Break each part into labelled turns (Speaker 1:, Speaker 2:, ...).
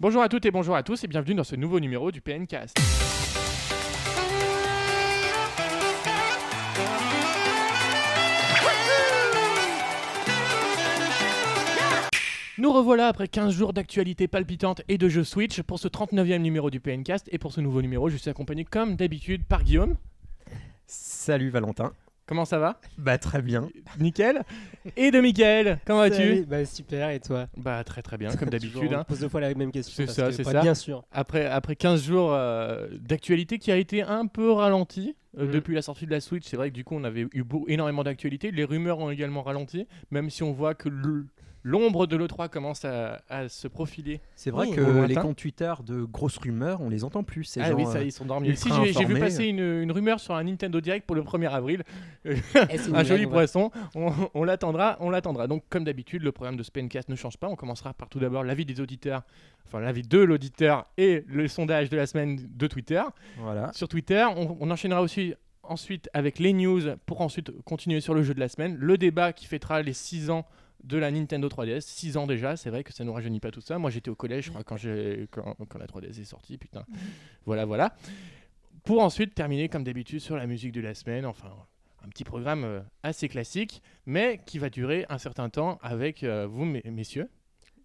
Speaker 1: Bonjour à toutes et bonjour à tous et bienvenue dans ce nouveau numéro du PNcast. Nous revoilà après 15 jours d'actualité palpitante et de jeux Switch pour ce 39e numéro du PNcast et pour ce nouveau numéro je suis accompagné comme d'habitude par Guillaume.
Speaker 2: Salut Valentin.
Speaker 1: Comment ça va
Speaker 2: Bah très bien.
Speaker 1: Nickel. Et de Michael, comment vas-tu
Speaker 3: Salut, bah, super, et toi
Speaker 1: Bah très très bien comme d'habitude.
Speaker 3: Toujours,
Speaker 1: hein.
Speaker 3: On pose deux fois la même question.
Speaker 1: C'est
Speaker 3: parce
Speaker 1: ça,
Speaker 3: que,
Speaker 1: c'est
Speaker 3: bah,
Speaker 1: ça.
Speaker 3: Bien sûr.
Speaker 1: après, après 15 jours euh, d'actualité qui a été un peu ralenti euh,
Speaker 3: Mhm.
Speaker 1: depuis la sortie de la Switch. C'est vrai que du coup, on avait eu beau- énormément d'actualité. Les rumeurs ont également ralenti, même si on voit que le- l'ombre de l'E3 commence à, à se profiler.
Speaker 2: C'est vrai
Speaker 1: Oui, Ah au
Speaker 2: que
Speaker 1: lointain.
Speaker 2: les comptes Twitter de grosses rumeurs, on les entend plus. Ces gens, euh,
Speaker 1: ils sont dormis. Si,
Speaker 2: ultra
Speaker 1: j'ai- j'ai vu
Speaker 2: informés.
Speaker 1: passer une, une rumeur sur un Nintendo Direct pour le 1er avril.
Speaker 3: Eh, c'est
Speaker 1: un
Speaker 3: une
Speaker 1: joli
Speaker 3: blague,
Speaker 1: poisson. On, on l'attendra, on l'attendra. Donc, comme d'habitude, le programme de Spencast ne change pas. On commencera par tout d'abord l'avis des auditeurs, enfin l'avis de l'auditeur et le sondage de la semaine de Twitter.
Speaker 2: euh, Voilà.
Speaker 1: sur Twitter. On, on enchaînera aussi ensuite avec les news pour ensuite continuer sur le jeu de la semaine. Le débat qui fêtera les 6 ans de la Nintendo 3DS. 6 ans déjà, c'est vrai que ça nous rajeunit pas tout ça. Moi j'étais au collège, je crois, quand, j'ai- quand, quand la 3DS est sortie, putain. Voilà, voilà. Pour ensuite terminer, comme d'habitude, sur la musique de la semaine. Enfin, un petit programme euh, assez classique, mais qui va durer un certain temps avec euh, vous, mes- messieurs.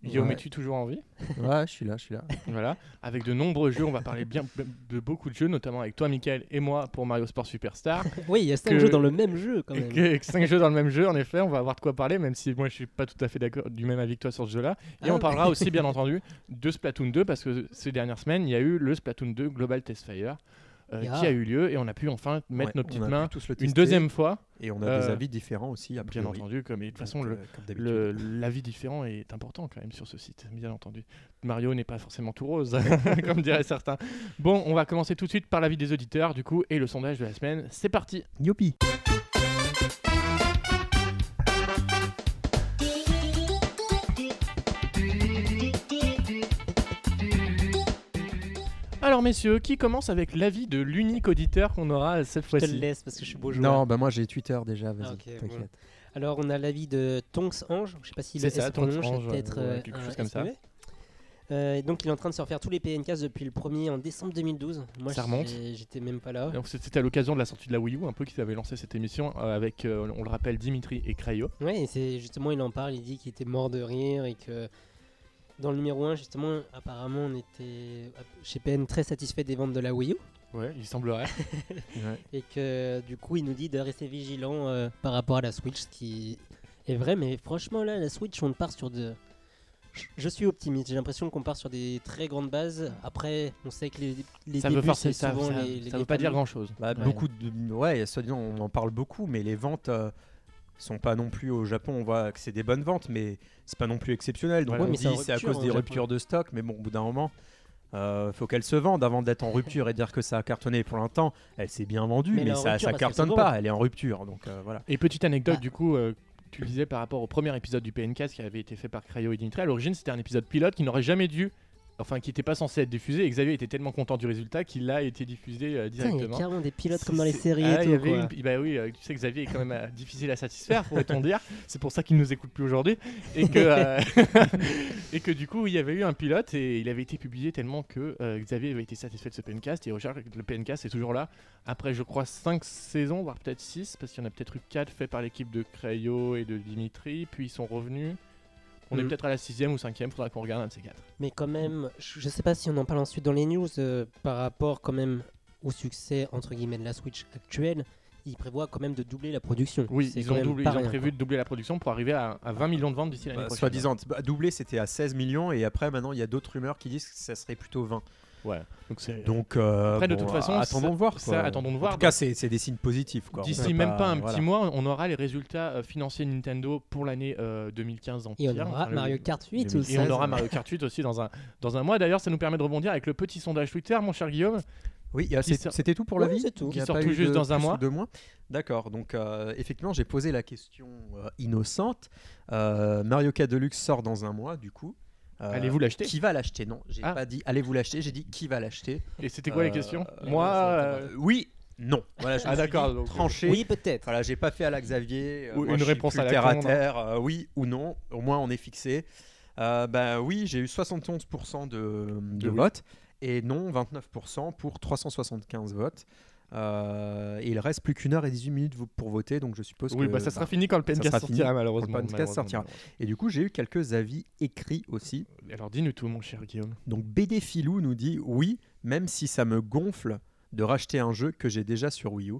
Speaker 1: Guillaume,
Speaker 2: Ouais.
Speaker 1: es-tu toujours en vie
Speaker 2: Ouais, je suis là, je suis là.
Speaker 1: voilà, avec de nombreux jeux, on va parler bien de beaucoup de jeux, notamment avec toi, Michael, et moi pour Mario Sport Superstar.
Speaker 3: ouais. Oui, il y a cinq
Speaker 1: que-
Speaker 3: jeux dans le même jeu quand
Speaker 1: Et
Speaker 3: même.
Speaker 1: que- que cinq jeux dans le même jeu, en effet, on va avoir de quoi parler, même si moi je suis pas tout à fait d'accord du même avis que toi sur ce jeu-là. Et
Speaker 3: Ah
Speaker 1: on
Speaker 3: ouais.
Speaker 1: parlera aussi, bien entendu, de Splatoon 2, parce que ces dernières semaines, il y a eu le Splatoon 2 Global Test Fire euh,
Speaker 3: Yeah.
Speaker 1: qui a eu lieu, et on a pu enfin mettre
Speaker 2: Ouais,
Speaker 1: nos
Speaker 2: on
Speaker 1: petites
Speaker 2: a
Speaker 1: mains
Speaker 2: pu tous le
Speaker 1: une
Speaker 2: tester,
Speaker 1: deuxième fois,
Speaker 2: Et on a des
Speaker 1: euh,
Speaker 2: avis différents aussi, a
Speaker 1: bien
Speaker 2: priori.
Speaker 1: entendu, comme et de toute façon
Speaker 2: Donc,
Speaker 1: le,
Speaker 2: euh, comme d'habitude.
Speaker 1: le- L'avis différent est important quand même sur ce site, bien entendu. Mario n'est pas forcément tout rose, comme diraient certains. Bon, on va commencer tout de suite par l'avis des auditeurs, du coup, et le sondage de la semaine. C'est parti
Speaker 2: Youpi.
Speaker 1: Alors, messieurs, qui commence avec l'avis de l'unique auditeur qu'on aura cette
Speaker 3: Je te le
Speaker 1: fois-ci
Speaker 3: laisse parce que je suis beau joueur.
Speaker 2: Non, bah moi j'ai Twitter déjà, vas-y,
Speaker 3: Ah, ok,
Speaker 2: t'inquiète.
Speaker 3: bon. Alors, on a l'avis de Tonks Ange. Je sais pas si le
Speaker 1: C'est ça,
Speaker 3: S se
Speaker 1: Tonks
Speaker 3: prononce,
Speaker 1: Ange,
Speaker 3: peut-être
Speaker 1: ouais,
Speaker 3: euh,
Speaker 1: quelque
Speaker 3: un
Speaker 1: chose comme ça.
Speaker 3: SPE. Euh, et donc, il est en train de se refaire tous les PNCast depuis le premier en décembre 2012. Moi,
Speaker 1: Ça remonte.
Speaker 3: j'ai- J'étais même pas là.
Speaker 1: Donc, C'était à l'occasion de la sortie de la Wii U, un peu, qui avait lancé cette émission euh, avec, euh, on le rappelle, Dimitri et Crayo.
Speaker 3: Ouais, et c'est justement, il en parle, il dit qu'il était mort de rire et que dans le numéro 1, justement, apparemment, on était euh, chez PN très satisfait des ventes de la Wii U
Speaker 1: Ouais, il semblerait.
Speaker 2: Ouais.
Speaker 3: et que du coup, il nous dit de rester vigilant euh, par rapport à la Switch, ce qui est vrai, mais franchement, là, la Switch, on part sur de. Je- Je suis optimiste, j'ai l'impression qu'on part sur des très grandes bases. Après, on sait que les, les
Speaker 1: ça veut
Speaker 3: débuts,
Speaker 1: forcer,
Speaker 3: c'est
Speaker 1: ça,
Speaker 3: souvent
Speaker 1: ça-
Speaker 3: les, les-
Speaker 1: ça
Speaker 3: les
Speaker 1: veut pas dire
Speaker 3: familles.
Speaker 1: grand-chose.
Speaker 2: Bah,
Speaker 3: Ouais.
Speaker 2: Beaucoup de. Ouais, soi-disant, on en parle beaucoup, mais les ventes. euh, sont pas non plus au Japon on voit que c'est des bonnes ventes mais c'est pas non plus exceptionnel donc
Speaker 1: Ouais,
Speaker 2: on
Speaker 1: mais
Speaker 2: dit
Speaker 3: c'est en
Speaker 2: c'est à
Speaker 3: rupture hein,
Speaker 2: cause
Speaker 3: au
Speaker 2: des
Speaker 3: Japon.
Speaker 2: ruptures de stock mais bon au bout d'un moment euh, faut qu'elle se vende avant d'être en rupture et dire que ça a cartonné pour l'instant elle s'est bien vendue
Speaker 3: Mais
Speaker 2: mais,
Speaker 3: elle est en
Speaker 2: ça,
Speaker 3: rupture
Speaker 2: ça
Speaker 3: parce qu'elle
Speaker 2: cartonne
Speaker 3: se
Speaker 2: pas elle est en rupture donc euh, voilà
Speaker 1: Et petite anecdote,
Speaker 3: Ah.
Speaker 1: du coup, euh, tu disais par rapport au premier épisode du PNcast qui avait été fait par Crayo et Dimitri. À l'origine, c'était un épisode pilote qui n'aurait jamais dû. Enfin, qui n'était pas censé être diffusé. Et Xavier était tellement content du résultat qu'il a été diffusé euh,
Speaker 3: Putain, il y a
Speaker 1: directement.
Speaker 3: carrément des pilotes
Speaker 1: C'est-
Speaker 3: comme dans les
Speaker 1: c'est-
Speaker 3: séries
Speaker 1: Ah, il
Speaker 3: et tout.
Speaker 1: y avait
Speaker 3: quoi.
Speaker 1: une- Bah oui, euh, tu sais, Xavier est quand même euh, difficile à satisfaire, pourrait-on dire. C'est pour ça qu'il nous écoute plus aujourd'hui. Et, que, euh, et que du coup, il y avait eu un pilote et il avait été publié tellement que euh, Xavier avait été satisfait de ce PNcast. Et Richard, le PNcast est toujours là. Après, je crois, 5 saisons, voire peut-être 6, parce qu'il y en a peut-être eu 4 faits par l'équipe de Crayo et de Dimitri. Puis ils sont revenus. On est
Speaker 3: Mhm.
Speaker 1: peut-être à la 6 ou 5 faudra qu'on regarde un de ces quatre.
Speaker 3: Mais quand même, je je sais pas si on en parle ensuite dans les news, euh, par rapport quand même au succès entre guillemets de la Switch actuelle, ils prévoient quand même de doubler la production.
Speaker 1: Oui,
Speaker 3: C'est
Speaker 1: ils
Speaker 3: quand
Speaker 1: ont,
Speaker 3: même
Speaker 1: doublé-
Speaker 3: pas
Speaker 1: ils ont
Speaker 3: rien,
Speaker 1: prévu de doubler la production pour arriver à, à 20 millions de ventes d'ici l'année
Speaker 2: Bah,
Speaker 1: prochaine.
Speaker 2: Soi-disant, bah, doublé c'était à 16 millions et après maintenant il y a d'autres rumeurs qui disent que ça serait plutôt 20.
Speaker 1: Ouais. Donc c'est-
Speaker 2: Donc euh,
Speaker 1: Après, de
Speaker 2: bon,
Speaker 1: toute façon,
Speaker 2: attendons
Speaker 1: ça-
Speaker 2: de voir.
Speaker 1: ça,
Speaker 2: quoi.
Speaker 1: attendons de
Speaker 2: En
Speaker 1: voir. bah,
Speaker 2: tout cas, c'est c'est des signes positifs. quoi. On
Speaker 1: D'ici
Speaker 2: peut
Speaker 1: même pas un
Speaker 2: voilà.
Speaker 1: petit mois, on aura les résultats euh, financiers de Nintendo pour l'année euh, 2015 en
Speaker 3: Et on
Speaker 1: entière,
Speaker 3: aura
Speaker 1: enfin, le-
Speaker 3: Mario Kart 8
Speaker 2: le-
Speaker 3: aussi.
Speaker 1: Et on
Speaker 2: ça,
Speaker 1: aura
Speaker 2: ça-
Speaker 1: Mario Kart 8 aussi dans un, dans un mois. D'ailleurs, ça nous permet de rebondir avec le petit sondage Twitter, mon cher
Speaker 2: Euh,
Speaker 1: Guillaume.
Speaker 2: Oui, il y a-
Speaker 1: Qui
Speaker 2: c'est-
Speaker 1: sort-
Speaker 2: c'était tout pour
Speaker 3: Ouais,
Speaker 2: la vie.
Speaker 3: c'est tout.
Speaker 2: Il y a
Speaker 1: Qui sort
Speaker 2: pas
Speaker 1: tout
Speaker 2: eu
Speaker 1: juste
Speaker 2: de
Speaker 1: dans un
Speaker 2: plus ou
Speaker 1: mois.
Speaker 2: deux mois. D'accord. Donc euh, effectivement, j'ai posé la question euh, innocente. Euh, Mario Kart Deluxe sort dans un mois, du coup. Euh,
Speaker 1: Allez-vous l'acheter
Speaker 2: Qui va l'acheter Non, j'ai
Speaker 1: Ah.
Speaker 2: pas dit allez-vous l'acheter. J'ai dit qui va l'acheter.
Speaker 1: Et c'était quoi les
Speaker 2: Euh,
Speaker 1: questions
Speaker 2: euh,
Speaker 1: Moi.
Speaker 2: euh,
Speaker 1: euh,
Speaker 2: oui, non. Voilà, je me
Speaker 1: Ah,
Speaker 2: suis
Speaker 1: d'accord,
Speaker 2: dit,
Speaker 1: donc, euh,
Speaker 2: Tranché.
Speaker 3: Oui, peut-être.
Speaker 2: Voilà, j'ai pas fait à la Xavier. euh,
Speaker 1: Ou
Speaker 2: moi,
Speaker 1: une
Speaker 2: je suis
Speaker 1: réponse
Speaker 2: plus
Speaker 1: à la
Speaker 2: terre à
Speaker 1: con, non
Speaker 2: terre, euh, oui ou non. Au moins, on est fixé. Euh, bah oui, j'ai eu 71% de, de
Speaker 1: oui.
Speaker 2: votes et non 29% pour 375 votes. Euh, et il reste plus qu'une heure et 18 minutes vo- pour voter, donc je suppose
Speaker 1: Oui,
Speaker 2: que.
Speaker 1: bah, ça sera
Speaker 2: bah,
Speaker 1: fini quand le
Speaker 2: sera
Speaker 1: PNCast
Speaker 2: fini
Speaker 1: sortira, malheureusement.
Speaker 2: podcast
Speaker 1: malheureusement,
Speaker 2: sortira. Et du coup, j'ai eu quelques avis écrits aussi.
Speaker 1: malheureusement. Alors dis-nous tout, mon cher Guillaume.
Speaker 2: Donc BD Filou nous dit oui, même si ça me gonfle de racheter un jeu que j'ai déjà sur Wii U.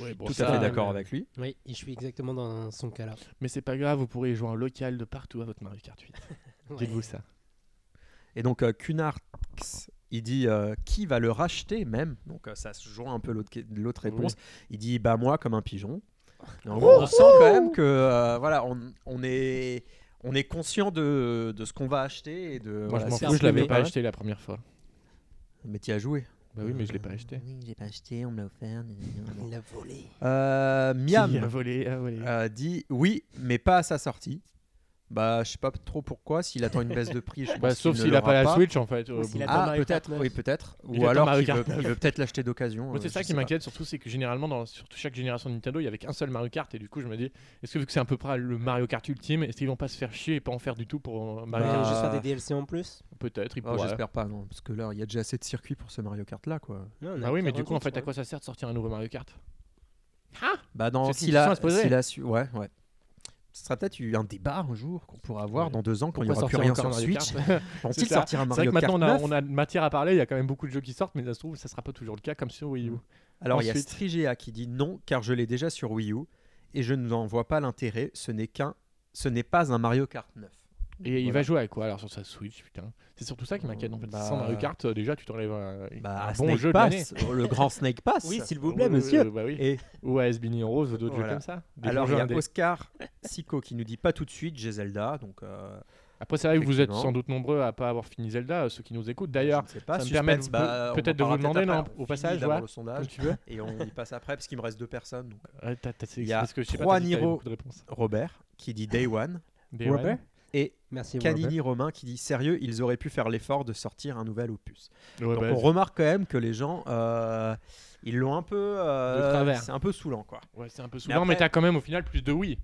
Speaker 1: Ouais, bon,
Speaker 2: Tout
Speaker 1: ça,
Speaker 2: à fait
Speaker 1: euh,
Speaker 2: d'accord avec lui.
Speaker 3: Oui, et je suis exactement dans son cas là.
Speaker 1: Mais c'est pas grave, vous pourrez y jouer en local de partout à votre Mario Kart 8. Dites-vous
Speaker 2: Euh,
Speaker 1: ça.
Speaker 2: Et donc euh, Cunarx, il dit euh, qui va le racheter même. Donc euh, ça se joint un peu l'autre que- l'autre
Speaker 1: Oui.
Speaker 2: réponse. Il dit bah moi comme un pigeon. Et en
Speaker 3: Oh,
Speaker 2: gros, on
Speaker 3: oh.
Speaker 2: sent quand même que euh, voilà on, on est on est conscient de, de ce qu'on va acheter et de.
Speaker 1: Moi,
Speaker 2: voilà,
Speaker 1: je m'en
Speaker 2: c'est
Speaker 1: fous,
Speaker 2: un
Speaker 1: je l'avais
Speaker 2: peu
Speaker 1: pas
Speaker 2: mal.
Speaker 1: acheté la première fois.
Speaker 2: Mais tu as joué.
Speaker 1: Bah oui, mais je l'ai pas acheté.
Speaker 2: Oui, j'ai pas acheté, on me l'a offert.
Speaker 3: Il l'a volé.
Speaker 2: Euh, Miam.
Speaker 1: Qui a volé, a volé.
Speaker 2: Euh, dit oui, mais pas à sa sortie. Bah, je sais pas trop pourquoi. S'il attend une baisse de prix, je pense
Speaker 1: Bah,
Speaker 2: qu'il
Speaker 1: sauf
Speaker 2: ne
Speaker 1: s'il a
Speaker 2: l'aura
Speaker 1: pas la Switch en fait.
Speaker 3: Ou
Speaker 1: euh, bon.
Speaker 3: s'il a- Attends,
Speaker 2: Ah,
Speaker 3: Mario Kart
Speaker 2: peut-être,
Speaker 3: neuf.
Speaker 2: oui, peut-être.
Speaker 1: Il
Speaker 2: Ou
Speaker 1: attend
Speaker 2: alors
Speaker 1: Mario
Speaker 2: qu'il
Speaker 1: Kart
Speaker 2: veut,
Speaker 1: neuf.
Speaker 2: il veut peut-être l'acheter d'occasion.
Speaker 1: Moi, c'est
Speaker 2: euh,
Speaker 1: ça
Speaker 2: je
Speaker 1: qui
Speaker 2: sais pas.
Speaker 1: m'inquiète surtout, c'est que généralement, dans surtout chaque génération de Nintendo, il y avait qu'un seul Mario Kart, et du coup, je me dis, est-ce que vu que c'est à peu près le Mario Kart ultime, est-ce qu'ils vont pas se faire chier et pas en faire du tout pour euh,
Speaker 3: Il
Speaker 1: Mario
Speaker 2: Bah,
Speaker 3: va
Speaker 1: Kart
Speaker 3: juste faire des DLC en plus.
Speaker 1: Peut-être, ils
Speaker 2: Oh,
Speaker 1: pourraient.
Speaker 2: J'espère pas, non, parce que là, il y a déjà assez de circuits pour ce Mario Kart là, quoi.
Speaker 3: Non, on a
Speaker 1: Bah oui, mais
Speaker 3: 40,
Speaker 1: du coup, en
Speaker 3: je
Speaker 1: fait, à
Speaker 3: crois.
Speaker 1: quoi ça sert de sortir un nouveau Mario Kart
Speaker 3: Ah
Speaker 2: Bah, dans
Speaker 1: C'est une
Speaker 2: s'il a-
Speaker 1: question à se poser.
Speaker 2: s'il a su- ouais, ouais. Ce sera peut-être eu un débat un jour qu'on pourra avoir
Speaker 1: Ouais.
Speaker 2: dans deux ans quand il n'y
Speaker 1: Pourquoi
Speaker 2: aura plus
Speaker 1: sortir
Speaker 2: rien
Speaker 1: encore
Speaker 2: sur
Speaker 1: un Mario
Speaker 2: Switch.
Speaker 1: Kart
Speaker 2: Vont-ils
Speaker 1: C'est ça.
Speaker 2: sortir un
Speaker 1: C'est vrai
Speaker 2: Mario
Speaker 1: que maintenant,
Speaker 2: Kart
Speaker 1: on a,
Speaker 2: 9
Speaker 1: on a de matière à parler, il y a quand même beaucoup de jeux qui sortent, mais ça se trouve, ça sera pas toujours le cas, comme sur Wii U.
Speaker 2: Alors, il y a
Speaker 1: Ensuite.
Speaker 2: Strigea qui dit non, car je l'ai déjà sur Wii U et je n'en vois pas l'intérêt. Ce n'est qu'un, ce n'est pas un Mario Kart 9.
Speaker 1: Et il va jouer à quoi alors sur sa Switch, putain C'est surtout ça qui m'inquiète en fait.
Speaker 2: Bah-
Speaker 1: Sans Mario Kart, euh, déjà, tu t'enlèves un,
Speaker 2: Bah,
Speaker 1: un bon
Speaker 2: Snake
Speaker 1: jeu de l'année.
Speaker 2: Pass, le grand Snake Pass.
Speaker 3: Oui, s'il vous
Speaker 1: Ou-
Speaker 3: plaît, monsieur.
Speaker 1: ou- bah oui.
Speaker 2: Et
Speaker 1: Ou à Esbini Rose ou d'autres
Speaker 2: Voilà.
Speaker 1: jeux comme ça. Des
Speaker 2: alors
Speaker 1: bons
Speaker 2: il
Speaker 1: jeux
Speaker 2: y a
Speaker 1: indés.
Speaker 2: Oscar Sico qui nous dit pas tout de suite, j'ai Zelda, donc euh,
Speaker 1: Après, c'est vrai que vous êtes
Speaker 2: Effectivement.
Speaker 1: sans doute nombreux à pas avoir fini Zelda, euh, ceux qui nous écoutent. D'ailleurs,
Speaker 2: je ne sais pas,
Speaker 1: ça me
Speaker 2: suspense,
Speaker 1: permet de-
Speaker 2: bah, on
Speaker 1: peut-être
Speaker 2: en
Speaker 1: de vous
Speaker 2: parlera
Speaker 1: demander,
Speaker 2: peut-être
Speaker 1: non,
Speaker 2: après.
Speaker 1: au
Speaker 2: On finit
Speaker 1: passage,
Speaker 2: d'abord
Speaker 1: ouais.
Speaker 2: le
Speaker 1: comme
Speaker 2: sondage
Speaker 1: tu veux.
Speaker 2: et on y passe après parce qu'il me reste deux personnes. donc. euh,
Speaker 1: Ouais, t'as- t'as- c'est-
Speaker 2: Il y a
Speaker 1: parce que je sais pas,
Speaker 2: trois
Speaker 1: t'as dit que t'avais
Speaker 2: Niro.
Speaker 1: beaucoup de réponses.
Speaker 2: Robert qui dit Day One
Speaker 1: Des
Speaker 3: Robert
Speaker 1: One.
Speaker 2: et
Speaker 3: Merci, Robert.
Speaker 2: Canini Romain qui dit sérieux, ils auraient pu faire l'effort de sortir un nouvel opus.
Speaker 1: Ouais,
Speaker 2: Donc
Speaker 1: bah,
Speaker 2: on remarque quand même que les gens, euh, ils l'ont un peu, euh,
Speaker 1: De travers.
Speaker 2: c'est un peu saoulant quoi.
Speaker 1: ouais, c'est un peu saoulant, mais
Speaker 2: après-
Speaker 1: t'as quand même au final plus de oui.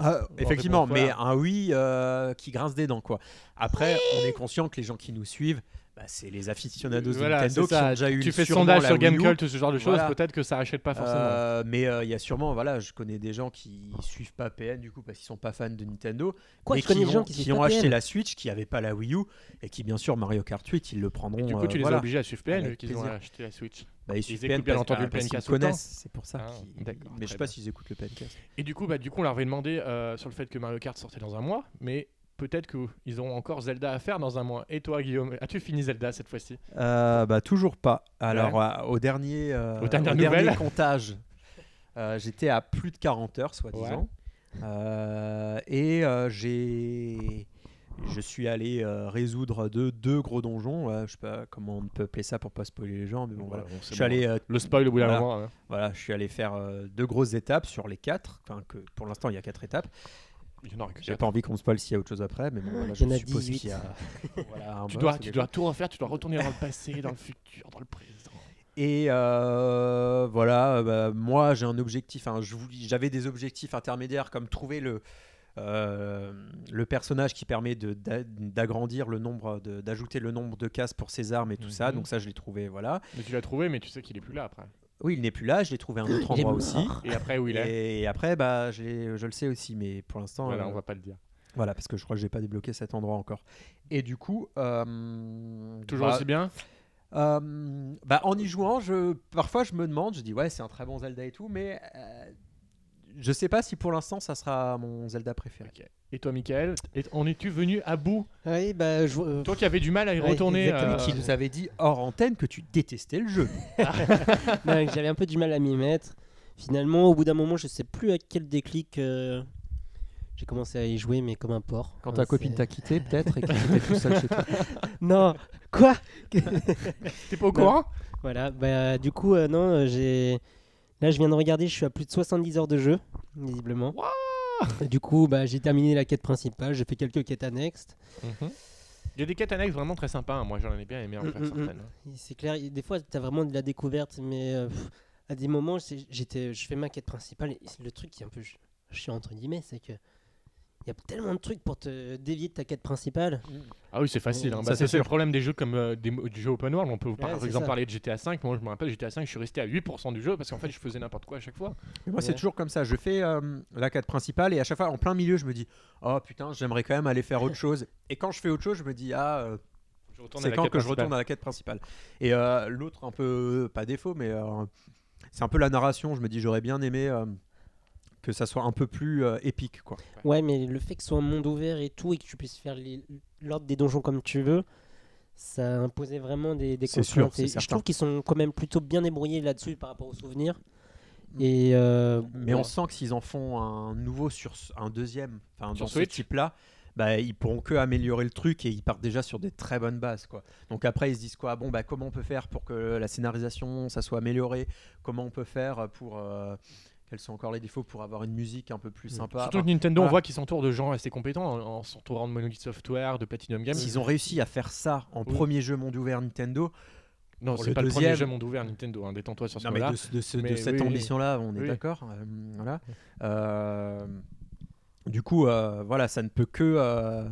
Speaker 2: Ah,
Speaker 1: Bon,
Speaker 2: effectivement,
Speaker 1: réponse,
Speaker 2: mais un oui euh, qui grince des dents quoi. Après, on est conscient que les gens qui nous suivent, bah, c'est les aficionados
Speaker 1: Voilà,
Speaker 2: de Nintendo
Speaker 1: c'est
Speaker 2: qui
Speaker 1: ça.
Speaker 2: ont déjà eu
Speaker 1: Tu fais
Speaker 2: sûrement
Speaker 1: sondage
Speaker 2: la
Speaker 1: sur
Speaker 2: Wii U.
Speaker 1: Gamecult, ce genre de choses,
Speaker 2: Voilà.
Speaker 1: peut-être que ça rachète pas forcément.
Speaker 2: Euh, mais euh, il y a sûrement, voilà, je connais des gens qui suivent pas PN du coup parce qu'ils sont pas fans de Nintendo,
Speaker 3: Quoi,
Speaker 2: mais
Speaker 3: tu connais
Speaker 2: qui,
Speaker 3: des
Speaker 2: ont,
Speaker 3: gens qui
Speaker 2: qui
Speaker 3: suivent
Speaker 2: ont
Speaker 3: pas
Speaker 2: acheté
Speaker 3: PN?
Speaker 2: la Switch, qui n'avaient pas la Wii U et qui bien sûr Mario Kart 8 ils le prendront.
Speaker 1: Et du coup,
Speaker 2: euh,
Speaker 1: tu les
Speaker 2: voilà.
Speaker 1: as obligés à suivre PN,
Speaker 2: Avec
Speaker 1: vu qu'ils ont
Speaker 2: plaisir.
Speaker 1: acheté la Switch.
Speaker 2: Bah, ils suivent
Speaker 1: écoutent
Speaker 2: PN
Speaker 1: bien
Speaker 2: parce-
Speaker 1: entendu
Speaker 2: bah,
Speaker 1: le
Speaker 2: parce qu'ils
Speaker 1: PNcast
Speaker 2: connaissent,
Speaker 1: autant.
Speaker 2: c'est pour ça.
Speaker 1: Ah,
Speaker 2: qu'ils-
Speaker 1: d'accord, très
Speaker 2: mais je sais pas
Speaker 1: bien.
Speaker 2: s'ils écoutent le PNcast.
Speaker 1: Et du coup, bah, du coup, on leur avait demandé euh, sur le fait que Mario Kart sortait dans un mois, mais peut-être qu'ils auront encore Zelda à faire dans un mois. Et toi, Guillaume, as-tu fini Zelda cette fois-ci
Speaker 2: Euh, bah, toujours pas. Alors, euh, au dernier, euh,
Speaker 1: Aux dernières
Speaker 2: dernier
Speaker 1: nouvelles.
Speaker 2: comptage, euh, j'étais à plus de 40 heures, soi-disant. Euh, et euh, j'ai. Je suis allé euh, résoudre deux, deux gros donjons. euh, je sais pas comment on peut appeler ça pour pas spoiler les gens, mais bon voilà. Je suis allé, euh,
Speaker 1: Le spoil au bout d'un
Speaker 2: Voilà.
Speaker 1: moment. hein.
Speaker 2: voilà, je suis allé faire euh, deux grosses étapes sur les quatre. Enfin, que pour l'instant il y a quatre étapes.
Speaker 1: Il y en aura que
Speaker 2: J'ai
Speaker 1: quatre.
Speaker 2: pas envie qu'on me spoil s'il y a autre chose après, mais bon voilà,
Speaker 3: Il
Speaker 2: je
Speaker 3: y en a
Speaker 2: suppose
Speaker 3: 18.
Speaker 2: qu'il y a. voilà, un
Speaker 1: Tu
Speaker 2: boss
Speaker 1: dois,
Speaker 2: ou
Speaker 1: tu
Speaker 2: quelque
Speaker 1: dois tout refaire, tu dois retourner dans le passé, dans le futur, dans le présent.
Speaker 2: Et euh, voilà, euh, bah, moi j'ai un objectif, hein, je vous- j'avais des objectifs intermédiaires comme trouver le, euh, le personnage qui permet de- d'a- d'agrandir le nombre, de- d'ajouter le nombre de cases pour ses armes et tout ça,
Speaker 1: Mhm.
Speaker 2: donc ça je l'ai trouvé, voilà.
Speaker 1: Mais tu l'as trouvé, mais tu sais qu'il est plus là après.
Speaker 2: Oui, il n'est plus là, je l'ai trouvé à un autre
Speaker 3: Il
Speaker 2: endroit
Speaker 3: est mort.
Speaker 2: aussi.
Speaker 1: Et après, où il est
Speaker 2: Et après, bah, j'ai- je le sais aussi, mais pour l'instant,
Speaker 1: Voilà,
Speaker 2: euh,
Speaker 1: on va pas le dire.
Speaker 2: voilà, parce que je crois que j'ai pas débloqué cet endroit encore. Et du coup, euh,
Speaker 1: Toujours
Speaker 2: bah,
Speaker 1: aussi bien
Speaker 2: Euh, bah, en y jouant, je, parfois je me demande, je dis ouais c'est un très bon Zelda et tout, mais euh, je sais pas si pour l'instant ça sera mon Zelda préféré.
Speaker 1: Ok. Et toi, Michael, est- en es-tu venu à bout
Speaker 3: Oui, bah, je... euh,
Speaker 1: Toi qui avais du mal à y
Speaker 3: Ouais,
Speaker 1: retourner.
Speaker 3: exactement.
Speaker 1: euh,
Speaker 2: Qui nous avait dit hors antenne que tu détestais le jeu.
Speaker 3: non, que bah, j'avais un peu du mal à m'y mettre. Finalement, au bout d'un moment, je sais plus à quel déclic euh, j'ai commencé à y jouer, mais comme un porc.
Speaker 2: Quand
Speaker 3: Hein,
Speaker 2: ta copine
Speaker 3: c'est-
Speaker 2: t'a quitté peut-être et que tu étais tout seul chez toi.
Speaker 3: Non, quoi
Speaker 1: T'es pas au courant
Speaker 3: Voilà, bah du coup, euh, non, euh, j'ai. Là, je viens de regarder, je suis à plus de 70 heures de jeu, visiblement. du coup, bah, j'ai terminé la quête principale, j'ai fait quelques quêtes annexes.
Speaker 1: Mhm. Il y a des quêtes annexes vraiment très sympas. hein. Moi, j'en ai bien aimé en
Speaker 3: Mm,
Speaker 1: faire
Speaker 3: mm, mm.
Speaker 1: certaines. hein.
Speaker 3: Et C'est clair, il- des fois, tu as vraiment de la découverte, mais euh, pff, à des moments, c'est- j'étais, je fais ma quête principale, et c'est le truc qui est un peu ch- chiant, entre guillemets, c'est que il Il y a tellement de trucs pour te dévier de ta quête principale.
Speaker 1: Ah oui, c'est facile. hein.
Speaker 2: Ça,
Speaker 1: Bah,
Speaker 2: Mmh, c'est
Speaker 1: ça, c'est le
Speaker 2: sûr.
Speaker 1: problème des jeux comme euh, des mo- du jeu open world. On peut par
Speaker 3: Ouais, c'est
Speaker 1: exemple
Speaker 3: ça.
Speaker 1: parler de GTA V. Moi, je me rappelle, GTA V, je suis resté à 8% du jeu parce qu'en fait, je faisais n'importe quoi à chaque fois.
Speaker 2: Mais moi, c'est
Speaker 3: Ouais.
Speaker 2: toujours comme ça. Je fais euh, la quête principale et à chaque fois, en plein milieu, je me dis Oh putain, j'aimerais quand même aller faire autre chose. Et quand je fais autre chose, je me dis Ah, euh,
Speaker 1: Je retourne à
Speaker 2: c'est
Speaker 1: la
Speaker 2: quand que
Speaker 1: quête
Speaker 2: je
Speaker 1: principale.
Speaker 2: retourne à la quête principale. Et euh, l'autre, un peu, pas défaut, mais euh, c'est un peu la narration. Je me dis J'aurais bien aimé euh, que ça soit un peu plus euh, épique. quoi.
Speaker 3: Ouais, mais le fait que ce soit un monde ouvert et tout, et que tu puisses faire les- l'ordre des donjons comme tu veux, ça imposait vraiment des, des
Speaker 2: C'est sûr,
Speaker 3: contraintes.
Speaker 2: c'est
Speaker 3: Et
Speaker 2: certain.
Speaker 3: je trouve qu'ils sont quand même plutôt bien débrouillés là-dessus par rapport aux souvenirs.
Speaker 1: Mm.
Speaker 3: Et euh,
Speaker 2: Mais
Speaker 3: ouais.
Speaker 2: on sent que s'ils en font un nouveau sur ce- un deuxième, enfin
Speaker 1: Sur
Speaker 2: dans ce
Speaker 1: Switch
Speaker 2: type-là, bah, ils pourront que améliorer le truc et ils partent déjà sur des très bonnes bases quoi. Donc après ils se disent quoi Bon bah comment on peut faire pour que la scénarisation ça soit améliorée Comment on peut faire pour euh, quels sont encore les défauts pour avoir une musique un peu plus sympa
Speaker 1: Surtout
Speaker 2: Enfin,
Speaker 1: que Nintendo, on
Speaker 2: Bah, voilà.
Speaker 1: voit qu'ils s'entourent de gens assez compétents en, en s'entourant de Monolith Software, de Platinum Games.
Speaker 2: S'ils ont réussi à faire ça en
Speaker 1: Oui.
Speaker 2: premier jeu monde ouvert Nintendo,
Speaker 1: Non,
Speaker 2: Pour
Speaker 1: c'est
Speaker 2: le
Speaker 1: pas le premier
Speaker 2: deuxième-
Speaker 1: jeu monde ouvert Nintendo. hein, Détends-toi sur ce
Speaker 2: non, mais
Speaker 1: point-là.
Speaker 2: de, ce- de ce- de
Speaker 1: Mais oui,
Speaker 2: cette
Speaker 1: oui.
Speaker 2: ambition-là, on est
Speaker 1: Oui.
Speaker 2: d'accord. euh, voilà. Euh, du coup, euh, voilà, ça ne peut que. euh,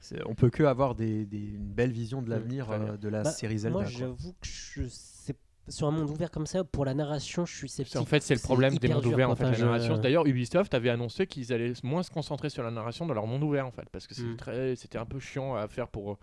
Speaker 2: c'est- on peut que avoir des, des- une belle vision de l'avenir
Speaker 1: Mm, très bien.
Speaker 2: euh, de la
Speaker 3: Bah,
Speaker 2: série Zelda.
Speaker 3: moi,
Speaker 2: quoi.
Speaker 3: j'avoue que je sais- sur un monde ouvert comme ça, pour la narration, je suis
Speaker 1: C'est-
Speaker 3: sceptique.
Speaker 1: En fait, c'est le
Speaker 3: C'est
Speaker 1: problème des
Speaker 3: hyper
Speaker 1: mondes
Speaker 3: dur,
Speaker 1: ouverts,
Speaker 3: quoi.
Speaker 1: en fait,
Speaker 3: Enfin,
Speaker 1: la
Speaker 3: je-
Speaker 1: narration. D'ailleurs, Ubisoft avait annoncé qu'ils allaient moins se concentrer sur la narration dans leur monde ouvert, en fait, parce que c'est
Speaker 3: Mm.
Speaker 1: très- c'était un peu chiant à faire pour, eux-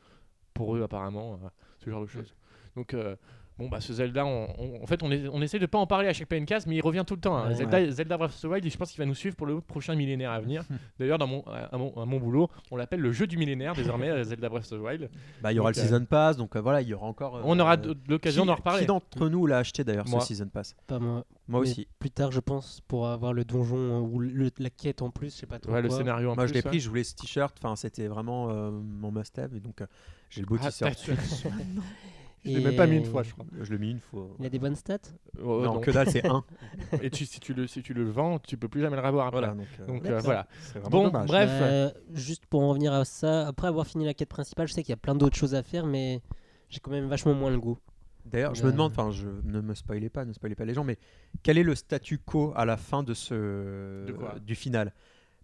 Speaker 1: pour eux, apparemment, euh, ce genre de choses. Donc, euh, bon, bah, ce Zelda, on, on- en fait, on, est- on essaie de pas en parler à chaque PNCast, mais il revient tout le temps. hein.
Speaker 3: Ouais.
Speaker 1: Zelda, Zelda Breath of the Wild, je pense qu'il va nous suivre pour le prochain millénaire à venir. D'ailleurs, dans mon, à, à mon, à mon boulot, on l'appelle le jeu du millénaire, désormais, euh, Zelda Breath of the Wild.
Speaker 2: Bah, il y aura
Speaker 1: donc,
Speaker 2: le Season Pass, donc euh, voilà, il y aura encore. euh,
Speaker 1: On aura
Speaker 2: euh,
Speaker 1: d- l'occasion
Speaker 2: qui-
Speaker 1: d'en reparler. Mm.
Speaker 2: Qui d'entre nous l'a acheté d'ailleurs, ce
Speaker 1: Moi. Mm.
Speaker 2: Season Pass
Speaker 3: Pas moi.
Speaker 2: Moi
Speaker 3: Mais
Speaker 2: aussi.
Speaker 3: Plus tard, je pense, pour avoir le donjon euh, ou le- la quête en plus, je sais pas trop.
Speaker 1: Ouais, le
Speaker 3: quoi.
Speaker 1: scénario en
Speaker 2: Moi, je
Speaker 1: plus, hein.
Speaker 2: l'ai pris, je voulais ce t-shirt, enfin, c'était vraiment euh, mon must-have, et donc euh, j'ai le beau
Speaker 1: ouais. Ah,
Speaker 2: t-shirt.
Speaker 1: t'as- je l'ai
Speaker 3: Et-
Speaker 1: même pas mis une fois, je crois.
Speaker 2: Je l'ai mis une fois.
Speaker 3: Il a des bonnes stats
Speaker 1: Oh,
Speaker 2: non,
Speaker 1: non.
Speaker 2: que dalle, c'est un.
Speaker 1: Et tu- si, tu le, si tu le vends, tu peux plus jamais le revoir après.
Speaker 2: Voilà, donc, euh,
Speaker 1: Donc euh,
Speaker 3: D'accord.
Speaker 1: voilà.
Speaker 2: c'est vraiment
Speaker 1: Bon,
Speaker 2: dommage.
Speaker 1: bref.
Speaker 3: Euh, juste pour en revenir à ça, après avoir fini la quête principale, je sais qu'il y a plein d'autres choses à faire, mais j'ai quand même vachement moins le goût.
Speaker 2: D'ailleurs, je
Speaker 3: Euh,
Speaker 2: me demande, enfin, je ne me spoilez pas, ne spoilez pas les gens, mais quel est le statu quo à la fin de ce
Speaker 1: De quoi
Speaker 2: du final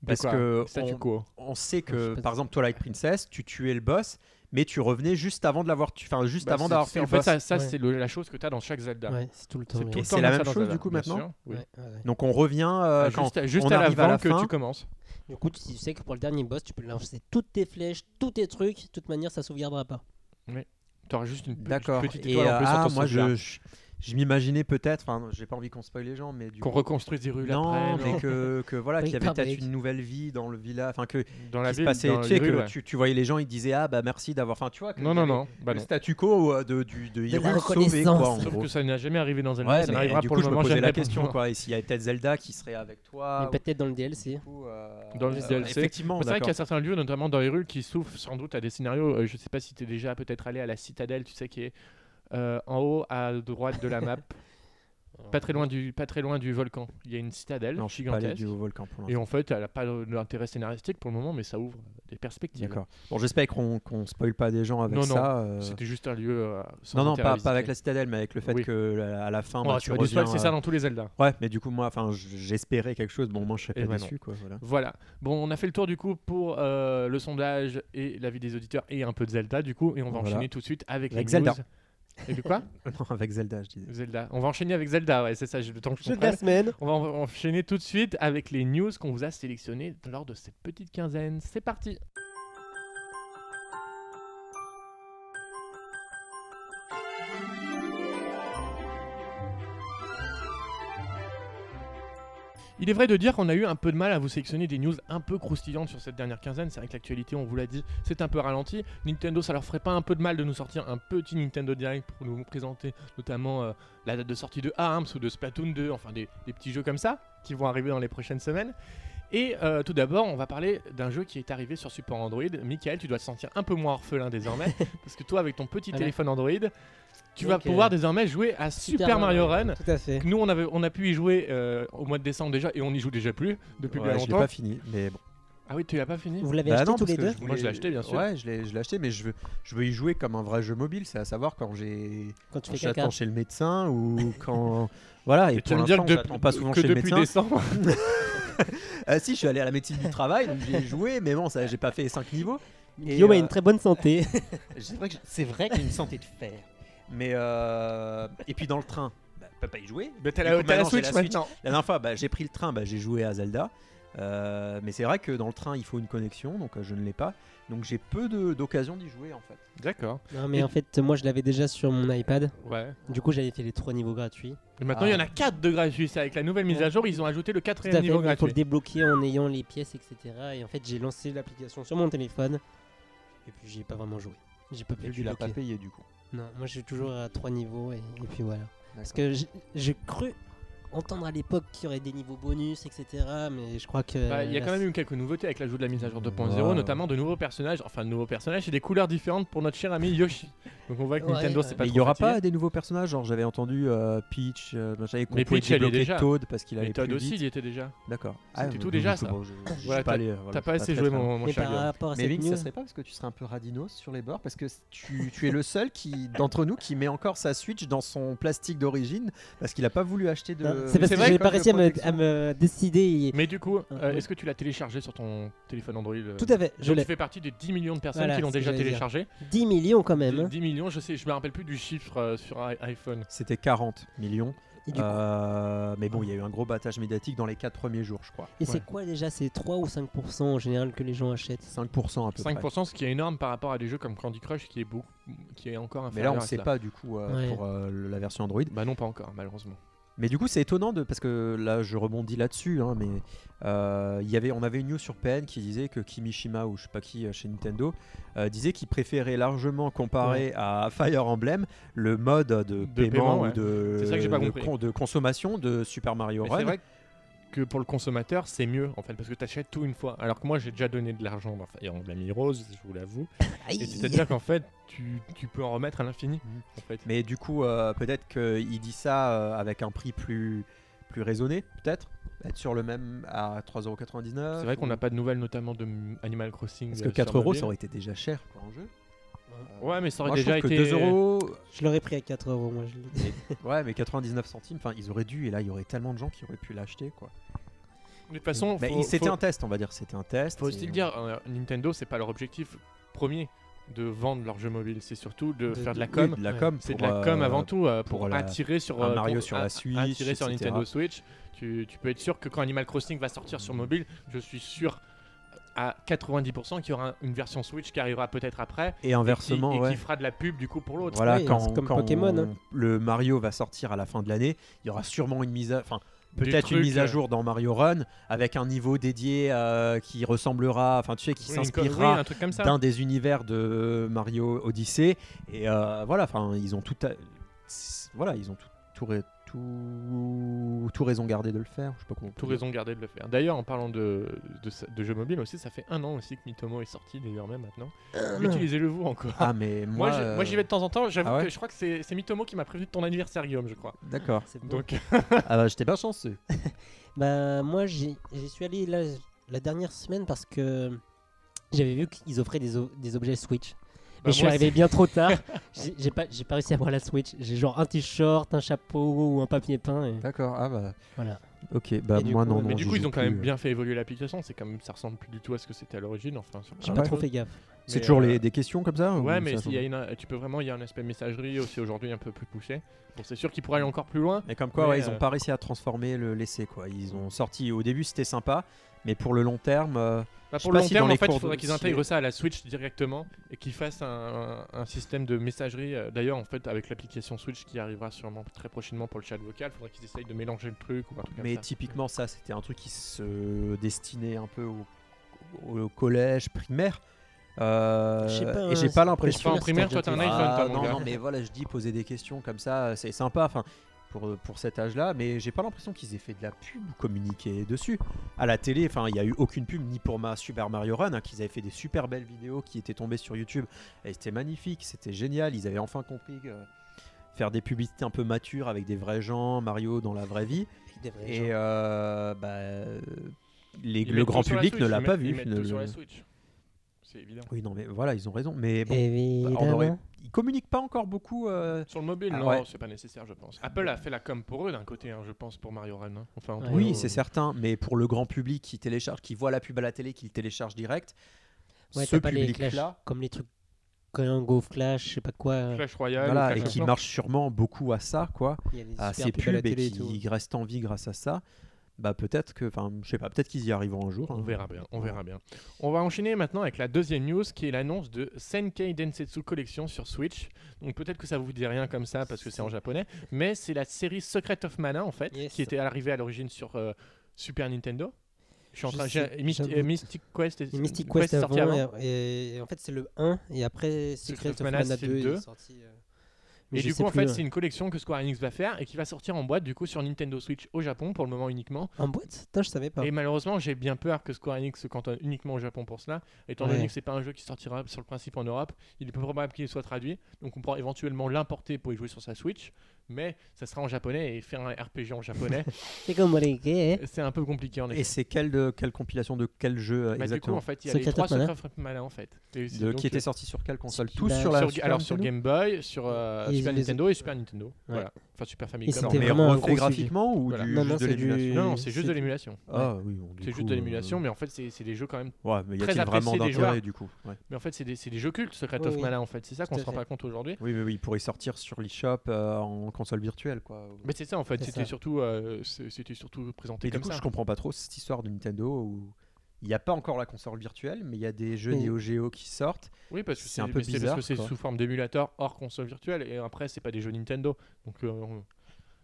Speaker 1: De
Speaker 2: Parce
Speaker 1: quoi
Speaker 2: que
Speaker 1: Statu
Speaker 2: on-
Speaker 1: quo.
Speaker 2: On sait
Speaker 3: Je sais
Speaker 2: que,
Speaker 3: pas
Speaker 2: par
Speaker 3: si-
Speaker 2: exemple, Twilight Princess, tu tuais le boss, mais tu revenais juste avant de l'avoir, tu... enfin, juste
Speaker 1: Bah,
Speaker 2: avant
Speaker 1: c'est-
Speaker 2: d'avoir
Speaker 1: c'est-
Speaker 2: fait
Speaker 1: En
Speaker 2: le
Speaker 1: fait,
Speaker 2: boss.
Speaker 1: ça, ça,
Speaker 3: Ouais.
Speaker 1: c'est le- la chose que tu as dans chaque Zelda.
Speaker 3: Ouais, c'est tout le temps.
Speaker 1: C'est
Speaker 3: ouais.
Speaker 1: tout le
Speaker 2: Et
Speaker 1: temps
Speaker 2: c'est la
Speaker 1: comme ça
Speaker 2: même
Speaker 1: dans
Speaker 2: chose,
Speaker 1: Zelda,
Speaker 2: du coup,
Speaker 1: bien
Speaker 2: maintenant
Speaker 1: sûr, oui.
Speaker 3: Ouais, ouais.
Speaker 2: Donc on revient euh,
Speaker 1: Ah,
Speaker 2: quand
Speaker 1: Juste, juste
Speaker 2: on
Speaker 1: à
Speaker 2: arrive à
Speaker 1: l'avant
Speaker 2: la
Speaker 1: que
Speaker 2: fin.
Speaker 1: tu commences.
Speaker 3: Du coup, tu tu sais que pour le dernier boss, tu peux lancer toutes tes flèches, tous tes trucs, de toute manière, ça sauvegardera pas.
Speaker 1: Tu auras juste une pe-
Speaker 2: D'accord.
Speaker 1: petite
Speaker 2: Et
Speaker 1: étoile en
Speaker 2: euh,
Speaker 1: plus sur
Speaker 2: ah,
Speaker 1: ton
Speaker 2: moi,
Speaker 1: sauvegarde.
Speaker 2: je, je, je m'imaginais peut-être, enfin, j'ai pas envie qu'on spoil les gens, mais du
Speaker 1: Qu'on
Speaker 2: coup-
Speaker 1: reconstruise des rues
Speaker 2: non,
Speaker 1: après,
Speaker 2: mais que, que voilà,
Speaker 3: Brick
Speaker 2: qu'il y avait
Speaker 3: par
Speaker 2: peut-être
Speaker 3: brick.
Speaker 2: une nouvelle vie dans le village, enfin que
Speaker 1: dans la
Speaker 2: qui se
Speaker 1: ville,
Speaker 2: passait,
Speaker 1: dans
Speaker 2: tu
Speaker 1: les
Speaker 2: sais, que
Speaker 1: rues, ouais.
Speaker 2: tu, tu voyais les gens, ils disaient ah bah merci d'avoir, enfin, tu vois. que
Speaker 1: Non, non,
Speaker 2: j'avais-
Speaker 1: non. Bah
Speaker 2: le
Speaker 1: non.
Speaker 2: statu quo euh, de, du, de Hyrule
Speaker 3: reconnaissance.
Speaker 2: sauvé, quoi, en
Speaker 1: Sauf
Speaker 2: gros.
Speaker 1: que ça n'a jamais arrivé dans Zelda.
Speaker 2: Ouais,
Speaker 1: ça
Speaker 2: mais
Speaker 1: n'arrivera
Speaker 2: du
Speaker 1: pour
Speaker 2: coup,
Speaker 1: le
Speaker 2: je me
Speaker 1: moment.
Speaker 2: posais la
Speaker 1: j'aimerais pas
Speaker 2: question,
Speaker 1: savoir.
Speaker 2: quoi. Et s'il y avait peut-être Zelda qui serait avec toi.
Speaker 3: mais
Speaker 2: ou-
Speaker 3: peut-être dans le
Speaker 2: du
Speaker 3: DLC.
Speaker 2: coup, euh,
Speaker 1: Dans le
Speaker 2: euh,
Speaker 1: DLC.
Speaker 2: Effectivement,
Speaker 1: Bah, C'est vrai qu'il y a
Speaker 2: d'accord.
Speaker 1: certains lieux, notamment dans les rues, qui souffrent sans doute à des scénarios. euh, je sais pas si tu es déjà peut-être allé à la citadelle, tu sais, qui est euh, en haut à droite de la map, pas très loin du, pas très loin du volcan. Il y a une citadelle
Speaker 2: Non, je suis pas allé
Speaker 1: gigantesque.
Speaker 2: du volcan pour
Speaker 1: Et
Speaker 2: l'instant.
Speaker 1: en fait, elle n'a pas d'intérêt scénaristique pour le moment, mais ça ouvre des perspectives.
Speaker 2: D'accord. Bon, j'espère qu'on qu'on spoil pas des gens avec
Speaker 1: Non, non,
Speaker 2: ça. euh,
Speaker 1: C'était juste un lieu. euh, sans
Speaker 2: Non, non,
Speaker 1: intérêt à
Speaker 2: pas, pas avec
Speaker 1: visiter.
Speaker 2: la citadelle, mais avec le fait
Speaker 1: Oui.
Speaker 2: que la- à la fin,
Speaker 1: Oh,
Speaker 2: bah,
Speaker 1: tu
Speaker 2: tu
Speaker 1: vois, du spoil,
Speaker 2: reviens.
Speaker 1: c'est ça
Speaker 2: euh,
Speaker 1: dans tous les Zelda.
Speaker 2: Ouais, mais du coup, moi, enfin, j- j'espérais quelque chose. Bon, moi, je suis
Speaker 1: Eh
Speaker 2: pas
Speaker 1: ben
Speaker 2: déçu, quoi. Voilà.
Speaker 1: Voilà. Bon, on a fait le tour du coup pour euh, le sondage et l'avis des auditeurs et un peu de Zelda du coup, et on va
Speaker 2: Voilà.
Speaker 1: enchaîner tout de suite avec,
Speaker 2: Avec
Speaker 1: les
Speaker 2: Zelda.
Speaker 1: news. Et de quoi
Speaker 2: Non, avec Zelda, je disais.
Speaker 1: Zelda. On va enchaîner avec Zelda, ouais, c'est ça, j'ai le temps que je
Speaker 3: Jeu de
Speaker 1: comprenne.
Speaker 3: la semaine.
Speaker 1: On va en- enchaîner tout de suite avec les news qu'on vous a sélectionnées lors de cette petite quinzaine. C'est parti Il est vrai de dire qu'on a eu un peu de mal à vous sélectionner des news un peu croustillantes sur cette dernière quinzaine. C'est vrai que l'actualité, on vous l'a dit, c'est un peu ralenti. Nintendo, ça leur ferait pas un peu de mal de nous sortir un petit Nintendo Direct pour nous présenter notamment euh, la date de sortie de Arms ou de Splatoon 2, enfin des, des petits jeux comme ça qui vont arriver dans les prochaines semaines. Et euh, tout d'abord, on va parler d'un jeu qui est arrivé sur support Android. Michael, tu dois te sentir un peu moins orphelin désormais, parce que toi, avec ton petit
Speaker 3: Voilà.
Speaker 1: téléphone Android, tu
Speaker 3: Donc,
Speaker 1: vas pouvoir
Speaker 3: euh,
Speaker 1: désormais jouer à Super, Mario Run.
Speaker 3: Tout à fait.
Speaker 1: Nous, on, avait, on a pu y jouer euh, au mois de décembre déjà, et on n'y joue déjà plus depuis
Speaker 2: Ouais,
Speaker 1: bien
Speaker 2: je l'ai
Speaker 1: longtemps.
Speaker 2: pas fini, mais bon.
Speaker 1: Ah oui, tu l'as pas fini
Speaker 3: Vous l'avez
Speaker 2: Bah
Speaker 3: acheté
Speaker 2: non,
Speaker 3: tous
Speaker 2: parce
Speaker 3: les
Speaker 2: que
Speaker 3: deux
Speaker 2: je
Speaker 1: Moi, je l'ai
Speaker 2: voulais-
Speaker 1: acheté, bien sûr.
Speaker 2: Ouais, je l'ai je l'ai acheté, mais je veux, je veux y jouer comme un vrai jeu mobile. C'est à savoir quand j'ai
Speaker 3: Quand tu
Speaker 2: quand
Speaker 3: fais
Speaker 2: j'attends
Speaker 3: caca.
Speaker 2: chez le médecin ou quand voilà. Et,
Speaker 1: Et
Speaker 2: pour l'instant, j'attends pas souvent
Speaker 1: que
Speaker 2: chez le
Speaker 1: depuis
Speaker 2: médecin.
Speaker 1: décembre,
Speaker 2: Euh, si, je suis allé à la médecine du travail, donc j'ai joué, mais bon, ça, j'ai pas fait 5 niveaux. Et,
Speaker 3: Guillaume a
Speaker 2: euh,
Speaker 3: une très bonne santé.
Speaker 2: C'est vrai que j'ai- c'est vrai qu'il y a une santé de fer. Mais euh, et puis dans le train, bah, papa y jouer.
Speaker 1: Mais t'as
Speaker 2: Du
Speaker 1: la,
Speaker 2: coup,
Speaker 1: t'as la
Speaker 2: maintenant, j'ai
Speaker 1: Switch maintenant.
Speaker 2: La dernière fois, bah, j'ai pris le train, bah, j'ai joué à Zelda. Euh, mais c'est vrai que dans le train, il faut une connexion, donc euh, je ne l'ai pas. Donc j'ai peu de- d'occasion d'y jouer en fait.
Speaker 1: D'accord.
Speaker 3: non, mais en fait, moi je l'avais déjà sur mon iPad.
Speaker 1: Ouais.
Speaker 3: Du coup, j'avais fait les trois niveaux gratuits.
Speaker 1: Et maintenant,
Speaker 2: Ah.
Speaker 1: il y en a 4 de gratuits. C'est avec la nouvelle mise à jour, ils ont ajouté le
Speaker 3: Tout à fait,
Speaker 1: quatrième niveau
Speaker 3: il faut le
Speaker 1: gratuit.
Speaker 3: débloquer en ayant les pièces, etc. Et en fait, j'ai lancé l'application sur mon téléphone. Et puis, j'y ai pas vraiment joué. J'ai pas pu
Speaker 2: Tu l'as pas
Speaker 3: débloquer.
Speaker 2: payé du coup.
Speaker 3: Non, moi je suis toujours à trois niveaux et, et puis voilà. Parce
Speaker 2: D'accord.
Speaker 3: que j'ai- j'ai cru entendre à l'époque qu'il y aurait des niveaux bonus, etc. Mais je crois que.
Speaker 1: Bah, Il y a
Speaker 3: la-
Speaker 1: quand même eu quelques nouveautés avec l'ajout de la mise à jour 2.0,
Speaker 2: Ouais, ouais.
Speaker 1: notamment de nouveaux personnages, enfin de nouveaux personnages et des couleurs différentes pour notre cher ami Yoshi. Donc on voit que
Speaker 3: Ouais,
Speaker 1: Nintendo, c'est
Speaker 3: ouais.
Speaker 1: pas
Speaker 2: Mais il
Speaker 1: trop
Speaker 2: y aura
Speaker 1: fatigué.
Speaker 2: pas des nouveaux personnages, genre j'avais entendu euh, Peach, euh, machin, et qu'on
Speaker 1: Mais
Speaker 2: pouvait
Speaker 1: Peach, elle est
Speaker 2: débloquer
Speaker 1: déjà.
Speaker 2: Toad parce qu'il allait
Speaker 1: Mais Todd
Speaker 2: plus
Speaker 1: aussi,
Speaker 2: vite.
Speaker 1: il y était déjà.
Speaker 2: D'accord.
Speaker 1: du
Speaker 2: mais
Speaker 1: tout
Speaker 2: bon,
Speaker 1: déjà,
Speaker 2: du coup,
Speaker 1: ça.
Speaker 2: bon, je- je suis
Speaker 1: Voilà,
Speaker 2: pas allé, euh, voilà,
Speaker 1: T'as
Speaker 2: je suis
Speaker 1: pas assez
Speaker 2: très,
Speaker 1: joué,
Speaker 2: très loin.
Speaker 1: mon, mon
Speaker 3: Mais
Speaker 1: cher
Speaker 3: par
Speaker 1: Guillaume.
Speaker 3: rapport à
Speaker 2: Mais
Speaker 3: cette
Speaker 2: Vince,
Speaker 3: news, hein.
Speaker 2: ça serait pas parce que tu serais un peu radinos sur les bords parce que tu, tu es le seul qui d'entre nous qui met encore sa Switch dans son plastique d'origine parce qu'il a pas voulu acheter de.
Speaker 3: Non, c'est parce
Speaker 1: c'est
Speaker 3: que
Speaker 1: vrai
Speaker 3: j'ai
Speaker 1: que
Speaker 3: pas
Speaker 1: comme
Speaker 3: réussi à me,
Speaker 2: protection-
Speaker 3: à me décider. et-
Speaker 1: Mais du coup, euh,
Speaker 3: oui.
Speaker 1: est-ce que tu l'as téléchargé sur ton téléphone Android euh,
Speaker 3: Tout à fait, je
Speaker 1: donc
Speaker 3: l'ai.
Speaker 1: tu fais partie des 10 millions de personnes
Speaker 3: Voilà,
Speaker 1: qui l'ont
Speaker 3: c'est ce
Speaker 1: déjà
Speaker 3: que j'allais dire.
Speaker 1: téléchargé.
Speaker 3: 10 millions quand même.
Speaker 1: 10,
Speaker 3: hein.
Speaker 1: millions, je sais, je me rappelle plus du chiffre euh, sur i- iPhone.
Speaker 2: C'était 40 millions.
Speaker 3: Et, du coup-
Speaker 2: Euh, mais bon, il y a eu un gros battage médiatique dans les 4 premiers jours, je crois.
Speaker 3: et c'est
Speaker 1: ouais.
Speaker 3: quoi déjà C'est 3 ou 5% en général que les gens achètent
Speaker 2: 5% à peu près.
Speaker 1: 5%, ce qui est énorme par rapport à des jeux comme Candy Crush qui est, beaucoup, qui est encore
Speaker 2: Mais là,
Speaker 1: inférieur
Speaker 2: on
Speaker 1: à
Speaker 2: ne sait
Speaker 1: cela.
Speaker 2: pas du coup euh,
Speaker 3: Ouais.
Speaker 2: pour euh, la version Android.
Speaker 1: Bah non, pas encore, malheureusement.
Speaker 2: Mais du coup, c'est étonnant de, parce que là, je rebondis là-dessus, hein, mais euh, il y avait, on avait une news sur PN qui disait que Kimishima ou je sais pas qui euh, chez Nintendo euh, disait qu'il préférait largement comparer à Fire Emblem le mode de,
Speaker 1: paiement,
Speaker 2: paiement,
Speaker 1: ouais.
Speaker 2: ou de,
Speaker 1: C'est ça que j'ai pas
Speaker 2: de
Speaker 1: compris.
Speaker 2: con- de consommation de Super Mario
Speaker 1: Mais
Speaker 2: Run.
Speaker 1: c'est vrai que pour le consommateur, c'est mieux en fait, parce que tu achètes tout une fois. Alors que moi, j'ai déjà donné de l'argent dans Fire Emblem Rose, je vous l'avoue. Et c'est-à-dire qu'en fait, tu, tu peux en remettre à l'infini.
Speaker 3: Mm.
Speaker 2: Mhm.
Speaker 1: En fait.
Speaker 2: Mais du coup, euh, peut-être qu'il dit ça euh, avec un prix plus, plus raisonné, peut-être être sur le même à 3,99€.
Speaker 1: C'est vrai qu'on
Speaker 2: ou-
Speaker 1: n'a pas de nouvelles, notamment de M- Animal Crossing.
Speaker 2: Parce
Speaker 1: euh,
Speaker 2: que
Speaker 1: sur
Speaker 2: 4 euros,
Speaker 1: mobile.
Speaker 2: ça aurait été déjà cher quoi, en jeu. Euh,
Speaker 1: Ouais, mais ça aurait
Speaker 2: moi, je
Speaker 1: déjà
Speaker 2: trouve
Speaker 1: été.
Speaker 2: que 2 euros,
Speaker 3: Je l'aurais pris à 4 euros, moi je l'ai dit.
Speaker 2: Ouais, mais 99 centimes, enfin, ils auraient dû, et là, il y aurait tellement de gens qui auraient pu l'acheter, quoi.
Speaker 1: Mais De toute façon,
Speaker 2: mais
Speaker 1: faut-
Speaker 2: il- c'était
Speaker 1: faut-
Speaker 2: un test, on va dire, c'était un test.
Speaker 1: Faut
Speaker 2: et-
Speaker 1: aussi le dire, euh, Nintendo, c'est pas leur objectif premier de vendre leurs jeux mobiles, c'est surtout de,
Speaker 3: De-
Speaker 1: faire de la
Speaker 2: Oui,
Speaker 1: com.
Speaker 2: de la
Speaker 3: ouais.
Speaker 2: com,
Speaker 1: C'est de
Speaker 2: pour,
Speaker 1: la com
Speaker 2: euh,
Speaker 1: avant tout euh, pour,
Speaker 2: pour la-
Speaker 1: attirer sur
Speaker 2: un
Speaker 1: euh,
Speaker 2: Mario
Speaker 1: pour-
Speaker 2: sur la
Speaker 1: a-
Speaker 2: Switch,
Speaker 1: attirer sur
Speaker 2: etc..
Speaker 1: Nintendo Switch. Tu, tu peux être sûr que quand Animal Crossing va sortir sur mobile, je suis sûr à 90% qu'il y aura une version Switch qui arrivera peut-être après
Speaker 2: Et
Speaker 1: qui,
Speaker 2: inversement,
Speaker 1: et qui
Speaker 2: ouais.
Speaker 1: fera de la pub du coup pour l'autre.
Speaker 2: Voilà,
Speaker 3: Oui,
Speaker 2: quand,
Speaker 3: c'est comme
Speaker 2: quand
Speaker 3: Pokémon,
Speaker 2: on-
Speaker 3: hein.
Speaker 2: le Mario va sortir à la fin de l'année, il y aura sûrement une mise à... Enfin,
Speaker 1: Des
Speaker 2: peut-être
Speaker 1: trucs,
Speaker 2: une mise
Speaker 1: euh,
Speaker 2: à jour dans Mario Run, avec un niveau dédié euh, qui ressemblera... Enfin, tu sais, qui
Speaker 1: euh, oui, une co- oui,
Speaker 2: s'inspirera
Speaker 1: un truc comme ça.
Speaker 2: d'un des univers de Mario Odyssey. Et euh, voilà, enfin, ils ont tout, à- voilà, ils ont tout, tout, ra- tout, tout raison gardé de le faire. Je sais pas comment. on peut
Speaker 1: Tout
Speaker 2: dire.
Speaker 1: raison garder de le faire. D'ailleurs, en parlant de, de, ce- de jeux mobiles aussi, ça fait un an aussi que Mitomo est sorti désormais maintenant. Utilisez-le vous encore.
Speaker 2: Ah mais moi,
Speaker 1: Moi, j'ai- moi, j'y vais de temps en temps. J'avoue
Speaker 2: ah ouais
Speaker 1: que je crois que c'est c'est Mitomo qui m'a prévenu de ton anniversaire, Guillaume, je crois.
Speaker 2: euh, D'accord.
Speaker 3: C'est bon.
Speaker 1: Donc,
Speaker 2: Ah bah j'étais pas chanceux.
Speaker 3: Bah moi j'y j'y suis allé la, la dernière semaine parce que j'avais vu qu'ils offraient des, o- des objets Switch. Mais
Speaker 1: bah,
Speaker 3: je suis
Speaker 1: moi,
Speaker 3: arrivé bien trop tard. J'ai j'ai pas, j'ai pas réussi à avoir la Switch. J'ai genre un t-shirt, un chapeau ou un papier peint. Et...
Speaker 2: D'accord. Ah bah
Speaker 3: Voilà.
Speaker 2: ok. Bah
Speaker 3: Et du
Speaker 2: moi
Speaker 3: coup,
Speaker 2: non
Speaker 3: mais
Speaker 2: non.
Speaker 1: Mais du
Speaker 2: j'y
Speaker 1: coup, ils
Speaker 2: joue
Speaker 1: ont quand
Speaker 2: plus. euh.
Speaker 1: même bien fait évoluer l'application. C'est quand même, ça ressemble plus du tout à ce que c'était à l'origine. Enfin, sur
Speaker 3: J'ai
Speaker 1: plein
Speaker 3: pas
Speaker 1: de
Speaker 3: trop
Speaker 1: choses.
Speaker 3: fait gaffe.
Speaker 2: C'est
Speaker 1: mais,
Speaker 2: toujours
Speaker 1: euh,
Speaker 2: les, des questions comme ça. ou
Speaker 1: Ouais, mais
Speaker 2: ça-
Speaker 1: s'il y a une- tu peux vraiment, il y a un aspect messagerie aussi aujourd'hui un peu plus poussé. Bon, c'est sûr qu'ils pourraient aller encore plus loin.
Speaker 2: Mais comme quoi,
Speaker 1: Mais,
Speaker 2: ouais, ils ont
Speaker 1: euh,
Speaker 2: pas réussi à transformer le l'essai quoi. Ils ont sorti. Au début, c'était sympa, mais pour le long terme. euh,
Speaker 1: Bah,
Speaker 2: Je
Speaker 1: pour
Speaker 2: sais
Speaker 1: le
Speaker 2: pas
Speaker 1: long
Speaker 2: si
Speaker 1: terme,
Speaker 2: dans
Speaker 1: en
Speaker 2: les
Speaker 1: fait, il
Speaker 2: cours
Speaker 1: faudrait
Speaker 2: de-
Speaker 1: qu'ils
Speaker 2: si-
Speaker 1: intègrent ça à la Switch directement et qu'ils fassent un, un système de messagerie. euh, D'ailleurs, en fait, avec l'application Switch qui arrivera sûrement très prochainement pour le chat vocal, faudrait qu'ils essayent de mélanger le truc ou un truc comme
Speaker 2: Mais
Speaker 1: ça.
Speaker 2: typiquement, ça, c'était un truc qui se destinait un peu au, au collège primaire. Euh,
Speaker 3: Je sais pas,
Speaker 2: et j'ai
Speaker 3: hein,
Speaker 2: pas
Speaker 3: c'est-
Speaker 2: l'impression.
Speaker 1: Enfin, en primaire, toi, t'as un iPhone,
Speaker 3: Ah,
Speaker 1: toi, mon
Speaker 2: non,
Speaker 1: gars.
Speaker 2: non, mais voilà, je dis poser des questions comme ça, c'est sympa. Enfin, pour, pour cet âge-là, mais j'ai pas l'impression qu'ils aient fait de la pub ou communiqué dessus. À la télé, enfin, il n'y a eu aucune pub, ni pour ma Super Mario Run, hein, qu'ils avaient fait des super belles vidéos qui étaient tombées sur YouTube. Et c'était magnifique, c'était génial. Ils avaient enfin compris que faire des publicités un peu matures avec des vrais gens, Mario dans la vraie vie.
Speaker 3: Eh,
Speaker 2: Et euh, bah, les-
Speaker 1: Ils
Speaker 2: le
Speaker 1: mettent
Speaker 2: grand
Speaker 1: tout sur la
Speaker 2: public
Speaker 1: Switch,
Speaker 2: ne
Speaker 1: ils
Speaker 2: l'a
Speaker 1: mettent-
Speaker 2: pas
Speaker 1: ils
Speaker 2: vu.
Speaker 1: mettent
Speaker 2: ne
Speaker 1: tout
Speaker 2: le-
Speaker 1: sur la Switch. c'est évident.
Speaker 2: Oui, non, mais voilà, ils ont raison. Mais bon, bah, on
Speaker 3: Évidemment.
Speaker 2: aurait- ils communiquent pas encore beaucoup. euh,
Speaker 1: Sur le mobile,
Speaker 2: Ah
Speaker 1: non,
Speaker 2: ouais.
Speaker 1: c'est pas nécessaire, je pense. Apple a fait la com pour eux d'un côté, hein, je pense, pour Mario Run. hein. Enfin,
Speaker 3: Ouais. Oh.
Speaker 1: pour
Speaker 2: Oui,
Speaker 1: eux,
Speaker 2: c'est
Speaker 1: euh,
Speaker 2: certain, mais pour le grand public qui télécharge, qui voit la pub à la télé, qui le télécharge direct,
Speaker 3: Ouais,
Speaker 2: ce
Speaker 3: t'as pas les clashs
Speaker 2: public-là,
Speaker 3: comme les trucs Go Flash, je sais pas quoi. euh,
Speaker 1: Clash Royale, ou
Speaker 2: voilà,
Speaker 1: Ah, Clash
Speaker 2: et qui
Speaker 1: of Clans.
Speaker 2: marche sûrement beaucoup à ça, quoi,
Speaker 3: Il y a des
Speaker 2: à
Speaker 3: super
Speaker 2: ces
Speaker 3: pubs à la
Speaker 2: pubs et
Speaker 3: télé et tout.
Speaker 2: qui restent en vie grâce à ça. Bah peut-être que, enfin, je sais pas, peut-être qu'ils y arriveront un jour.
Speaker 1: On
Speaker 2: hein.
Speaker 1: verra bien, on verra bien. On va enchaîner maintenant avec la deuxième news qui est l'annonce de Senkei Densetsu Collection sur Switch. Donc peut-être que ça vous dit rien comme ça parce que c'est en japonais, mais c'est la série Secret of Mana en fait,
Speaker 3: Yes.
Speaker 1: qui était arrivée à l'origine sur euh, Super Nintendo. Je suis en
Speaker 3: Je
Speaker 1: train,
Speaker 3: sais,
Speaker 1: j'ai- Myst-
Speaker 3: j'avoue.
Speaker 1: euh, Mystic Quest, est-
Speaker 3: Et Mystic Quest
Speaker 1: est sorti
Speaker 3: avant,
Speaker 1: avant.
Speaker 3: Et, et en fait c'est le 1 et après Secret of Mana, 2,
Speaker 1: deux.
Speaker 3: est sorti. euh, mais
Speaker 1: Et
Speaker 3: je
Speaker 1: du
Speaker 3: sais
Speaker 1: coup, en
Speaker 3: plus,
Speaker 1: fait,
Speaker 3: euh,
Speaker 1: c'est une collection que Square Enix va faire et qui va sortir en boîte du coup sur Nintendo Switch au Japon pour le moment uniquement.
Speaker 3: en boîte Putain, je savais pas.
Speaker 1: Et malheureusement, j'ai bien peur que Square Enix se cantonne uniquement au Japon pour cela, étant donné
Speaker 3: Ouais.
Speaker 1: que c'est pas un jeu qui sortira sur le principe en Europe. Il est peu probable qu'il soit traduit, donc on pourra éventuellement l'importer pour y jouer sur sa Switch, mais ça sera en japonais et faire un RPG en japonais, euh,
Speaker 3: C'est comme les gays.
Speaker 1: c'est un peu compliqué en effet.
Speaker 2: Et c'est quelle, de- quelle compilation de quel jeu euh,
Speaker 1: Bah, du coup,
Speaker 2: exactement
Speaker 1: en fait, il y a les
Speaker 3: Secret
Speaker 1: trois
Speaker 3: of Mana.
Speaker 1: Secret of Mana en fait. Et c'est
Speaker 2: de,
Speaker 1: donc,
Speaker 2: Qui était
Speaker 1: euh,
Speaker 2: sorti sur quelle console
Speaker 3: Sur-
Speaker 2: Tous
Speaker 3: bah,
Speaker 2: sur la
Speaker 1: sur- alors sur Game Boy, sur euh,
Speaker 3: Ils-
Speaker 1: Super
Speaker 3: ils-
Speaker 1: Nintendo et Super Nintendo, voilà, enfin Super
Speaker 3: Et
Speaker 1: Famicom.
Speaker 2: Non,
Speaker 3: c'était
Speaker 1: mais-
Speaker 2: mais
Speaker 3: vraiment un
Speaker 2: refait
Speaker 3: gros sujet.
Speaker 2: graphiquement ou
Speaker 1: Voilà.
Speaker 2: du
Speaker 3: Non,
Speaker 2: juste
Speaker 3: non,
Speaker 2: de
Speaker 3: c'est du-
Speaker 2: l'émulation
Speaker 1: Non, non, c'est juste
Speaker 3: c'est-
Speaker 1: de l'émulation.
Speaker 2: Ah oui, bon, du
Speaker 1: C'est juste
Speaker 2: coup,
Speaker 1: de
Speaker 2: euh,
Speaker 1: l'émulation, mais en fait, c'est c'est des jeux quand même
Speaker 2: Ouais, mais y
Speaker 1: très
Speaker 2: a-t-il vraiment
Speaker 1: apprécié des joueurs.
Speaker 2: d'intérêt du coup Ouais.
Speaker 1: Mais en fait, c'est des, c'est des jeux cultes, Secret
Speaker 3: Oui,
Speaker 1: of
Speaker 3: oui.
Speaker 1: Mana, en fait. C'est ça
Speaker 3: Tout
Speaker 1: qu'on
Speaker 3: à
Speaker 1: se rend
Speaker 3: fait.
Speaker 1: pas compte aujourd'hui.
Speaker 2: Oui, mais oui, il pourrait sortir sur l'eShop euh, en console virtuelle, quoi.
Speaker 1: Mais c'est ça, en fait.
Speaker 3: C'est
Speaker 1: C'était
Speaker 3: ça.
Speaker 1: surtout, euh, c'est- c'était surtout présenté
Speaker 2: Et du
Speaker 1: comme
Speaker 2: coup,
Speaker 1: ça.
Speaker 2: je comprends pas trop cette histoire de Nintendo où il n'y a pas encore la console virtuelle, mais il y a des jeux
Speaker 3: Mais-
Speaker 2: Neo Geo qui sortent.
Speaker 1: Oui, parce que
Speaker 2: C'est
Speaker 1: c'est
Speaker 2: un peu
Speaker 1: mais c'est parce
Speaker 2: bizarre,
Speaker 1: que c'est
Speaker 2: quoi.
Speaker 1: sous forme d'émulateur hors console virtuelle. Et après, c'est pas des jeux Nintendo. Donc, euh, on-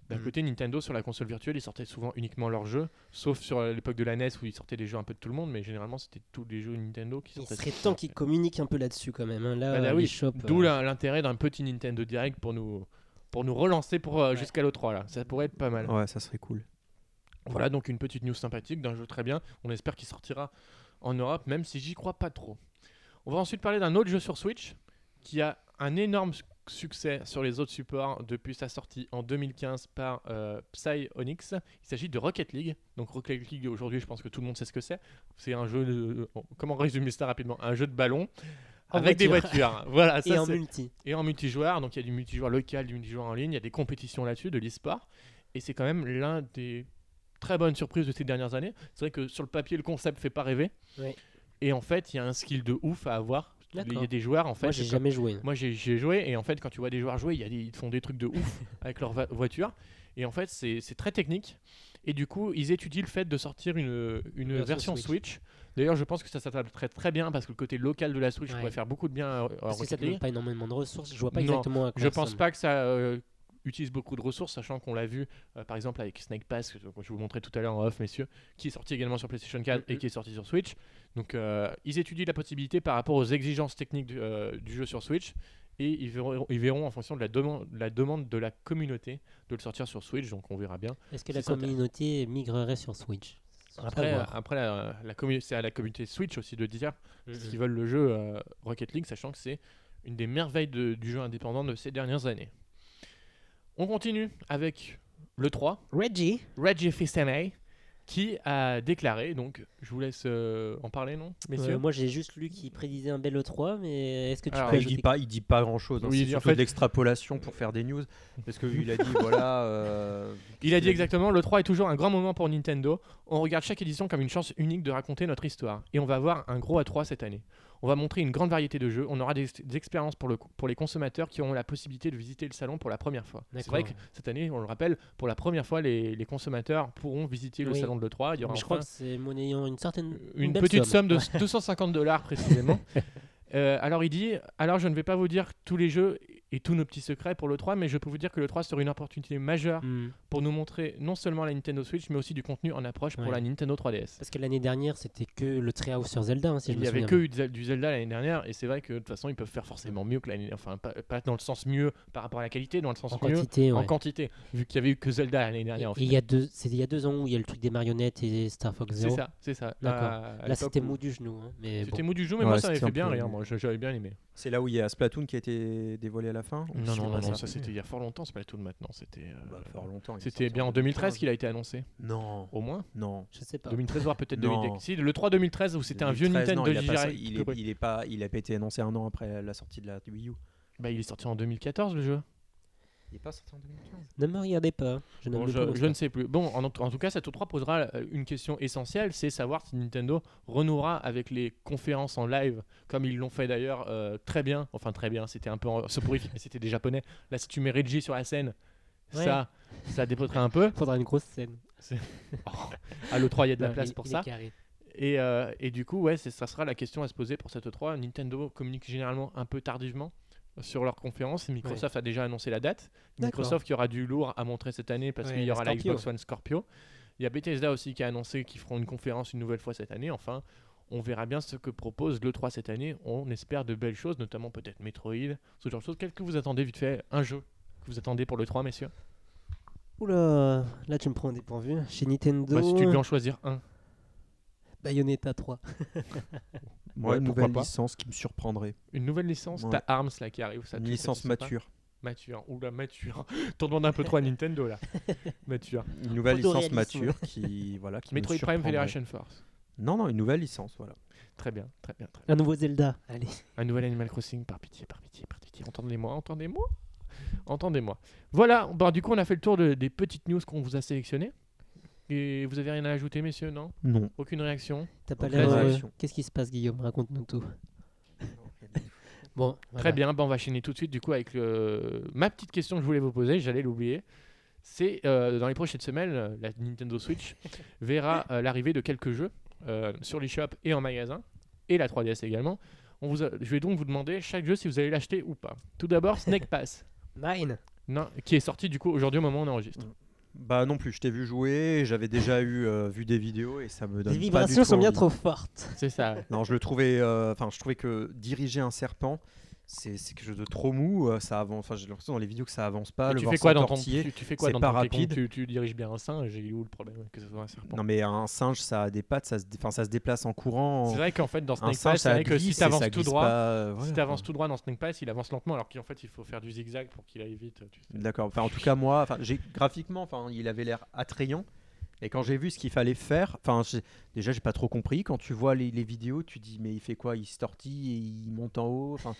Speaker 1: d'un
Speaker 2: Mm.
Speaker 1: côté, Nintendo, sur la console virtuelle, ils sortaient souvent uniquement leurs jeux. Sauf sur euh, l'époque de la NES où ils sortaient des jeux un peu de tout le monde. Mais généralement, c'était tous les jeux Nintendo qui
Speaker 3: Il
Speaker 1: sortaient.
Speaker 3: serait
Speaker 1: sur-
Speaker 3: temps qu'ils communiquent un peu là-dessus quand même. hein. Là,
Speaker 1: Bah, bah
Speaker 3: euh,
Speaker 1: oui.
Speaker 3: les shops,
Speaker 1: D'où
Speaker 3: euh,
Speaker 1: la- l'intérêt d'un petit Nintendo Direct pour nous, pour nous relancer pour, euh, jusqu'à l'O3. Là. Ça pourrait être pas mal.
Speaker 2: Ouais, ça serait cool.
Speaker 1: Voilà donc une petite news sympathique d'un jeu très bien. On espère qu'il sortira en Europe, même si j'y crois pas trop. On va ensuite parler d'un autre jeu sur Switch qui a un énorme suc- succès sur les autres supports depuis sa sortie en 2015 par euh, Psy Onyx. Il s'agit de Rocket League. Donc Rocket League aujourd'hui, je pense que tout le monde sait ce que c'est. C'est un jeu de comment résumer ça rapidement Un jeu de ballon
Speaker 3: En
Speaker 1: avec
Speaker 3: voiture.
Speaker 1: des voitures. Voilà, ça
Speaker 3: et en
Speaker 1: c'est-
Speaker 3: multi.
Speaker 1: et en multijoueur, donc il y a du multijoueur local, du multijoueur en ligne, il y a des compétitions là-dessus, de l'e-sport. Et c'est quand même l'un des très bonnes surprises de ces dernières années. C'est vrai que sur le papier, le concept fait pas rêver.
Speaker 3: Oui.
Speaker 1: Et en fait, il y a un skill de ouf à avoir. Il y a
Speaker 3: D'accord.
Speaker 1: des joueurs, en fait.
Speaker 3: Moi, j'ai
Speaker 1: comme-
Speaker 3: jamais joué.
Speaker 1: moi, j'ai j'ai joué et en fait, quand tu vois des joueurs jouer, il y a des- ils font des trucs de ouf avec leur va- voiture. Et en fait, c'est c'est très technique. Et du coup, ils étudient le fait de sortir une, une
Speaker 3: Version
Speaker 1: version Switch.
Speaker 3: Switch.
Speaker 1: D'ailleurs, je pense que ça s'adapte très, très bien parce que le côté local de la Switch
Speaker 3: Ouais.
Speaker 1: pourrait faire beaucoup de bien euh, à- à
Speaker 3: Parce que
Speaker 1: Rocket
Speaker 3: ça te demande
Speaker 1: League.
Speaker 3: pas énormément de ressources. Je vois pas
Speaker 1: Non,
Speaker 3: exactement à quoi
Speaker 1: Je
Speaker 3: ça
Speaker 1: pense
Speaker 3: ressemble.
Speaker 1: pas que ça euh, utilise beaucoup de ressources, sachant qu'on l'a vu euh, par exemple avec Snake Pass, que je je vous montrais tout à l'heure en off, messieurs, qui est sorti également sur PlayStation 4 et
Speaker 3: Mhm.
Speaker 1: qui est sorti sur Switch. Donc euh, ils étudient la possibilité par rapport aux exigences techniques du, euh, du jeu sur Switch et ils verront, ils verront en fonction de la, demande- la demande de la communauté de le sortir sur Switch, donc on verra bien.
Speaker 3: Est-ce que
Speaker 1: Si
Speaker 3: la
Speaker 1: ça t'a-
Speaker 3: communauté migrerait sur Switch
Speaker 1: Après, euh,
Speaker 3: À voir.
Speaker 1: après la, la commu- c'est à la communauté Switch aussi de dire
Speaker 3: Mhm.
Speaker 1: s'ils veulent le jeu euh, Rocket League, sachant que c'est une des merveilles de- du jeu indépendant de ces dernières années. On continue avec le 3,
Speaker 3: Reggie
Speaker 1: Reggie Fils-Aimé, qui a déclaré, donc je vous laisse euh, en parler, non, messieurs
Speaker 3: Euh, Moi, j'ai juste lu qu'il prédisait un bel E3, mais est-ce que tu
Speaker 1: Alors,
Speaker 3: peux
Speaker 2: il dit
Speaker 3: ajouter-
Speaker 2: pas, il dit pas grand chose.
Speaker 1: Oui, il
Speaker 2: c'est
Speaker 1: dit,
Speaker 2: surtout
Speaker 1: en fait-
Speaker 2: de l'extrapolation pour faire des news, parce que il a dit voilà. euh,
Speaker 1: Il a dit
Speaker 2: il a dit-
Speaker 1: exactement, le 3 est toujours un grand moment pour Nintendo. On regarde chaque édition comme une chance unique de raconter notre histoire. Et on va avoir un gros A3 cette année. On va montrer une grande variété de jeux. On aura des, des expériences pour, le, pour les consommateurs qui auront la possibilité de visiter le salon pour la première fois. C'est
Speaker 3: D'accord.
Speaker 1: vrai que cette année, on le rappelle, pour la première fois, les, les consommateurs pourront visiter le
Speaker 3: Oui.
Speaker 1: salon de l'E3. Il y aura
Speaker 3: Mais
Speaker 1: enfin
Speaker 3: Je crois que c'est monnayant une certaine.
Speaker 1: une,
Speaker 3: belle
Speaker 1: petite somme, de 250 dollars précisément. Euh, alors il dit, alors je ne vais pas vous dire tous les jeux et tous nos petits secrets pour le 3, mais je peux vous dire que le 3 sera une opportunité majeure
Speaker 3: Hmm.
Speaker 1: pour nous montrer non seulement la Nintendo Switch, mais aussi du contenu en approche pour
Speaker 3: Ouais.
Speaker 1: la Nintendo 3DS.
Speaker 3: Parce que l'année dernière, c'était que le Treehouse sur Zelda, hein, si je
Speaker 1: il
Speaker 3: me
Speaker 1: n'y avait
Speaker 3: souviens
Speaker 1: que
Speaker 3: bien.
Speaker 1: eu Zel- du Zelda l'année dernière, et c'est vrai que de toute façon, ils peuvent faire forcément mieux que l'année Enfin, pas, pas dans le sens mieux par rapport à la qualité, dans le sens
Speaker 3: en
Speaker 1: mieux
Speaker 3: quantité.
Speaker 1: en
Speaker 3: ouais.
Speaker 1: quantité, vu qu'il y avait eu que Zelda l'année
Speaker 3: Et-
Speaker 1: dernière. en
Speaker 3: et il
Speaker 1: fait.
Speaker 3: y a deux, c'était il y a deux ans où il y a le truc des marionnettes et Star Fox
Speaker 1: C'est
Speaker 3: Zero.
Speaker 1: ça, c'est ça.
Speaker 3: D'accord.
Speaker 1: À- à
Speaker 3: Là,
Speaker 1: l'époque
Speaker 3: c'était
Speaker 1: où-
Speaker 3: mou du genou, hein, mais
Speaker 1: C'était
Speaker 3: bon.
Speaker 1: mou du genou, mais
Speaker 2: Ouais,
Speaker 1: moi, ça
Speaker 2: c'était
Speaker 1: avait fait
Speaker 2: un
Speaker 1: bien
Speaker 2: peu-
Speaker 1: rire. Moi, je- j'avais bien aimé.
Speaker 2: C'est là où il y a Splatoon qui a été dévoilé à la fin ou
Speaker 1: Non,
Speaker 2: c'est
Speaker 1: non,
Speaker 2: pas
Speaker 1: non, non, ça c'était il y a fort longtemps, Splatoon maintenant. C'était euh,
Speaker 2: Bah, fort longtemps. il est
Speaker 1: c'était
Speaker 2: sorti
Speaker 1: bien en 2013 qu'il a été annoncé,
Speaker 2: 2015. Non,
Speaker 1: au moins.
Speaker 2: non.
Speaker 3: Je sais pas.
Speaker 1: 2013, voire peut-être
Speaker 2: Non.
Speaker 1: 2010. Si, Le 3 2013 où c'était un vieux
Speaker 2: 2013,
Speaker 1: Nintendo
Speaker 2: non, il a pas-
Speaker 1: direct.
Speaker 2: il, est, il est pas, il a pas été annoncé un an après la sortie de la Wii U.
Speaker 1: Bah, il est sorti en 2014 le jeu.
Speaker 2: Il est pas sorti en 2015.
Speaker 3: Ne me regardez pas. Je ne
Speaker 1: Bon,
Speaker 3: me
Speaker 1: je, je ne sais plus. Bon, en, en tout cas, cette E3 posera euh, une question essentielle, c'est savoir si Nintendo renouera avec les conférences en live, comme ils l'ont fait d'ailleurs euh, très bien. Enfin, très bien, c'était un peu en- soporifique, mais c'était des japonais. Là, si tu mets Reggie sur la scène,
Speaker 3: Ouais.
Speaker 1: ça, ça dépoterait un peu.
Speaker 3: Faudra une grosse scène.
Speaker 1: Oh, à l'E3, il y a de la
Speaker 3: Non,
Speaker 1: place
Speaker 3: il-
Speaker 1: pour
Speaker 3: il est
Speaker 1: ça.
Speaker 3: carré.
Speaker 1: Et, euh, et du coup, ouais, c'est- ça sera la question à se poser pour cette E3. Nintendo communique généralement un peu tardivement sur leur conférence. Microsoft a déjà annoncé la date.
Speaker 3: D'accord.
Speaker 1: Microsoft qui aura du lourd à montrer cette année parce
Speaker 3: Ouais,
Speaker 1: qu'il y
Speaker 3: la
Speaker 1: aura la
Speaker 3: Scorpio.
Speaker 1: Xbox One Scorpio. Il y a Bethesda aussi qui a annoncé qu'ils feront une conférence une nouvelle fois cette année. Enfin, on verra bien ce que propose l'E3 cette année. On espère de belles choses, notamment peut-être Metroid, ce genre de choses. Qu'est-ce que vous attendez vite fait Un jeu que vous attendez pour l'E3, messieurs
Speaker 3: Oula, là tu me prends au dépourvu. Chez Nintendo,
Speaker 1: Bah, Si tu devais en choisir un.
Speaker 3: Bayonetta 3.
Speaker 2: Moi,
Speaker 1: Ouais,
Speaker 2: une
Speaker 1: pourquoi
Speaker 2: nouvelle
Speaker 1: pas.
Speaker 2: licence qui me surprendrait.
Speaker 1: Une nouvelle licence
Speaker 2: Ouais.
Speaker 1: T'as Arms là qui arrive. Ça,
Speaker 2: une
Speaker 1: tu- ça,
Speaker 2: licence
Speaker 1: tu sais pas
Speaker 2: mature.
Speaker 1: Mature. hein. Oula, mature. T'en demandes un peu trop à Nintendo là. mature.
Speaker 2: Une nouvelle licence
Speaker 3: Photoréalisme.
Speaker 2: mature qui voilà qui me
Speaker 1: Metroid Prime
Speaker 2: surprendrait.
Speaker 1: Federation Force.
Speaker 2: Non non, une nouvelle licence voilà.
Speaker 1: Très bien, très bien, très bien.
Speaker 3: Un nouveau Zelda. Allez.
Speaker 1: Un nouvel Animal Crossing, par pitié, par pitié, par pitié. Entendez-moi, entendez-moi. Entendez-moi. Voilà, bah, du coup, on a fait le tour de- des petites news qu'on vous a sélectionnées. Et vous avez rien à ajouter, messieurs, non
Speaker 2: Non.
Speaker 1: Aucune réaction
Speaker 3: T'as pas
Speaker 2: Donc,
Speaker 3: l'air.
Speaker 2: la
Speaker 3: euh,
Speaker 2: réaction.
Speaker 3: Qu'est-ce qui se passe, Guillaume Raconte-nous tout. Bon,
Speaker 1: Très bien, bah, on va chaîner tout de suite, du coup, avec le- ma petite question que je voulais vous poser, j'allais l'oublier. C'est euh, dans les prochaines semaines, euh, la Nintendo Switch verra euh, l'arrivée de quelques jeux euh, sur l'eShop et en magasin, et la 3DS également. On vous a- Je vais donc vous demander chaque jeu si vous allez l'acheter ou pas. Tout d'abord, Snake Pass.
Speaker 3: Mine.
Speaker 1: Non, qui est sorti du coup aujourd'hui au moment où on enregistre.
Speaker 2: Bah non plus, je t'ai vu jouer, j'avais déjà eu euh, vu des vidéos et ça me donne
Speaker 3: Les
Speaker 2: pas du
Speaker 3: vibrations
Speaker 2: tout
Speaker 3: sont bien
Speaker 2: envie.
Speaker 3: trop fortes.
Speaker 1: C'est ça.
Speaker 2: Non, je le trouvais euh, enfin je trouvais que diriger un serpent c'est c'est quelque chose de trop mou, euh, ça avance enfin j'ai l'impression dans les vidéos que ça avance pas,
Speaker 1: Et
Speaker 2: Ah, le
Speaker 1: tu
Speaker 2: voir
Speaker 1: fais quoi dans ton
Speaker 2: s'entortiller.
Speaker 1: tu, tu fais quoi
Speaker 2: c'est
Speaker 1: dans
Speaker 2: pas
Speaker 1: ton Donkey Kong
Speaker 2: rapide.
Speaker 1: tu, tu diriges bien un singe, j'ai où le problème que ce soit un serpent.
Speaker 2: Non mais un singe ça a des pattes, ça se enfin ça se déplace en courant.
Speaker 1: C'est vrai qu'en fait dans
Speaker 2: un
Speaker 1: Snake
Speaker 2: singe
Speaker 1: Pass, c'est
Speaker 2: ça
Speaker 1: vrai que si
Speaker 2: glisse et
Speaker 1: t'avances
Speaker 2: ça
Speaker 1: tout
Speaker 2: glisse
Speaker 1: droit,
Speaker 2: pas, euh,
Speaker 1: si
Speaker 2: voilà,
Speaker 1: t'avances
Speaker 2: quoi.
Speaker 1: tout droit dans Snake Pass, il avance lentement alors qu'en fait il faut faire du zigzag pour qu'il aille vite. tu sais.
Speaker 2: D'accord. Enfin, en tout cas, moi, enfin, j'ai graphiquement, enfin, il avait l'air attrayant. Et quand j'ai vu ce qu'il fallait faire, enfin, j'ai- déjà, j'ai pas trop compris. Quand tu vois les, les vidéos, tu dis, mais il fait quoi Il se tortille, et il monte en haut. Enfin,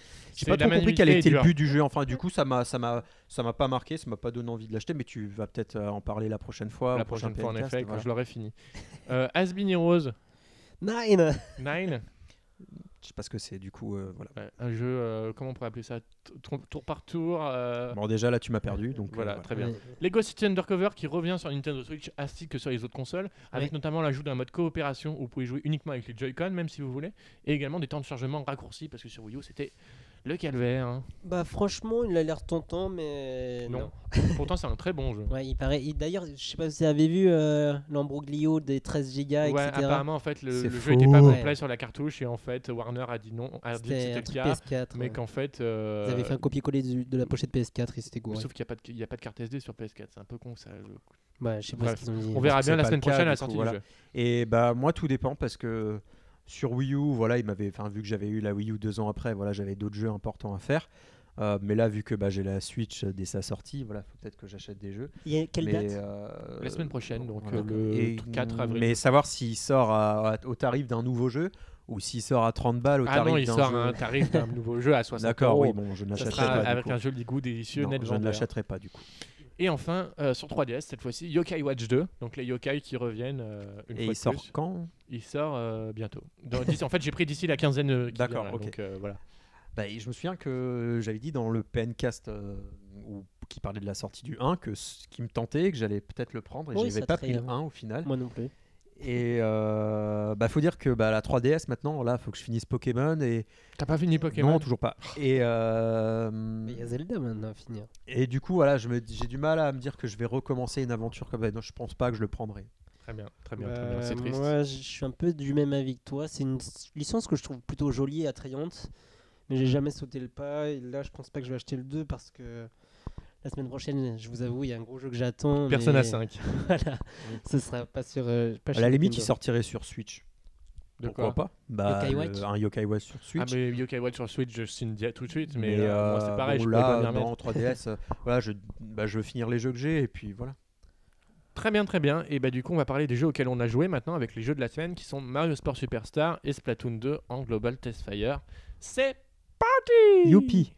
Speaker 1: C'est
Speaker 2: j'ai pas
Speaker 1: de la
Speaker 2: trop compris quel
Speaker 1: manualité
Speaker 2: était
Speaker 1: et
Speaker 2: le
Speaker 1: du
Speaker 2: but du jeu. Enfin, du coup, ça m'a, ça m'a, ça m'a pas marqué, ça m'a pas donné envie de l'acheter. Mais tu vas peut-être euh, en parler la prochaine fois.
Speaker 1: La
Speaker 2: au prochain
Speaker 1: prochaine fois en
Speaker 2: PNcast,
Speaker 1: effet quand
Speaker 2: voilà.
Speaker 1: je l'aurai fini. Euh, Asbin Heroes
Speaker 3: Nine.
Speaker 1: 9,
Speaker 2: Je sais pas ce que c'est. Du coup, euh, voilà.
Speaker 1: ouais, un jeu euh, comment on pourrait appeler ça Tour- tour par tour. euh,
Speaker 2: Bon, déjà là, tu m'as perdu. Donc euh,
Speaker 1: Voilà, très bien.
Speaker 3: Ouais.
Speaker 1: Lego City Undercover qui revient sur Nintendo Switch ainsi que sur les autres consoles, avec
Speaker 3: Oui.
Speaker 1: notamment l'ajout d'un mode coopération où vous pouvez jouer uniquement avec les Joy-Con, même si vous voulez, et également des temps de chargement raccourcis parce que sur Wii U c'était le calvaire. hein.
Speaker 3: Bah franchement, il a l'air tentant, mais
Speaker 1: Non. Pourtant, c'est un très bon jeu.
Speaker 3: Ouais, il paraît. il- D'ailleurs, je sais pas si vous avez vu euh, l'embroglio des 13 gigas,
Speaker 1: Ouais,
Speaker 3: etc.
Speaker 1: apparemment, en fait, le,
Speaker 2: C'est
Speaker 1: le jeu n'était pas
Speaker 2: faux.
Speaker 1: complet sur la cartouche et en fait, Warner a dit non, a dit que
Speaker 3: C'était
Speaker 1: c'était
Speaker 3: un
Speaker 1: le
Speaker 3: truc
Speaker 1: cas,
Speaker 3: PS4.
Speaker 1: mais
Speaker 3: ouais.
Speaker 1: qu'en fait. euh,
Speaker 3: Ils avaient fait un copier-coller du- de la pochette PS4 et c'était gouré.
Speaker 1: Sauf qu'il n'y a, pas de- il y a pas de carte SD sur PS4, c'est un peu con ça. le-
Speaker 3: Ouais, je sais pas
Speaker 1: Bref,
Speaker 3: ce qu'ils ont dit.
Speaker 1: On verra
Speaker 2: parce que
Speaker 1: bien la
Speaker 2: c'est pas le
Speaker 1: semaine
Speaker 2: cas,
Speaker 1: prochaine à la
Speaker 2: du coup,
Speaker 1: sortie
Speaker 2: voilà.
Speaker 1: du jeu.
Speaker 2: Et bah moi tout dépend parce que sur Wii U, voilà, il m'avait, enfin vu que j'avais eu la Wii U deux ans après, voilà, j'avais d'autres jeux importants à faire. Euh, mais là, vu que bah, j'ai la Switch dès sa sortie, voilà, faut peut-être que j'achète des jeux.
Speaker 3: Il y a- Quelle
Speaker 2: Mais,
Speaker 3: date
Speaker 2: euh,
Speaker 1: La semaine prochaine, donc,
Speaker 2: voilà.
Speaker 1: euh, le
Speaker 2: Et-
Speaker 1: 4 avril.
Speaker 2: Mais savoir s'il sort à- à- au tarif d'un nouveau jeu ou s'il sort à 30 balles au
Speaker 1: Ah
Speaker 2: tarif
Speaker 1: non, il
Speaker 2: d'un
Speaker 1: sort
Speaker 2: jeu.
Speaker 1: un tarif d'un nouveau jeu à 60
Speaker 2: D'accord,
Speaker 1: euros.
Speaker 2: oui, bon, je ne
Speaker 1: Ça
Speaker 2: l'achèterai
Speaker 1: sera
Speaker 2: pas. du
Speaker 1: avec
Speaker 2: coup.
Speaker 1: un joli goût délicieux,
Speaker 2: Non,
Speaker 1: net
Speaker 2: je ne
Speaker 1: vendeur.
Speaker 2: l'achèterai pas du coup.
Speaker 1: Et enfin, euh, sur 3DS, cette fois-ci, Yokai Watch 2. Donc les yokai qui reviennent euh, une
Speaker 2: Et
Speaker 1: fois
Speaker 2: il
Speaker 1: de
Speaker 2: sort
Speaker 1: plus.
Speaker 2: quand
Speaker 1: Il sort euh, bientôt. Dans- d'ici- en fait, j'ai pris d'ici la quinzaine. euh, qui vient,
Speaker 2: D'accord,
Speaker 1: là,
Speaker 2: ok.
Speaker 1: Donc euh, voilà.
Speaker 2: Bah, et je me souviens que j'avais dit dans le PNcast euh, où- qui parlait de la sortie du 1 que ce qui me tentait que j'allais peut-être le prendre et
Speaker 3: Oui,
Speaker 2: je j'avais
Speaker 3: ça
Speaker 2: pas
Speaker 3: te
Speaker 2: pris le
Speaker 3: rêve.
Speaker 2: 1 au final.
Speaker 3: Moi non plus.
Speaker 2: Et euh, bah faut dire que bah, la 3DS maintenant là faut que je finisse Pokémon et
Speaker 1: T'as pas fini Pokémon
Speaker 2: non toujours pas. Et euh,
Speaker 3: Mais il y a Zelda maintenant à finir.
Speaker 2: et du coup voilà je me j'ai du mal à me dire que je vais recommencer une aventure comme ça. Non, je pense pas que je le prendrai.
Speaker 1: Très bien, très bien, très
Speaker 2: Euh,
Speaker 1: bien. C'est
Speaker 3: Bah,
Speaker 1: triste.
Speaker 3: Moi, je suis un peu du même avis que toi. C'est une s- licence que je trouve plutôt jolie et attrayante, mais j'ai jamais sauté le pas. Et là, je pense pas que je vais acheter le 2 parce que la semaine prochaine, je vous avoue, il y a un gros jeu que j'attends.
Speaker 1: Personne
Speaker 3: mais
Speaker 1: à 5.
Speaker 3: Voilà, ce sera pas sur. euh, pas
Speaker 2: À
Speaker 3: chez
Speaker 2: la limite il
Speaker 3: Nintendo.
Speaker 2: sortirait sur Switch.
Speaker 1: De
Speaker 2: Pourquoi
Speaker 1: quoi
Speaker 2: pas bah,
Speaker 3: Yokai
Speaker 2: le-
Speaker 3: Watch
Speaker 2: Un Yokai Watch sur Switch.
Speaker 1: Ah, mais Yokai Watch sur Switch, je signe dia- tout de suite, mais,
Speaker 2: Mais,
Speaker 1: euh, moi,
Speaker 2: euh,
Speaker 1: c'est pareil,
Speaker 2: bon,
Speaker 1: je
Speaker 2: là,
Speaker 1: peux pas m'y remettre.
Speaker 2: dans 3DS, euh, voilà, je, bah, je veux finir les jeux que j'ai et puis voilà.
Speaker 1: Très bien, très bien. Et bah, du coup, on va parler des jeux auxquels on a joué maintenant avec les jeux de la semaine qui sont Mario Sport Superstar et Splatoon 2 en Global Test Fire. C'est parti
Speaker 2: Youpi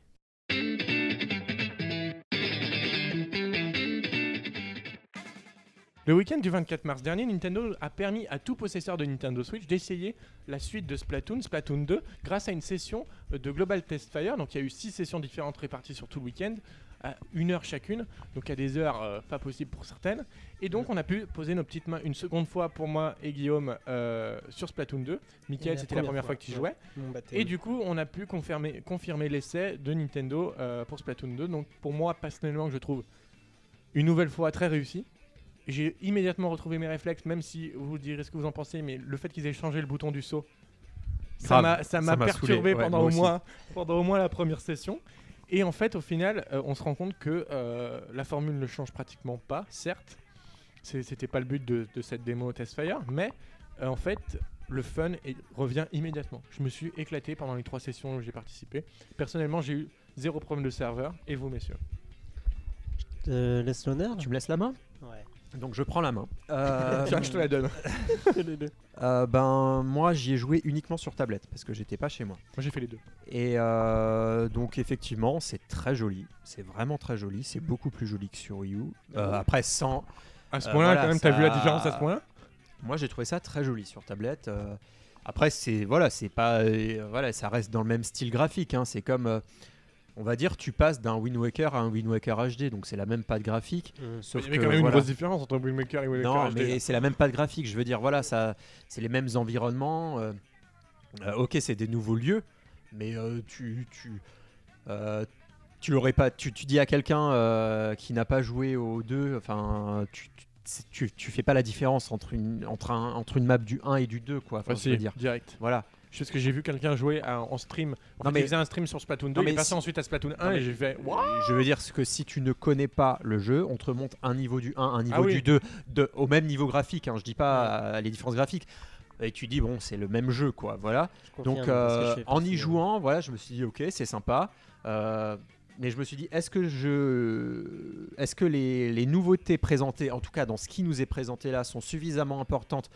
Speaker 1: Le week-end du 24 mars dernier, Nintendo a permis à tout possesseur de Nintendo Switch d'essayer la suite de Splatoon, Splatoon 2, grâce à une session euh, de Global Test Fire. Donc il y a eu six sessions différentes réparties sur tout le week-end, à une heure chacune, donc à des heures euh, pas possibles pour certaines. Et donc on a pu poser nos petites mains une seconde fois pour moi et Guillaume euh, sur Splatoon 2. Michael, c'était la première fois que tu
Speaker 3: ouais.
Speaker 1: jouais.
Speaker 3: Mon
Speaker 1: Et
Speaker 3: baptême.
Speaker 1: du coup, on a pu confirmer, confirmer l'essai de Nintendo euh, pour Splatoon 2. Donc pour moi, personnellement, que je trouve une nouvelle fois très réussi. J'ai immédiatement retrouvé mes réflexes, même si vous direz ce que vous en pensez, mais le fait qu'ils aient changé le bouton du saut, ça
Speaker 2: Grave,
Speaker 1: m'a ça
Speaker 2: ça
Speaker 1: m'a
Speaker 2: m'a
Speaker 1: perturbé
Speaker 2: saoulé, ouais,
Speaker 1: pendant,
Speaker 2: moi
Speaker 1: au
Speaker 2: aussi.
Speaker 1: moins, pendant au moins la première session. Et en fait, au final, euh, on se rend compte que euh, la formule ne change pratiquement pas, certes. C'est- C'était pas le but de, de cette démo Test Fire, mais euh, en fait, le fun est- revient immédiatement. Je me suis éclaté pendant les trois sessions où j'ai participé. Personnellement, j'ai eu zéro problème de serveur. Et vous, messieurs
Speaker 3: Euh, laisse l'honneur
Speaker 2: Tu me laisses la main
Speaker 3: Ouais.
Speaker 2: Donc je prends la main. Euh,
Speaker 1: Tiens, je te la donne. Moi,
Speaker 2: euh, ben moi j'y ai joué uniquement sur tablette parce que j'étais pas chez moi.
Speaker 1: j'ai fait les deux.
Speaker 2: Et euh, donc effectivement, c'est très joli. C'est vraiment très joli. C'est beaucoup plus joli que sur Wii U. Euh,
Speaker 3: Ah bon
Speaker 2: après 100,
Speaker 1: À ce
Speaker 2: Euh,
Speaker 1: point-là,
Speaker 2: voilà,
Speaker 1: quand même, t'as vu la
Speaker 2: ça-
Speaker 1: différence à ce point-là
Speaker 2: moi j'ai trouvé ça très joli sur tablette. Euh, après c'est voilà, c'est pas euh, voilà, ça reste dans le même style graphique. hein. C'est comme euh, on va dire, tu passes d'un Wind Waker à un Wind Waker HD, donc c'est la même patte graphique. Sauf
Speaker 1: Il y avait
Speaker 2: que,
Speaker 1: quand même une
Speaker 2: voilà.
Speaker 1: grosse différence entre Wind Waker et Wind
Speaker 2: Non,
Speaker 1: Waker HD.
Speaker 2: mais c'est la même patte graphique. Je veux dire, voilà, ça, c'est les mêmes environnements. euh, euh, ok, c'est des nouveaux lieux, mais euh, tu, tu, euh, tu aurais pas, tu, tu dis à quelqu'un euh, qui n'a pas joué aux deux, enfin, tu, tu, c'est- tu- tu fais pas la différence entre une, entre un, entre une map du 1 et du 2, quoi. Enfin,
Speaker 1: Enfin,
Speaker 2: je veux
Speaker 1: Ah, si,
Speaker 2: dire,
Speaker 1: direct.
Speaker 2: voilà.
Speaker 1: Je sais que j'ai vu quelqu'un jouer à- en stream. En
Speaker 2: Non,
Speaker 1: fait,
Speaker 2: mais-
Speaker 1: il faisait un stream sur Splatoon 2,
Speaker 2: Non,
Speaker 1: il est
Speaker 2: mais
Speaker 1: passé
Speaker 2: si-
Speaker 1: ensuite à Splatoon 1 et
Speaker 2: mais- Euh,
Speaker 1: j'ai fait What
Speaker 2: Je veux dire c'est que si tu ne connais pas le jeu, on te remonte un niveau du 1, un niveau
Speaker 1: Ah oui.
Speaker 2: du 2, de, au même niveau graphique. hein, je dis pas euh, les différences graphiques. Et tu dis bon, c'est le même jeu, quoi. Voilà. Donc euh, en y jouant, voilà, je me suis dit ok, c'est sympa. Euh, mais je me suis dit, est-ce que je, est-ce que les, les nouveautés présentées, en tout cas dans ce qui nous est présenté là, sont suffisamment importantes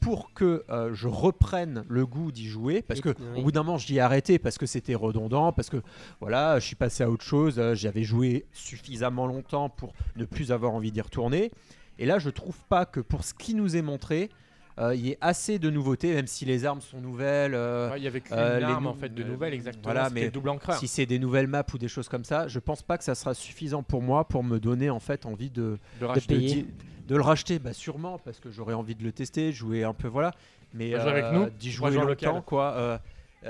Speaker 2: pour que euh, je reprenne le goût d'y jouer Parce
Speaker 3: Et-
Speaker 2: que
Speaker 3: oui.
Speaker 2: au bout d'un moment, j'y ai arrêté parce que c'était redondant, parce que voilà, je suis passé à autre chose. euh, J'avais joué suffisamment longtemps pour ne plus avoir envie d'y retourner. Et là, je trouve pas que pour ce qui nous est montré, euh, il y ait assez de nouveautés, même si les armes sont nouvelles. euh,
Speaker 1: Ouais, Il y avait qu'une
Speaker 2: euh, les
Speaker 1: arme
Speaker 2: nou-
Speaker 1: en fait de
Speaker 2: euh,
Speaker 1: nouvelle, exactement.
Speaker 2: voilà,
Speaker 1: c'était
Speaker 2: mais
Speaker 1: le double encreur.
Speaker 2: si c'est des nouvelles maps ou des choses comme ça, je pense pas que ça sera suffisant pour moi pour me donner en fait envie de,
Speaker 1: de racheter.
Speaker 3: payer.
Speaker 2: di- de le racheter. Bah sûrement parce que j'aurais envie de le tester, jouer un peu voilà. Mais
Speaker 1: Jouer avec
Speaker 2: euh,
Speaker 1: nous,
Speaker 2: d'y
Speaker 1: trois
Speaker 2: jouer
Speaker 1: joueurs
Speaker 2: longtemps
Speaker 1: locaux.
Speaker 2: quoi. euh,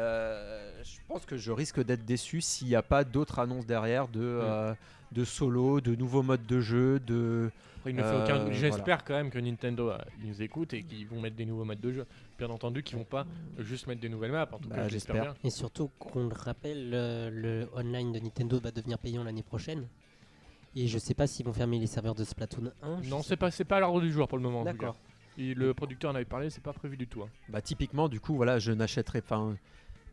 Speaker 2: euh, je pense que je risque d'être déçu s'il n'y a pas d'autres annonces derrière de
Speaker 1: Mm.
Speaker 2: euh, de solo, de nouveaux modes de jeu, de
Speaker 1: Après, Il ne fait aucun...
Speaker 2: Euh, voilà.
Speaker 1: J'espère quand même que Nintendo euh, ils nous écoute et qu'ils vont mettre des nouveaux modes de jeu. Bien entendu, qu'ils vont pas juste mettre des nouvelles maps. En tout
Speaker 2: Bah,
Speaker 1: cas, j'espère
Speaker 2: j'espère.
Speaker 1: bien.
Speaker 3: Et surtout qu'on le rappelle, le, le online de Nintendo va devenir payant l'année prochaine. Et je sais pas s'ils vont fermer les serveurs de Splatoon 1. je
Speaker 1: Non,
Speaker 3: sais
Speaker 1: c'est pas, c'est pas à l'ordre du jour pour le
Speaker 3: pas.
Speaker 1: moment. en tout
Speaker 3: D'accord.
Speaker 1: cas. Et le producteur en avait parlé, c'est pas prévu du tout. hein.
Speaker 2: bah typiquement du coup voilà, je n'achèterai pas. un-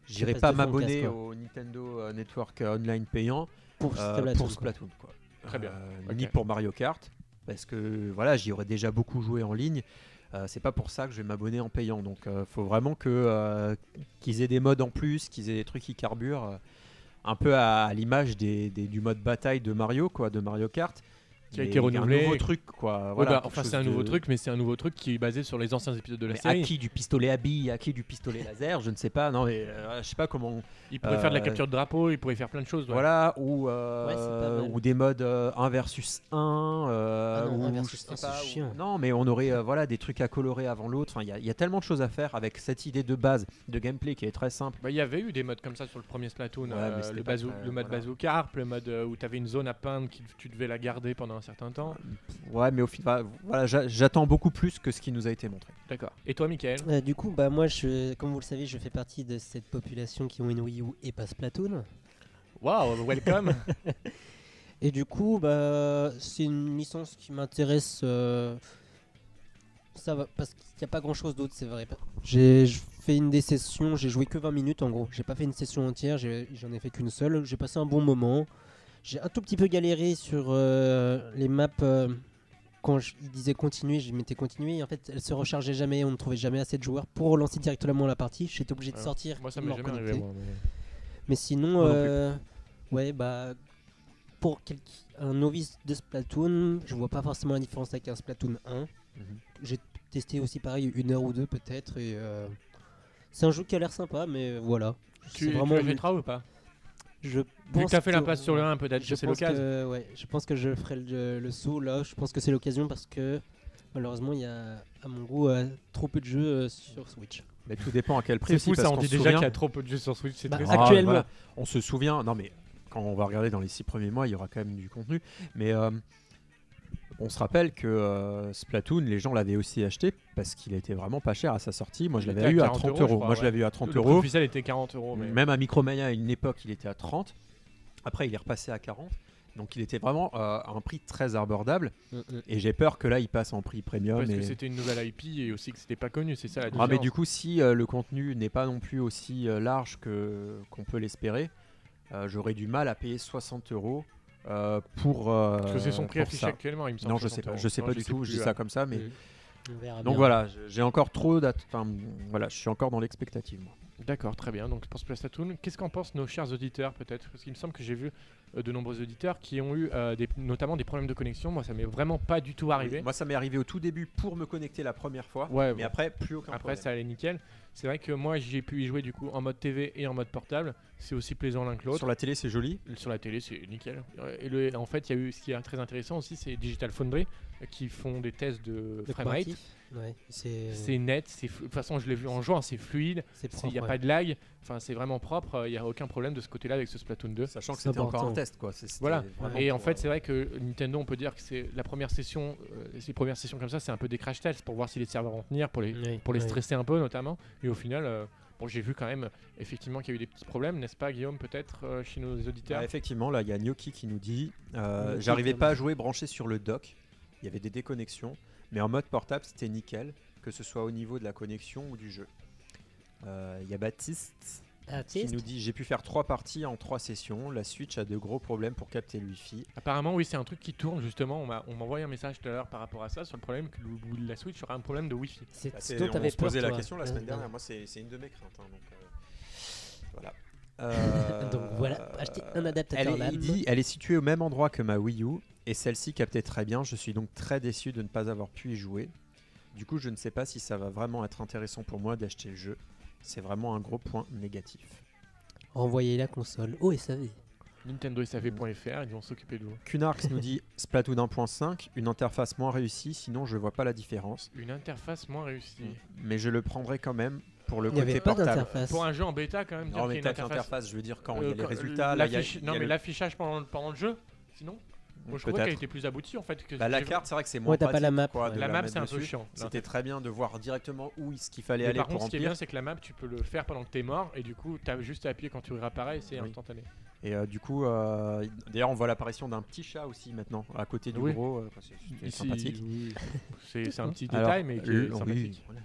Speaker 2: J'irai
Speaker 3: passes
Speaker 2: pas
Speaker 3: devant le
Speaker 2: m'abonner
Speaker 3: casque,
Speaker 2: au Nintendo euh, Network euh, Online payant
Speaker 3: Pour
Speaker 2: Euh,
Speaker 3: Splatoon.
Speaker 2: pour
Speaker 3: quoi.
Speaker 2: Splatoon. Quoi.
Speaker 1: Très bien.
Speaker 2: Euh,
Speaker 1: Ok.
Speaker 2: Ni pour Mario Kart, parce que voilà, j'y aurais déjà beaucoup joué en ligne. Euh, c'est pas pour ça que je vais m'abonner en payant. Donc, euh, faut vraiment que euh, qu'ils aient des modes en plus, qu'ils aient des trucs qui carburent, euh, un peu à, à l'image des, des- du mode bataille de Mario, quoi, de Mario Kart,
Speaker 1: Qui a
Speaker 2: Mais
Speaker 1: été renouvelé.
Speaker 2: Un nouveau truc, quoi.
Speaker 1: Ouais,
Speaker 2: Voilà,
Speaker 1: bah,
Speaker 2: quelque
Speaker 1: enfin,
Speaker 2: chose
Speaker 1: c'est un nouveau
Speaker 2: de-
Speaker 1: truc, mais c'est un nouveau truc qui est basé sur les anciens épisodes de la
Speaker 2: Mais
Speaker 1: série.
Speaker 2: acquis du pistolet à billes, acquis du pistolet laser, je ne sais pas. Non, mais euh, je sais pas comment.
Speaker 1: Il pourrait faire de la
Speaker 2: Euh,
Speaker 1: capture de drapeau, il pourrait faire plein de choses. ouais.
Speaker 2: Voilà, ou, euh,
Speaker 3: Ouais, c'est pas mal.
Speaker 2: ou des modes euh, 1 versus 1. euh,
Speaker 3: Ah non,
Speaker 2: ou
Speaker 3: 1
Speaker 2: je
Speaker 3: versus
Speaker 2: sais
Speaker 3: 1, c'est
Speaker 2: pas, ou-
Speaker 3: chiant.
Speaker 2: Non, mais on aurait euh, voilà, des trucs à colorer avant l'autre. Enfin, Il y, a- il y a tellement de choses à faire avec cette idée de base de gameplay qui est très simple.
Speaker 1: Bah, il y avait eu des modes comme ça sur le premier Splatoon.
Speaker 2: Ouais,
Speaker 1: euh,
Speaker 2: mais c'était
Speaker 1: le,
Speaker 2: pas
Speaker 1: bazou-
Speaker 2: très-
Speaker 1: le mode
Speaker 2: voilà.
Speaker 1: bazooka harp, le mode euh, où tu avais une zone à peindre que tu devais la garder pendant un certain temps.
Speaker 2: Ouais, mais au final, voilà, j'a- j'attends beaucoup plus que ce qui nous a été montré.
Speaker 1: D'accord. Et toi, Michael
Speaker 3: Euh, du coup, bah moi, je, comme vous le savez, je fais partie de cette population qui ont une Wii U et pas Splatoon.
Speaker 1: Waouh, welcome
Speaker 3: Et du coup, bah, c'est une licence qui m'intéresse. euh, ça va, parce qu'il n'y a pas grand chose d'autre, c'est vrai. J'ai- Je fait une des sessions, j'ai joué que 20 minutes en gros. J'ai pas fait une session entière, j'ai- j'en ai fait qu'une seule. J'ai passé un bon moment. J'ai un tout petit peu galéré sur euh, les maps. euh, quand je, ils disaient continuer, je m'étais continué. En fait, elles se rechargeaient jamais, on ne trouvait jamais assez de joueurs pour relancer directement la partie. J'étais obligé de
Speaker 1: Ouais.
Speaker 3: sortir.
Speaker 1: Moi, ça
Speaker 3: me
Speaker 1: m'est jamais arrivé.
Speaker 3: reconnecter.
Speaker 1: moi, mais-
Speaker 3: Mais sinon,
Speaker 1: Moi non plus.
Speaker 3: euh, ouais, bah, pour quel- un novice de Splatoon, je vois pas forcément la différence avec un Splatoon 1.
Speaker 2: Mhm.
Speaker 3: J'ai testé aussi pareil une heure ou deux peut-être et euh, c'est un jeu qui a l'air sympa, mais voilà.
Speaker 1: Tu, tu
Speaker 3: C'est
Speaker 1: l'achèteras ou pas
Speaker 3: je
Speaker 1: Vu que
Speaker 3: pense
Speaker 1: t'as fait
Speaker 3: que-
Speaker 1: l'impasse sur le 1, peut-être
Speaker 3: je
Speaker 1: que c'est
Speaker 3: pense
Speaker 1: l'occasion.
Speaker 3: que- ouais, je pense que je ferai le, le saut là. Je pense que c'est l'occasion parce que malheureusement il y a à mon goût euh, trop peu de jeux euh, sur Switch.
Speaker 2: Mais tout dépend à quel prix
Speaker 1: C'est
Speaker 2: aussi.
Speaker 1: fou,
Speaker 2: parce
Speaker 1: ça, on
Speaker 2: qu'on
Speaker 1: dit
Speaker 2: se
Speaker 1: déjà
Speaker 2: souvient-
Speaker 1: qu'il y a trop peu de jeux sur Switch, c'est
Speaker 3: Bah,
Speaker 1: triste.
Speaker 2: Ah,
Speaker 3: actuellement.
Speaker 2: voilà. On se souvient, non mais quand on va regarder dans les six premiers mois, il y aura quand même du contenu. Mais euh, on se rappelle que euh, Splatoon, les gens l'avaient aussi acheté parce qu'il était vraiment pas cher à sa sortie. Moi, je
Speaker 1: Il
Speaker 2: l'avais
Speaker 1: était
Speaker 2: eu
Speaker 1: à
Speaker 2: à
Speaker 1: 40
Speaker 2: 30
Speaker 1: euros, je
Speaker 2: euros.
Speaker 1: crois,
Speaker 2: Moi, je
Speaker 1: ouais.
Speaker 2: l'avais eu à 30
Speaker 1: Le prix
Speaker 2: euros.
Speaker 1: officiel était 40 euros. Mais...
Speaker 2: Même à Micromania, à une époque, il était à 30. Après, il est repassé à 40. Donc, il était vraiment euh, à un prix très abordable.
Speaker 1: Mm,
Speaker 2: Et j'ai peur que là, il passe en prix premium.
Speaker 1: Parce
Speaker 2: et-
Speaker 1: que c'était une nouvelle IP et aussi que c'était pas connu, c'est ça la
Speaker 2: Ah,
Speaker 1: différence.
Speaker 2: mais du coup, si euh, le contenu n'est pas non plus aussi euh, large que qu'on peut l'espérer, euh, j'aurais du mal à payer 60 euros euh, pour. euh,
Speaker 1: Parce que c'est son prix
Speaker 2: pour
Speaker 1: affiché
Speaker 2: ça.
Speaker 1: actuellement, il me semble.
Speaker 2: Non, je sais
Speaker 1: 60
Speaker 2: pas,
Speaker 1: euros.
Speaker 2: je sais
Speaker 1: Non,
Speaker 2: pas du
Speaker 1: plus,
Speaker 2: tout.
Speaker 1: euh, ah,
Speaker 2: Je dis
Speaker 1: ouais.
Speaker 2: ça comme ça, mais
Speaker 3: Mm. On verra
Speaker 2: donc
Speaker 3: bien.
Speaker 2: voilà, je- j'ai encore trop d'att- Enfin, mm, voilà, je suis encore dans l'expectative. moi.
Speaker 1: D'accord, très bien. Donc pour Splatoon, qu'est-ce qu'en pensent nos chers auditeurs peut-être Parce qu'il me semble que j'ai vu euh, de nombreux auditeurs qui ont eu euh, des- notamment des problèmes de connexion. Moi, ça m'est vraiment pas du tout arrivé.
Speaker 2: Moi, ça m'est arrivé au tout début pour me connecter la première fois,
Speaker 1: Ouais,
Speaker 2: mais
Speaker 1: bon.
Speaker 2: après plus aucun
Speaker 1: Après,
Speaker 2: problème.
Speaker 1: ça allait nickel. C'est vrai que moi, j'ai pu y jouer du coup en mode TV et en mode portable. C'est aussi plaisant l'un que l'autre.
Speaker 2: Sur la télé, c'est joli.
Speaker 1: Sur la télé, c'est nickel. Euh, Et le, en fait, il y a eu ce qui est très intéressant aussi, c'est Digital Foundry euh, qui font des tests de
Speaker 3: Le
Speaker 1: framerate.
Speaker 3: comparatif, euh. ouais, c'est
Speaker 1: C'est net, c'est flu- de toute façon, je l'ai vu en jouant, c'est fluide,
Speaker 3: c'est
Speaker 1: il n'y a
Speaker 3: propre,
Speaker 1: pas de lag, enfin c'est vraiment propre, euh, il n'y a aucun problème de ce côté-là avec ce Splatoon 2.
Speaker 2: Sachant que
Speaker 3: C'est
Speaker 2: c'était encore
Speaker 3: important.
Speaker 2: un test, quoi. c'est- c'était
Speaker 1: Voilà.
Speaker 2: vraiment
Speaker 1: Et en
Speaker 2: pour,
Speaker 1: fait,
Speaker 2: euh,
Speaker 1: c'est vrai que Nintendo, on peut dire que c'est la première session, euh, les premières sessions comme ça, c'est un peu des crash tests pour voir si les serveurs vont tenir, pour les,
Speaker 2: Mm.
Speaker 3: Oui,
Speaker 1: pour les
Speaker 3: oui.
Speaker 1: stresser un peu notamment. Et au final, euh, bon, j'ai vu quand même euh, effectivement qu'il y a eu des petits problèmes, n'est-ce pas, Guillaume, peut-être euh, chez nos auditeurs
Speaker 2: Ah, effectivement, là, il y a Gnocchi qui nous dit euh,
Speaker 3: Gnocchi,
Speaker 2: J'arrivais
Speaker 3: comme-
Speaker 2: pas à jouer branché sur le dock. Il y avait des déconnexions, mais en mode portable, c'était nickel, que ce soit au niveau de la connexion ou du jeu. Euh, Il y a Baptiste qui
Speaker 3: Ah, Artiste
Speaker 2: nous dit J'ai pu faire trois parties en trois sessions. La Switch a de gros problèmes pour capter le Wi-Fi.
Speaker 1: Apparemment, oui, c'est un truc qui tourne justement. On m'a on m'a envoyé un message tout à l'heure par rapport à ça, sur le problème que le- la Switch aura un problème de Wi-Fi.
Speaker 3: C'est
Speaker 2: Bah,
Speaker 3: c'est
Speaker 2: c'est-
Speaker 3: dont
Speaker 2: on
Speaker 3: t'avais
Speaker 2: se posait
Speaker 3: peur,
Speaker 2: la
Speaker 3: toi. Euh,
Speaker 2: question la
Speaker 3: Ouais,
Speaker 2: semaine
Speaker 3: ouais.
Speaker 2: dernière. Moi, c'est c'est une de mes craintes. hein, donc, euh, voilà. Euh,
Speaker 3: Donc voilà, acheter un adaptateur
Speaker 2: elle est, il
Speaker 3: LAN.
Speaker 2: dit, elle est située au même endroit que ma Wii U et celle-ci captait très bien. Je suis donc très déçu de ne pas avoir pu y jouer. Du coup, je ne sais pas si ça va vraiment être intéressant pour moi d'acheter le jeu. C'est vraiment un gros point négatif.
Speaker 3: Envoyer la console Oh, au SAV.
Speaker 1: Nintendo
Speaker 2: Mm.
Speaker 1: SAV.fr, ils vont s'occuper de vous.
Speaker 2: Kunarx nous dit Splatoon 1.5, une interface moins réussie, sinon je vois pas la différence.
Speaker 1: Une interface moins réussie.
Speaker 2: Mm. Mais je le prendrai quand même pour le
Speaker 3: Hmm. Il n'y avait
Speaker 2: côté
Speaker 3: pas
Speaker 2: portable.
Speaker 3: d'interface. Hmm,
Speaker 1: Pour un jeu en bêta, quand même, dire
Speaker 2: Non,
Speaker 1: qu'il y a
Speaker 2: mais
Speaker 1: une
Speaker 2: t'as qu'une
Speaker 1: interface.
Speaker 2: interface, je veux dire quand il y
Speaker 1: Euh,
Speaker 2: a les
Speaker 1: quand-
Speaker 2: résultats. là, il y a-
Speaker 1: l'affiche-
Speaker 2: il y a
Speaker 1: non, mais
Speaker 2: le-
Speaker 1: l'affichage pendant, le- pendant le jeu, sinon Moi, je trouvais qu'elle
Speaker 2: peut-être.
Speaker 1: était plus aboutie en fait. Que
Speaker 2: Bah, la
Speaker 1: j'ai-
Speaker 2: carte, c'est vrai que c'est moins.
Speaker 3: Ouais, t'as pas la
Speaker 2: pratique,
Speaker 3: map.
Speaker 2: quoi,
Speaker 3: ouais.
Speaker 2: de
Speaker 1: La map,
Speaker 2: mettre
Speaker 1: c'est un peu
Speaker 2: dessus.
Speaker 1: chiant. là.
Speaker 2: C'était très bien de voir directement où est-ce qu'il fallait
Speaker 1: Mais
Speaker 2: aller
Speaker 1: par
Speaker 2: pour
Speaker 1: contre, ce qui est
Speaker 2: remplir.
Speaker 1: bien, c'est que la map, tu peux le faire pendant que t'es mort, et du coup, t'as juste à appuyer quand tu réapparais, et c'est
Speaker 2: Oui.
Speaker 1: instantané.
Speaker 2: Et euh, du coup, euh, d'ailleurs, on voit l'apparition d'un petit chat aussi maintenant, à côté du
Speaker 1: Oui.
Speaker 2: gros. euh, c'est- c'est
Speaker 1: Ici,
Speaker 2: sympathique.
Speaker 1: oui, C'est c'est un petit
Speaker 2: Alors,
Speaker 1: détail, mais qui
Speaker 2: le-
Speaker 1: est
Speaker 2: oui,
Speaker 1: sympathique.
Speaker 2: voilà.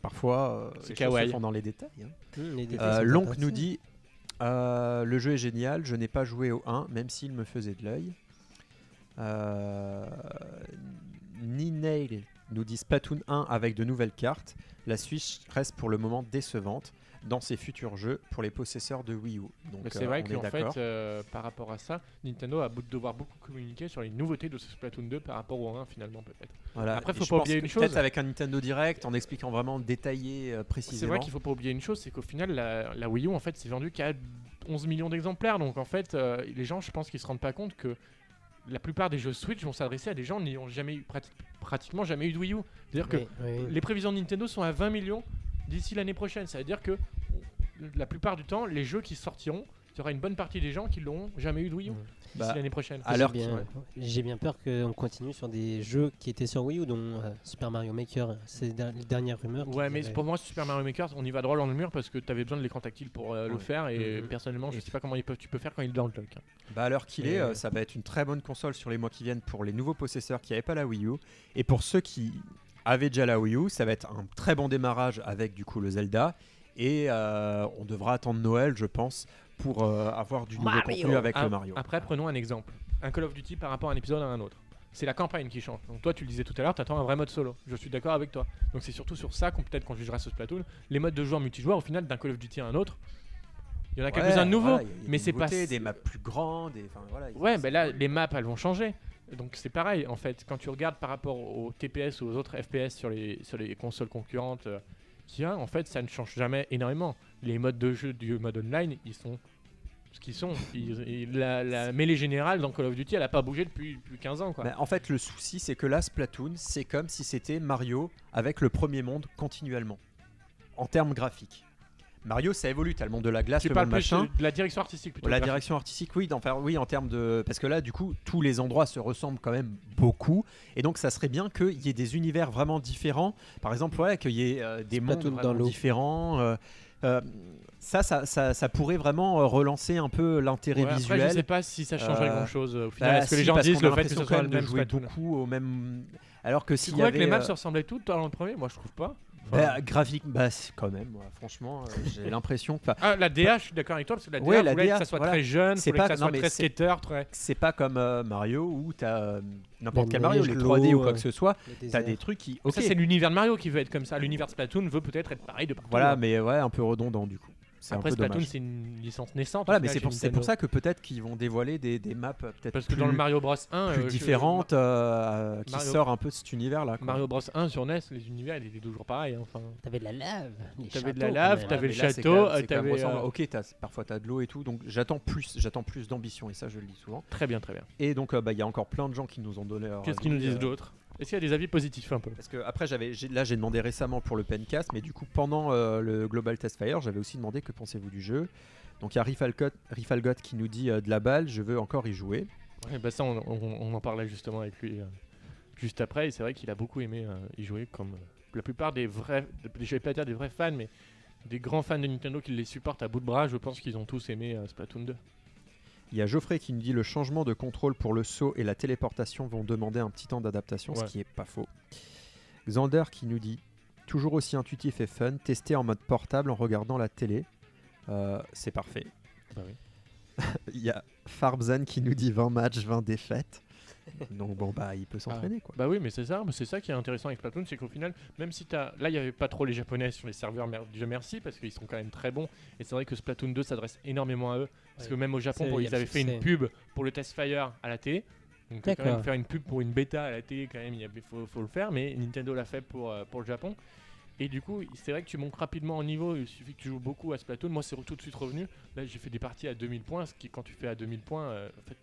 Speaker 2: Parfois, euh, les
Speaker 1: C'est
Speaker 2: choses
Speaker 1: kawaii.
Speaker 2: se font dans les détails. hein.
Speaker 3: Hum, les détails
Speaker 2: Euh,
Speaker 3: sont
Speaker 2: L'oncle
Speaker 3: intéressants.
Speaker 2: nous dit euh, Le jeu est génial, je n'ai pas joué au 1, même s'il me faisait de l'œil. Euh, Ninail nous dit Splatoon 1 avec de nouvelles cartes. La Switch reste pour le moment décevante dans ses futurs jeux pour les possesseurs de Wii U. Donc,
Speaker 1: Mais c'est
Speaker 2: euh,
Speaker 1: vrai
Speaker 2: on est
Speaker 1: qu'en
Speaker 2: d'accord.
Speaker 1: fait, euh, par rapport à ça, Nintendo a beau- devoir beaucoup communiquer sur les nouveautés de ce Splatoon 2 par rapport au 1 finalement peut-être.
Speaker 2: Voilà.
Speaker 1: euh, Après,
Speaker 2: Et
Speaker 1: faut
Speaker 2: je
Speaker 1: pas
Speaker 2: pense
Speaker 1: oublier
Speaker 2: que
Speaker 1: une
Speaker 2: Peut-être
Speaker 1: chose.
Speaker 2: avec un Nintendo Direct, en expliquant vraiment détaillé, euh,
Speaker 1: C'est
Speaker 2: précisément.
Speaker 1: vrai qu'il faut pas oublier une chose, c'est qu'au final la, la Wii U en fait s'est vendue qu'à 11 millions d'exemplaires, donc en fait euh, les gens je pense qu'ils se rendent pas compte que la plupart des jeux Switch vont s'adresser à des gens n'ayant jamais eu prati- pratiquement jamais eu de Wii U. C'est-à-dire que
Speaker 3: Oui, oui, oui.
Speaker 1: Les prévisions de Nintendo sont à 20 millions d'ici l'année prochaine. Ça veut dire que la plupart du temps, les jeux qui sortiront, il y aura une bonne partie des gens qui l'ont jamais eu de Wii U
Speaker 3: Ouais.
Speaker 1: d'ici
Speaker 2: Bah,
Speaker 1: l'année prochaine.
Speaker 2: à
Speaker 3: J'ai
Speaker 2: l'heure
Speaker 3: bien-
Speaker 2: qui- ouais.
Speaker 3: J'ai bien peur qu'on continue sur des jeux qui étaient sur Wii U, dont euh, Super Mario Maker, c'est der- les dernières rumeurs. qui
Speaker 1: Ouais, mais
Speaker 3: disaient-
Speaker 1: pour moi, Super Mario Maker, on y va droit dans le mur parce que t'avais besoin de l'écran tactile pour euh, le
Speaker 2: Ouais. Mmh.
Speaker 1: faire. Et
Speaker 3: Mhm.
Speaker 1: personnellement, je
Speaker 2: Et-
Speaker 1: sais pas comment ils peuvent, tu peux faire quand il est dans le dock. hein.
Speaker 2: Bah, à l'heure qu'il
Speaker 3: Mais-
Speaker 2: est, euh, ça va être une très bonne console sur les mois qui viennent pour les nouveaux possesseurs qui n'avaient pas la Wii U. Et pour ceux qui avaient déjà la Wii U, ça va être un très bon démarrage avec du coup le Zelda. Et euh, on devra attendre Noël, je pense, pour euh, avoir du nouveau
Speaker 3: Mario.
Speaker 2: contenu avec le
Speaker 1: Ah,
Speaker 2: Mario.
Speaker 1: Après, prenons un exemple. Un Call of Duty par rapport à un épisode à un autre. C'est la campagne qui change. Donc toi, tu le disais tout à l'heure, t'attends un vrai mode solo. Je suis d'accord avec toi. Donc c'est surtout sur ça qu'on peut-être qu'on jugera ce Splatoon. Les modes de joueurs multijoueurs, au final, d'un Call of Duty à un autre, il y en a quelques-uns de nouveaux.
Speaker 2: voilà, il y a- il y a
Speaker 1: mais
Speaker 2: des
Speaker 1: c'est pas-
Speaker 2: nouveautés, des maps plus grandes. Et, enfin, voilà,
Speaker 1: Ouais,
Speaker 2: c'est-
Speaker 1: mais là, les maps, elles vont changer. Donc c'est pareil, en fait, quand tu regardes par rapport aux TPS ou aux autres FPS sur les, sur les consoles concurrentes euh, qu'il y a, en fait, ça ne change jamais énormément. Les modes de jeu du mode online, ils sont ce qu'ils sont. Ils- ils- la, la mêlée générale dans Call of Duty, elle n'a pas bougé depuis, depuis 15 ans, quoi.
Speaker 2: Mais en fait, le souci, c'est que là, Splatoon, c'est comme si c'était Mario avec le premier monde continuellement, en termes graphiques. Mario, ça évolue, t'as le monde de la glace,
Speaker 1: tu
Speaker 2: le
Speaker 1: parles
Speaker 2: monde
Speaker 1: plus
Speaker 2: machin.
Speaker 1: de la direction artistique plutôt.
Speaker 2: La
Speaker 1: que graphique.
Speaker 2: direction artistique, oui, d'en faire, oui, en termes de. Parce que là, du coup, tous les endroits se ressemblent quand même beaucoup. Et donc, ça serait bien qu'il y ait des univers vraiment différents. Par exemple, ouais, qu'il y ait euh, des mondes
Speaker 3: Splatoon dans
Speaker 2: vraiment
Speaker 3: l'eau.
Speaker 2: différents. euh, euh, ça, ça, ça, ça pourrait vraiment euh, relancer un peu l'intérêt
Speaker 1: Ouais,
Speaker 2: visuel.
Speaker 1: Après, je sais pas si ça changerait
Speaker 2: Euh,
Speaker 1: grand-chose euh, au final.
Speaker 2: Bah,
Speaker 1: Est-ce que
Speaker 2: si,
Speaker 1: les gens
Speaker 2: parce
Speaker 1: disent
Speaker 2: qu'on a
Speaker 1: le fait que
Speaker 2: l'impression
Speaker 1: ce
Speaker 2: quand
Speaker 1: soit le
Speaker 2: même
Speaker 1: même
Speaker 2: de jouer
Speaker 1: Splatoon
Speaker 2: beaucoup au même. Alors que
Speaker 1: Tu
Speaker 2: s'il y
Speaker 1: crois
Speaker 2: avait.
Speaker 1: que les maps
Speaker 2: euh,
Speaker 1: se ressemblaient toutes dans le premier Moi, je trouve pas. Enfin,
Speaker 2: bah, graphique, bah, c'est quand même, ouais, franchement, euh, j'ai l'impression que. enfin,
Speaker 1: Ah, la DH, je suis d'accord avec toi, parce que la DH,
Speaker 2: Ouais, la
Speaker 1: voulait que
Speaker 2: DA,
Speaker 1: ça soit
Speaker 2: voilà.
Speaker 1: très jeune,
Speaker 2: C'est
Speaker 1: voulait que
Speaker 2: pas-
Speaker 1: ça
Speaker 2: non,
Speaker 1: soit
Speaker 2: mais
Speaker 1: très
Speaker 2: c'est-
Speaker 1: skater, très.
Speaker 2: C'est pas comme euh, Mario où t'as euh, n'importe
Speaker 3: La
Speaker 2: quel Mario,
Speaker 3: neige,
Speaker 2: les 3D ou
Speaker 3: l'eau,
Speaker 2: quoi
Speaker 3: euh,
Speaker 2: que ce soit,
Speaker 3: Le
Speaker 2: t'as
Speaker 3: désert.
Speaker 2: des trucs qui.
Speaker 1: Mais
Speaker 2: Ok,
Speaker 1: Ça, c'est l'univers de Mario qui veut être comme ça. L'univers Splatoon veut peut-être être pareil de partout.
Speaker 2: voilà,
Speaker 1: hein.
Speaker 2: mais ouais, un peu redondant du coup. C'est un
Speaker 1: Après,
Speaker 2: peu
Speaker 1: Splatoon,
Speaker 2: dommage.
Speaker 1: c'est une licence naissante.
Speaker 2: Voilà,
Speaker 1: au
Speaker 2: mais
Speaker 1: final,
Speaker 2: c'est pour,
Speaker 1: chez
Speaker 2: c'est pour
Speaker 1: Nintendo.
Speaker 2: ça que peut-être qu'ils vont dévoiler des, des maps euh, peut-être
Speaker 1: Parce que
Speaker 2: plus,
Speaker 1: dans le Mario Bros 1,
Speaker 2: plus
Speaker 1: euh, je-
Speaker 2: différentes euh, qui
Speaker 1: Mario-
Speaker 2: sort un peu de cet univers-là. quoi.
Speaker 1: Mario Bros 1 sur NES, les univers, ils étaient toujours pareils. hein, Enfin,
Speaker 3: T'avais de la lave. les
Speaker 1: T'avais de la
Speaker 3: châteaux,
Speaker 1: lave,
Speaker 3: quand même.
Speaker 1: t'avais
Speaker 2: mais
Speaker 1: le
Speaker 2: là, c'est
Speaker 1: château,
Speaker 2: quand même- c'est
Speaker 1: euh,
Speaker 2: quand même
Speaker 1: t'avais,
Speaker 2: ressemble-
Speaker 1: euh,
Speaker 2: Ok, t'as- parfois t'as de l'eau et tout, donc j'attends plus, j'attends plus d'ambition et ça je le dis souvent.
Speaker 1: très bien, très bien.
Speaker 2: Et donc euh, bah, il y a encore plein de gens qui nous ont donné. leur
Speaker 1: Qu'est-ce qu'ils nous
Speaker 2: avis, euh,
Speaker 1: disent d'autre Est-ce qu'il y a des avis positifs un peu
Speaker 2: Parce que après j'avais, j'ai- là j'ai demandé récemment pour le pencast, mais du coup pendant euh, le Global Test Fire, j'avais aussi demandé que pensez-vous du jeu. Donc il y a Rifalgot, Rifalgot qui nous dit euh, de la balle, je veux encore y jouer.
Speaker 1: Ouais, bah ça, on, on- on en parlait justement avec lui euh, juste après. Et c'est vrai qu'il a beaucoup aimé euh, y jouer, comme euh, la plupart des vrais, des- je vais pas dire des vrais fans, mais des grands fans de Nintendo qui les supportent à bout de bras. Je pense qu'ils ont tous aimé euh, Splatoon 2.
Speaker 2: Il y a Geoffrey qui nous dit le changement de contrôle pour le saut et la téléportation vont demander un petit temps d'adaptation,
Speaker 1: Ouais.
Speaker 2: ce qui est pas faux. Xander qui nous dit toujours aussi intuitif et fun, testé en mode portable en regardant la télé. Euh, c'est parfait.
Speaker 1: Bah oui.
Speaker 2: Il y a Farbzan qui nous dit 20 matchs, 20 défaites. Donc bon bah il peut s'entraîner quoi.
Speaker 1: Bah oui, mais c'est ça, mais c'est ça qui est intéressant avec Splatoon, c'est qu'au final, même si t'as, là il y avait pas trop les japonais sur les serveurs, mer- Dieu merci, parce qu'ils sont quand même très bons. Et c'est vrai que Splatoon 2 s'adresse énormément à eux, parce
Speaker 3: Ouais.
Speaker 1: que même au Japon,
Speaker 3: C'est-
Speaker 1: pour-
Speaker 3: il y a
Speaker 1: ils
Speaker 3: le
Speaker 1: avaient fait une
Speaker 3: succès.
Speaker 1: pub pour le test Fire à la télé. Donc euh, quand même
Speaker 3: D'accord.
Speaker 1: faire une pub pour une bêta à la télé, quand même, il y avait- faut, faut le faire. Mais Nintendo l'a fait pour euh, pour le Japon. Et du coup, c'est vrai que tu montes rapidement en niveau, il suffit que tu joues beaucoup à Splatoon. Moi, c'est tout de suite revenu. Là, j'ai fait des parties à 2000 points, ce qui, quand tu fais à 2000 points, euh, en fait,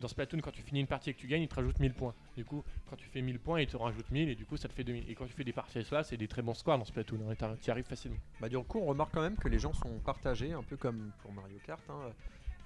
Speaker 1: dans Splatoon, quand tu finis une partie et que tu gagnes, il te rajoute 1000 points. Du coup, quand tu fais 1000 points, il te rajoute 1000 et du coup, ça te fait 2000. Et quand tu fais des parties à cela, c'est des très bons scores dans Splatoon. tu y arrives facilement.
Speaker 2: Bah, du coup, on remarque quand même que les gens sont partagés, un peu comme pour Mario Kart. hein.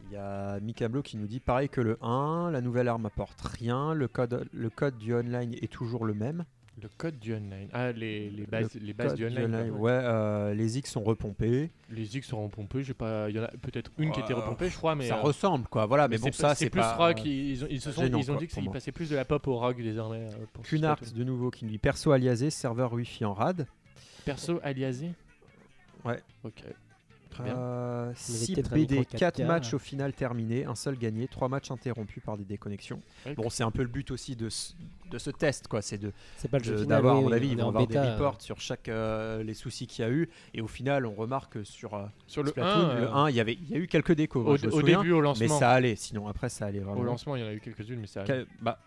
Speaker 2: Il y a Mika Blo qui nous dit pareil que le 1, la nouvelle arme apporte rien, le code, le code du online est toujours le même.
Speaker 1: Le code du online. Ah, les, les
Speaker 2: Le
Speaker 1: bases, les bases
Speaker 2: Code
Speaker 1: du online. quoi.
Speaker 2: ouais, euh, les X sont repompés.
Speaker 1: Les X seront pompés. J'ai pas. Il y en a peut-être une qui était
Speaker 2: Ouais,
Speaker 1: repompée, je crois, mais.
Speaker 2: ça
Speaker 1: euh,
Speaker 2: ressemble quoi, voilà, mais, bon,
Speaker 1: c'est pas-
Speaker 2: ça
Speaker 1: c'est
Speaker 2: c'est
Speaker 1: plus
Speaker 2: pas.
Speaker 1: rock. Ils, ils ont- ils se sont,
Speaker 2: gênant,
Speaker 1: ils ont
Speaker 2: quoi,
Speaker 1: dit que
Speaker 2: pour
Speaker 1: c'est- ils
Speaker 2: moi.
Speaker 1: passaient plus de la pop au rock désormais. euh, pour
Speaker 2: Cunard
Speaker 1: Splatoon.
Speaker 2: de nouveau qui nous dit perso aliasé, serveur wifi en rad.
Speaker 1: Perso aliasé.
Speaker 2: Ouais.
Speaker 1: Ok. Très bien.
Speaker 2: Euh,
Speaker 3: avait
Speaker 2: 6
Speaker 3: peut-être un
Speaker 2: BD,
Speaker 3: micro
Speaker 2: 4
Speaker 3: 4K.
Speaker 2: matchs au final terminés, un seul gagné, 3 matchs interrompus par des déconnexions.
Speaker 1: Ouais.
Speaker 2: Bon, c'est un peu le but aussi de ce, de ce test, quoi. C'est de
Speaker 3: C'est pas Bah, le jeu
Speaker 2: de-
Speaker 3: final,
Speaker 2: d'avoir, à
Speaker 3: oui,
Speaker 2: mon
Speaker 3: oui,
Speaker 2: avis,
Speaker 3: on
Speaker 2: ils
Speaker 3: est en
Speaker 2: vont avoir des
Speaker 3: bêta.
Speaker 2: reports sur chaque euh, les soucis qu'il y a eu. Et au final, on remarque que sur euh,
Speaker 1: Sur le 1,
Speaker 2: Splatoon,
Speaker 1: euh,
Speaker 2: le 1, il y avait, il y a eu quelques décos.
Speaker 1: au,
Speaker 2: hein, je me
Speaker 1: au
Speaker 2: souviens,
Speaker 1: début, au lancement.
Speaker 2: mais ça euh, allait. Sinon, après, ça allait
Speaker 1: Au
Speaker 2: vraiment.
Speaker 1: lancement, il y en a eu quelques-unes, mais ça.
Speaker 2: Que- bah,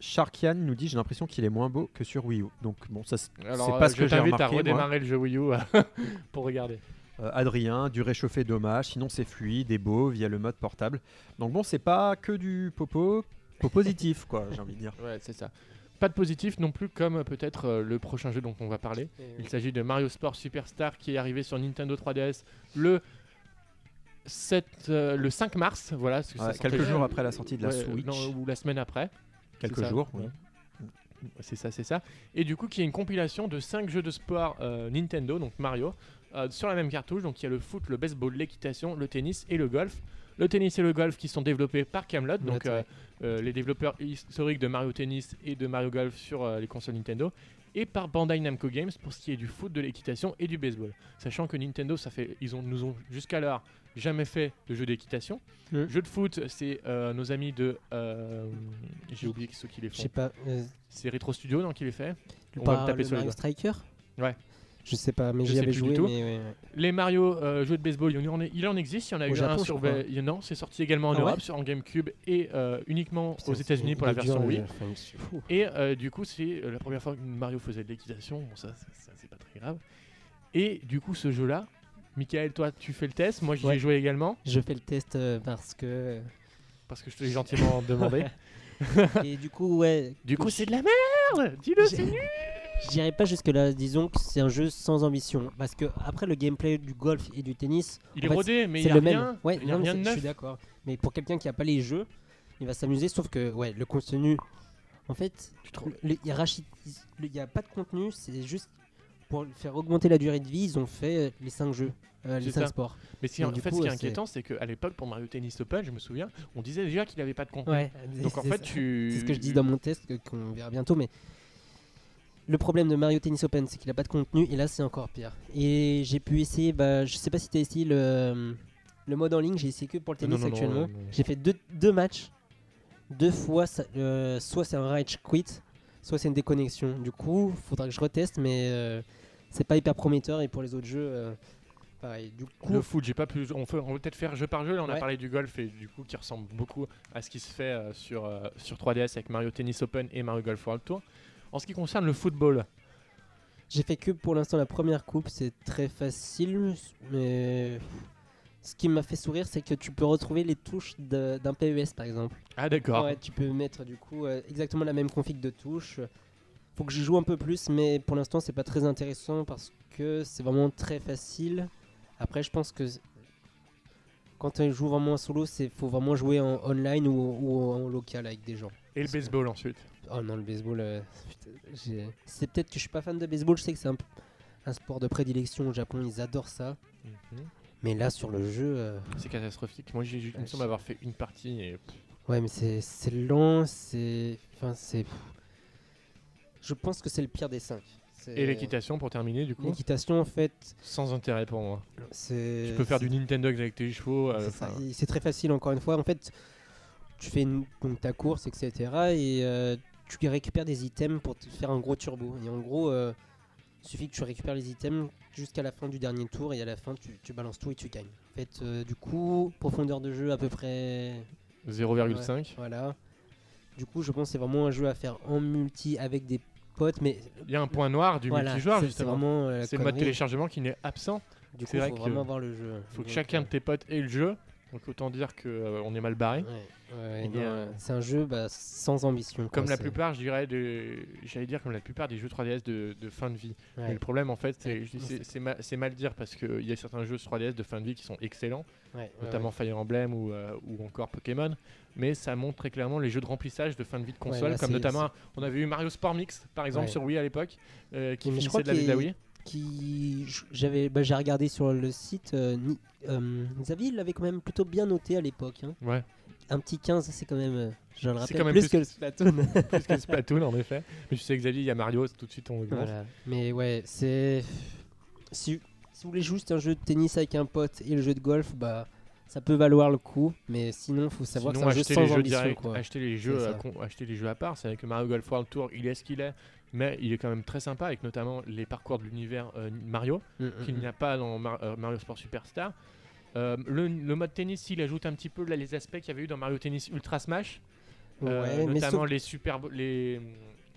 Speaker 2: Sharkian nous dit, j'ai l'impression qu'il est moins beau que sur Wii U. Donc bon, ça c'est
Speaker 1: Alors,
Speaker 2: c'est
Speaker 1: euh,
Speaker 2: pas ce
Speaker 1: je
Speaker 2: que j'ai
Speaker 1: t'invite à
Speaker 2: remarqué, moi.
Speaker 1: redémarrer le jeu Wii U euh, pour regarder.
Speaker 2: Euh, Adrien, du réchauffé dommage, sinon c'est fluide et beau via le mode portable. Donc bon, c'est pas que du popo, popo positif quoi, j'ai envie de dire.
Speaker 1: Ouais, c'est ça. Pas de positif non plus, comme euh, peut-être euh, le prochain jeu dont on va parler.
Speaker 3: Euh,
Speaker 1: Il s'agit de Mario Sport Superstar qui est arrivé sur Nintendo 3DS le 7, euh, le 5 mars, voilà. parce que ça
Speaker 2: Ouais,
Speaker 1: sortait-
Speaker 2: quelques jours après la sortie de la
Speaker 1: Ouais, euh,
Speaker 2: Switch,
Speaker 1: non, ou la semaine après.
Speaker 2: quelques
Speaker 1: c'est ça.
Speaker 2: jours. oui.
Speaker 1: C'est ça, c'est ça. Et du coup, qui est une compilation de 5 jeux de sport euh, Nintendo, donc Mario, euh, sur la même cartouche. Donc il y a le foot, le baseball, l'équitation, le tennis et le golf. le tennis et le golf qui sont développés par Camelot, donc
Speaker 3: Ouais,
Speaker 1: euh,
Speaker 3: ouais.
Speaker 1: euh, les développeurs historiques de Mario Tennis et de Mario Golf sur euh, les consoles Nintendo, et par Bandai Namco Games pour ce qui est du foot, de l'équitation et du baseball. Sachant que Nintendo, ça fait, ils ont, nous ont jusqu'alors jamais fait de jeu d'équitation.
Speaker 3: Mm.
Speaker 1: Jeu de foot, c'est euh, nos amis de, euh, j'ai oublié ceux qui les
Speaker 3: Je
Speaker 1: font.
Speaker 3: sais pas. euh,
Speaker 1: C'est Retro Studio, non, qui les fait.
Speaker 3: le
Speaker 1: On va me
Speaker 3: par-
Speaker 1: taper
Speaker 3: le
Speaker 1: sur les
Speaker 3: Mario
Speaker 1: doigts.
Speaker 3: Striker
Speaker 1: Ouais.
Speaker 3: Je sais pas, mais
Speaker 1: Je
Speaker 3: j'y
Speaker 1: sais
Speaker 3: avais
Speaker 1: plus du
Speaker 3: joué.
Speaker 1: tout.
Speaker 3: mais ouais, ouais.
Speaker 1: Les Mario euh, jeux de baseball, il y en, est- il en existe. Il y en a
Speaker 3: Au
Speaker 1: eu un
Speaker 3: Japon,
Speaker 1: sur.
Speaker 3: je crois.
Speaker 1: il y en- Non, c'est sorti également en
Speaker 3: Ah ouais
Speaker 1: Europe, sur, en GameCube et euh, uniquement
Speaker 3: Putain,
Speaker 1: aux États-Unis
Speaker 3: c'est-
Speaker 1: pour la
Speaker 3: il est
Speaker 1: version
Speaker 3: dur, le
Speaker 1: Wii.
Speaker 3: jeu. Enfin, c'est fou.
Speaker 1: Et euh, du coup, c'est euh, la première fois que Mario faisait de l'équitation. Bon, ça, c'est- ça, c'est pas très grave. Et du coup, ce jeu-là, Michael, toi, tu fais le test. Moi, j'y
Speaker 3: Ouais.
Speaker 1: ai joué également
Speaker 3: Je fais le test euh, parce que. euh,
Speaker 1: parce que je te l'ai gentiment demandé.
Speaker 3: Et du coup, ouais.
Speaker 1: Du coup, c'est de la merde. Dis-le,
Speaker 3: J'ai-
Speaker 1: c'est nul.
Speaker 3: J'irai pas jusque-là. Disons que c'est un jeu sans ambition. Parce que, après le gameplay du golf et du tennis,
Speaker 1: Il est
Speaker 3: en fait,
Speaker 1: rodé, mais il
Speaker 3: c'est
Speaker 1: y a
Speaker 3: le
Speaker 1: rien.
Speaker 3: même. Ouais,
Speaker 1: il y a
Speaker 3: non, mais
Speaker 1: rien
Speaker 3: c'est-
Speaker 1: de
Speaker 3: je suis
Speaker 1: neuf.
Speaker 3: d'accord. Mais pour quelqu'un qui a pas les jeux, il va s'amuser. Sauf que, ouais, le contenu. En fait,
Speaker 1: Tu te-
Speaker 3: le- il y a rachi- le- il y a pas de contenu. C'est juste pour faire augmenter la durée de vie. Ils ont fait euh, les 5 jeux, euh, les
Speaker 1: C'est
Speaker 3: 5
Speaker 1: ça.
Speaker 3: sports.
Speaker 1: Mais si,
Speaker 3: Mais
Speaker 1: en
Speaker 3: du
Speaker 1: fait,
Speaker 3: coup,
Speaker 1: ce qui est
Speaker 3: euh, c'est-
Speaker 1: inquiétant, c'est qu'à l'époque, pour Mario Tennis Open, je me souviens, on disait déjà qu'il avait pas de contenu.
Speaker 3: Ouais.
Speaker 1: Donc en fait, tu.
Speaker 3: C'est ce que je
Speaker 1: Mm,
Speaker 3: dis dans mon test que- qu'on verra bientôt, mais le problème de Mario Tennis Open, c'est qu'il a pas de contenu et là c'est encore pire. Et j'ai pu essayer, bah, je sais pas si tu as essayé le, le mode en ligne, j'ai essayé que pour le
Speaker 1: Non, non,
Speaker 3: tennis
Speaker 1: non, euh,
Speaker 3: actuellement.
Speaker 1: non, non.
Speaker 3: J'ai fait deux, deux matchs, deux fois, ça- euh, soit c'est un rage quit, soit c'est une déconnexion. Du coup, faudra que je reteste, mais euh, c'est pas hyper prometteur et pour les autres jeux, euh, pareil. Du coup,
Speaker 1: Le foot, j'ai pas plus. On, fait- on va peut-être faire jeu par jeu. Là, on a
Speaker 3: Ouais.
Speaker 1: parlé du golf et du coup qui ressemble beaucoup à ce qui se fait euh, sur, euh, sur 3DS avec Mario Tennis Open et Mario Golf World Tour. En ce qui concerne le football,
Speaker 3: J'ai fait que pour l'instant la première coupe, c'est très facile, mais ce qui m'a fait sourire, c'est que tu peux retrouver les touches de- d'un PES par exemple.
Speaker 1: ah d'accord.
Speaker 3: Ouais, tu peux mettre du coup euh, exactement la même config de touches. Faut que j'y joue un peu plus, mais pour l'instant c'est pas très intéressant parce que c'est vraiment très facile. Après, je pense que c- quand tu joues vraiment en solo, c'est faut vraiment jouer en online ou, ou en local avec des gens.
Speaker 1: Et le baseball ensuite.
Speaker 3: Oh non, le baseball. euh, putain, j'ai- c'est peut-être que je suis pas fan de baseball. Je sais que c'est un, p- un sport de prédilection au Japon. Ils adorent ça. Mais là, sur le jeu, euh,
Speaker 1: Mhm. C'est catastrophique. Moi, j'ai juste il me semble avoir fait une partie et pff,
Speaker 3: ouais, mais c'est c'est lent. C'est. Enfin, c'est. pff. Je pense que c'est le pire des cinq. C'est-
Speaker 1: et l'équitation pour terminer du coup.
Speaker 3: L'équitation, en fait,
Speaker 1: Sans intérêt pour moi.
Speaker 3: c'est.
Speaker 1: Tu peux faire du Nintendo avec tes chevaux. euh,
Speaker 3: C'est ça,
Speaker 1: enfin,
Speaker 3: et c'est très facile encore une fois. En fait, tu fais une- donc ta course, etc. Et euh, tu récupères des items pour te faire un gros turbo. Et en gros, euh, il suffit que tu récupères les items jusqu'à la fin du dernier tour et à la fin tu, tu balances tout et tu gagnes. En fait, euh, du coup, profondeur de jeu à peu près.
Speaker 1: 0,5.
Speaker 3: Voilà. Du coup, je pense que c'est vraiment un jeu à faire en multi avec des potes, mais
Speaker 1: Il y a un point noir du
Speaker 3: voilà,
Speaker 1: multijoueur
Speaker 3: c'est- c'est
Speaker 1: justement.
Speaker 3: vraiment euh, la
Speaker 1: C'est le mode
Speaker 3: connerie.
Speaker 1: téléchargement qui n'est absent.
Speaker 3: Du coup,
Speaker 1: c'est vrai
Speaker 3: faut
Speaker 1: que-
Speaker 3: vraiment avoir le jeu.
Speaker 1: Faut que
Speaker 3: Donc,
Speaker 1: chacun
Speaker 3: euh,
Speaker 1: de tes potes ait le jeu. Donc autant dire que euh, on est mal barré.
Speaker 3: Ouais, ouais,
Speaker 1: Et
Speaker 3: non,
Speaker 1: euh,
Speaker 3: C'est un jeu bah, sans ambition.
Speaker 1: Comme
Speaker 3: quoi,
Speaker 1: la
Speaker 3: c'est-
Speaker 1: plupart, je dirais, des- j'allais dire comme la plupart des jeux 3DS de, de fin de vie.
Speaker 3: ouais.
Speaker 1: Mais le problème, en fait, c'est-
Speaker 3: Ouais.
Speaker 1: je dis- c'est c'est ma- c'est mal dire parce qu'il y a certains jeux 3DS de fin de vie qui sont excellents,
Speaker 3: Ouais, ouais,
Speaker 1: notamment Fire Emblem ou, euh, ou encore Pokémon. Mais ça montre très clairement les jeux de remplissage de fin de vie de console,
Speaker 3: là,
Speaker 1: comme
Speaker 3: c'est-
Speaker 1: notamment, on avait eu Mario Sport Mix, par exemple,
Speaker 3: Ouais.
Speaker 1: sur Wii à l'époque, euh, qui
Speaker 3: Mais je
Speaker 1: finissait
Speaker 3: crois
Speaker 1: de la vie de la
Speaker 3: qu'il-
Speaker 1: Wii.
Speaker 3: ouais. qui j- j'avais bah, j'ai regardé sur le site euh, Ni- euh, Xavier il l'avait quand même plutôt bien noté à l'époque hein.
Speaker 1: Ouais,
Speaker 3: un petit 15 c'est quand même euh, je le
Speaker 1: C'est
Speaker 3: rappelle
Speaker 1: quand même plus
Speaker 3: plus, que le Splatoon
Speaker 1: plus que Splatoon, en effet. Mais tu sais, Xavier, il y a Mario, tout de suite, on augmente.
Speaker 3: Voilà. mais ouais c'est si, si vous voulez juste un jeu de tennis avec un pote et le jeu de golf bah ça peut valoir le coup mais sinon faut savoir
Speaker 1: Sinon,
Speaker 3: que c'est un jeu
Speaker 1: acheter
Speaker 3: sans
Speaker 1: les jeux
Speaker 3: ambition
Speaker 1: directs,
Speaker 3: quoi.
Speaker 1: acheter les jeux,
Speaker 3: C'est
Speaker 1: à
Speaker 3: ça.
Speaker 1: con- acheter les jeux à part. C'est vrai que Mario Golf World Tour, il est ce qu'il est, mais il est quand même très sympa avec notamment les parcours de l'univers euh, Mario
Speaker 3: Mm, mm,
Speaker 1: qu'il n'y a pas dans Mar- euh, Mario Sport Superstar. Euh, le, le mode tennis, il ajoute un petit peu là, les aspects qu'il y avait eu dans Mario Tennis Ultra Smash,
Speaker 3: mm.
Speaker 1: euh,
Speaker 3: Ouais, mais
Speaker 1: notamment
Speaker 3: sauf-
Speaker 1: les super les,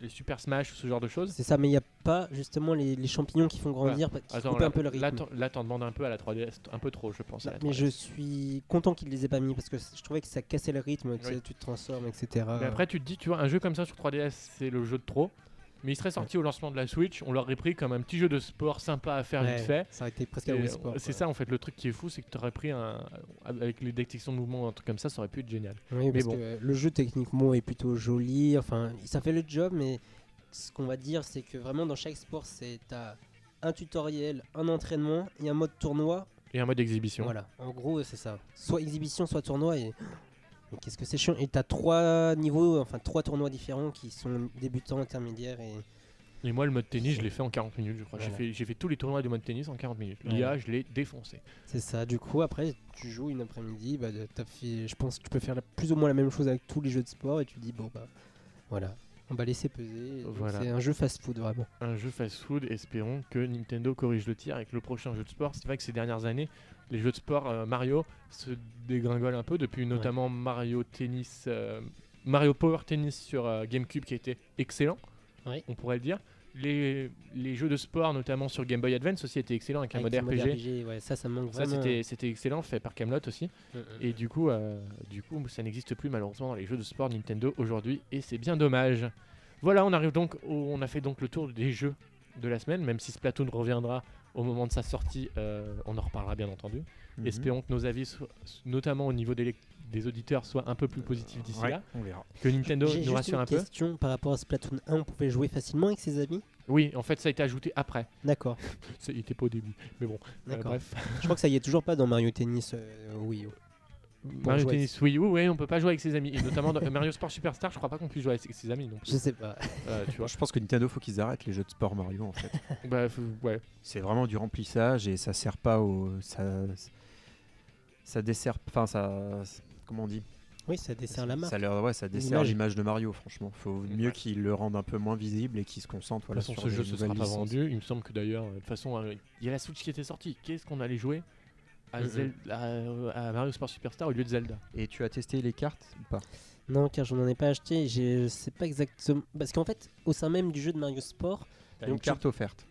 Speaker 1: les super Smash ce genre de choses.
Speaker 3: c'est ça mais il n'y a pas justement les, les champignons qui font grandir qui coupent
Speaker 1: là,
Speaker 3: un peu le rythme
Speaker 1: là, t'en- là, t'en demandes un peu à la 3DS, un peu trop, je pense. à
Speaker 3: Non,
Speaker 1: la
Speaker 3: Bah, mais
Speaker 1: 3DS.
Speaker 3: je suis content qu'il les ait pas mis parce que c- je trouvais que ça cassait le rythme, tu,
Speaker 1: Oui.
Speaker 3: sais, tu te transformes, etc.
Speaker 1: Mais après, tu te dis, tu vois, un jeu comme ça sur 3DS, c'est le jeu de trop. Mais il serait sorti au lancement de la Switch, on l'aurait pris comme un petit jeu de sport sympa à faire
Speaker 3: Ouais,
Speaker 1: vite fait.
Speaker 3: Ça aurait été presque
Speaker 1: Et,
Speaker 3: à
Speaker 1: euh,
Speaker 3: Wii Sport.
Speaker 1: C'est
Speaker 3: quoi.
Speaker 1: ça en fait le truc qui est fou, c'est que tu aurais pris un. Avec les détections de mouvement, un truc comme ça, ça aurait pu être génial.
Speaker 3: Oui, parce
Speaker 1: bon.
Speaker 3: que, euh, le jeu techniquement est plutôt joli, enfin ça fait le job, mais ce qu'on va dire c'est que vraiment dans chaque sport, c'est t'as un tutoriel, un entraînement et un mode tournoi
Speaker 1: Et un mode exhibition.
Speaker 3: Voilà, en gros, c'est ça. Soit exhibition, soit tournoi. Et Mais qu'est-ce que c'est chiant. Et t'as trois niveaux, enfin trois tournois différents qui sont débutants, intermédiaires et.
Speaker 1: Et moi, le mode tennis, je l'ai fait en 40 minutes, je crois. J'ai
Speaker 3: Voilà.
Speaker 1: fait, j'ai fait tous les tournois du mode tennis en 40 minutes.
Speaker 3: Voilà.
Speaker 1: L'IA, je l'ai défoncé.
Speaker 3: C'est ça. Du coup, après, tu joues une après-midi. Bah, de- t'as fait, je pense que tu peux faire la- plus ou moins la même chose avec tous les jeux de sport. Et tu dis, bon, bah, voilà, on va laisser peser. Et donc,
Speaker 1: Voilà.
Speaker 3: C'est un jeu fast-food, vraiment.
Speaker 1: Un jeu fast-food, espérons que Nintendo corrige le tir avec le prochain jeu de sport. C'est vrai que ces dernières années, les jeux de sport euh, Mario se dégringolent un peu, depuis notamment Mario Tennis, euh, Mario Power Tennis sur euh, GameCube qui était excellent,
Speaker 3: Ouais.
Speaker 1: on pourrait le dire. Les, les jeux de sport, notamment sur Game Boy Advance, aussi étaient excellents avec un
Speaker 3: Avec
Speaker 1: mode
Speaker 3: le
Speaker 1: RPG.
Speaker 3: ouais, ça, ça me manque
Speaker 1: Ça,
Speaker 3: vraiment. euh,
Speaker 1: c'était c'était excellent, fait par Camelot aussi.
Speaker 3: Mm, mm.
Speaker 1: Et du coup, euh, du coup, ça n'existe plus malheureusement dans les jeux de sport Nintendo aujourd'hui, et c'est bien dommage. Voilà, on arrive donc, au- on a fait donc le tour des jeux de la semaine, même si Splatoon reviendra au moment de sa sortie, euh, on en reparlera bien entendu.
Speaker 2: Mhm.
Speaker 1: Espérons que nos avis, soient- notamment au niveau des, lec- des auditeurs, soient un peu plus positifs d'ici
Speaker 2: Ouais,
Speaker 1: là,
Speaker 2: on verra.
Speaker 1: que Nintendo
Speaker 3: J'ai
Speaker 1: nous
Speaker 3: juste
Speaker 1: rassure
Speaker 3: une
Speaker 1: un peu.
Speaker 3: question par rapport à Splatoon 1. On pouvait jouer facilement avec ses amis
Speaker 1: Oui, en fait, ça a été ajouté après.
Speaker 3: D'accord.
Speaker 1: C'est- Il était pas au début, mais bon. euh,
Speaker 3: D'accord.
Speaker 1: bref,
Speaker 3: je crois que ça y est toujours pas dans Mario Tennis. euh, oui. oui.
Speaker 1: Mario
Speaker 3: jouer avec-
Speaker 1: Tennis Wii U, ouais, on peut pas jouer avec ses amis, et notamment dans- Mario Sport Superstar, je crois pas qu'on puisse jouer avec ses amis, donc euh,
Speaker 3: Je sais pas.
Speaker 1: tu vois.
Speaker 2: Je pense que Nintendo, faut qu'ils arrêtent les jeux de sport Mario en fait.
Speaker 1: Bah, faut- ouais.
Speaker 2: C'est vraiment du remplissage et ça sert pas au. Ça, ça dessert. Enfin, ça. Comment on dit
Speaker 3: Oui, ça dessert la marque.
Speaker 2: Ça, leur, ouais, ça dessert
Speaker 3: L'image.
Speaker 2: l'image de Mario, franchement. Faut mieux qu'ils le rendent un peu moins visible et qu'ils se concentrent.
Speaker 1: De
Speaker 2: Voilà,
Speaker 1: toute façon,
Speaker 2: sur
Speaker 1: ce jeu
Speaker 2: les
Speaker 1: se
Speaker 2: nouvelles
Speaker 1: sera pas
Speaker 2: licences.
Speaker 1: vendu. Il me semble que d'ailleurs, euh, de toute façon, euh, il y a la Switch qui était sortie. Qu'est-ce qu'on allait jouer à,
Speaker 3: Mhm.
Speaker 1: Zel- à, euh, à Mario Sport Superstar au lieu de Zelda
Speaker 2: Et tu as testé les cartes ou pas
Speaker 3: Non, car je n'en ai pas acheté. Je sais pas exactement. Parce qu'en fait, au sein même du jeu de Mario Sport,
Speaker 1: T'as
Speaker 2: Une
Speaker 1: une carte-
Speaker 2: carte offerte.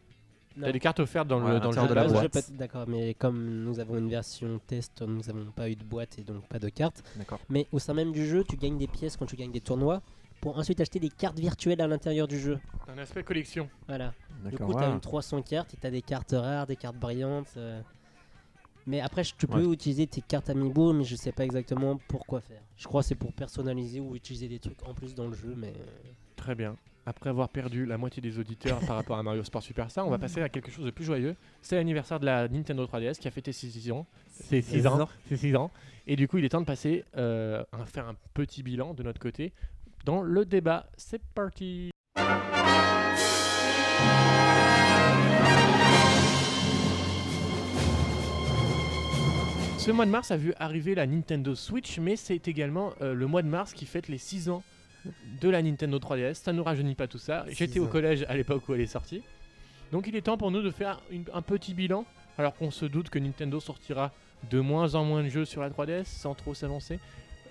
Speaker 1: t'as des cartes offertes dans
Speaker 2: Ouais,
Speaker 1: le, dans le
Speaker 2: à
Speaker 1: jeu
Speaker 2: l'intérieur de la
Speaker 1: base.
Speaker 3: base,
Speaker 2: boîte.
Speaker 3: j'ai pas- D'accord, mais comme nous avons une version test, nous n'avons pas eu de boîte et donc pas de carte.
Speaker 2: D'accord.
Speaker 3: Mais au sein même du jeu, tu gagnes des pièces quand tu gagnes des tournois pour ensuite acheter des cartes virtuelles à l'intérieur du jeu.
Speaker 1: Un aspect collection.
Speaker 3: Voilà. Du
Speaker 2: D'accord.
Speaker 3: coup, tu as
Speaker 2: ouais.
Speaker 3: une 300 cartes et tu as des cartes rares, des cartes brillantes. euh. Mais après, je- tu peux utiliser tes cartes Amiibo, mais je sais pas exactement pourquoi faire. Je crois que c'est pour personnaliser ou utiliser des trucs en plus dans le jeu, mais.
Speaker 1: Très bien. Après avoir perdu la moitié des auditeurs par rapport à Mario Sport Superstar, on va passer à quelque chose de plus joyeux. C'est l'anniversaire de la Nintendo 3DS qui a fêté ses 6 ans. Ses 6 ans. Ses 6 ans. Et du coup, il est temps de passer euh, à faire un petit bilan de notre côté dans le débat. C'est parti Ce mois de mars a vu arriver la Nintendo Switch, mais c'est également euh, le mois de mars qui fête les 6 ans de la Nintendo 3DS. Ça ne nous rajeunit pas tout ça.
Speaker 3: Six
Speaker 1: J'étais au
Speaker 3: ans.
Speaker 1: collège à l'époque où elle est sortie. Donc il est temps pour nous de faire une- un petit bilan, alors qu'on se doute que Nintendo sortira de moins en moins de jeux sur la 3DS sans trop s'avancer.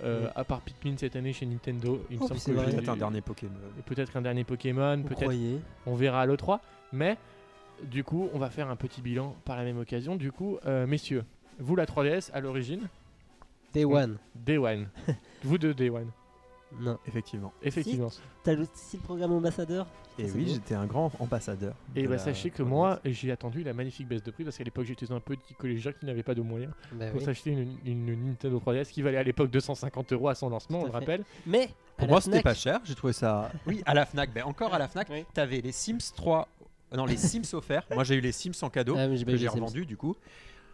Speaker 1: Euh,
Speaker 3: Oui.
Speaker 1: À part Pikmin cette année chez Nintendo, il me
Speaker 3: Oh,
Speaker 1: semble
Speaker 3: c'est
Speaker 1: que
Speaker 3: vrai.
Speaker 1: j'ai-
Speaker 2: Peut-être un dernier Pokémon.
Speaker 1: peut-être un dernier Pokémon,
Speaker 3: Vous
Speaker 1: peut-être
Speaker 3: croyez
Speaker 1: on verra à l'E3. Mais du coup, on va faire un petit bilan par la même occasion. Du coup, euh, messieurs, vous la 3DS à l'origine,
Speaker 3: Day One.
Speaker 1: Day One. vous deux Day One,
Speaker 3: Non.
Speaker 2: Effectivement.
Speaker 1: effectivement.
Speaker 3: T'as le- si le programme ambassadeur
Speaker 2: Et
Speaker 3: c'est
Speaker 2: oui,
Speaker 3: beau.
Speaker 2: j'étais un grand ambassadeur.
Speaker 1: Et
Speaker 2: de
Speaker 1: bah
Speaker 2: la
Speaker 1: sachez que
Speaker 2: 3DS.
Speaker 1: moi, j'ai attendu la magnifique baisse de prix parce qu'à l'époque, j'étais un petit collégien qui n'avait pas de moyens
Speaker 3: Bah
Speaker 1: pour
Speaker 3: oui.
Speaker 1: s'acheter une, une Nintendo 3DS qui valait à l'époque 250 euros à son lancement,
Speaker 3: Tout
Speaker 1: on
Speaker 3: à
Speaker 1: le
Speaker 3: fait.
Speaker 1: rappelle.
Speaker 3: Mais à
Speaker 2: Pour
Speaker 3: la
Speaker 2: moi, c'était
Speaker 3: Fnac,
Speaker 2: pas cher. J'ai trouvé ça. Oui, à la Fnac. Ben, encore à la Fnac.
Speaker 3: Oui.
Speaker 2: T'avais les Sims 3. euh, Non, les Sims offerts. Moi, j'ai eu les Sims en cadeau.
Speaker 3: Ah, mais j'ai pas
Speaker 2: que
Speaker 3: eu
Speaker 2: j'ai
Speaker 3: les Sims.
Speaker 2: revendu du coup.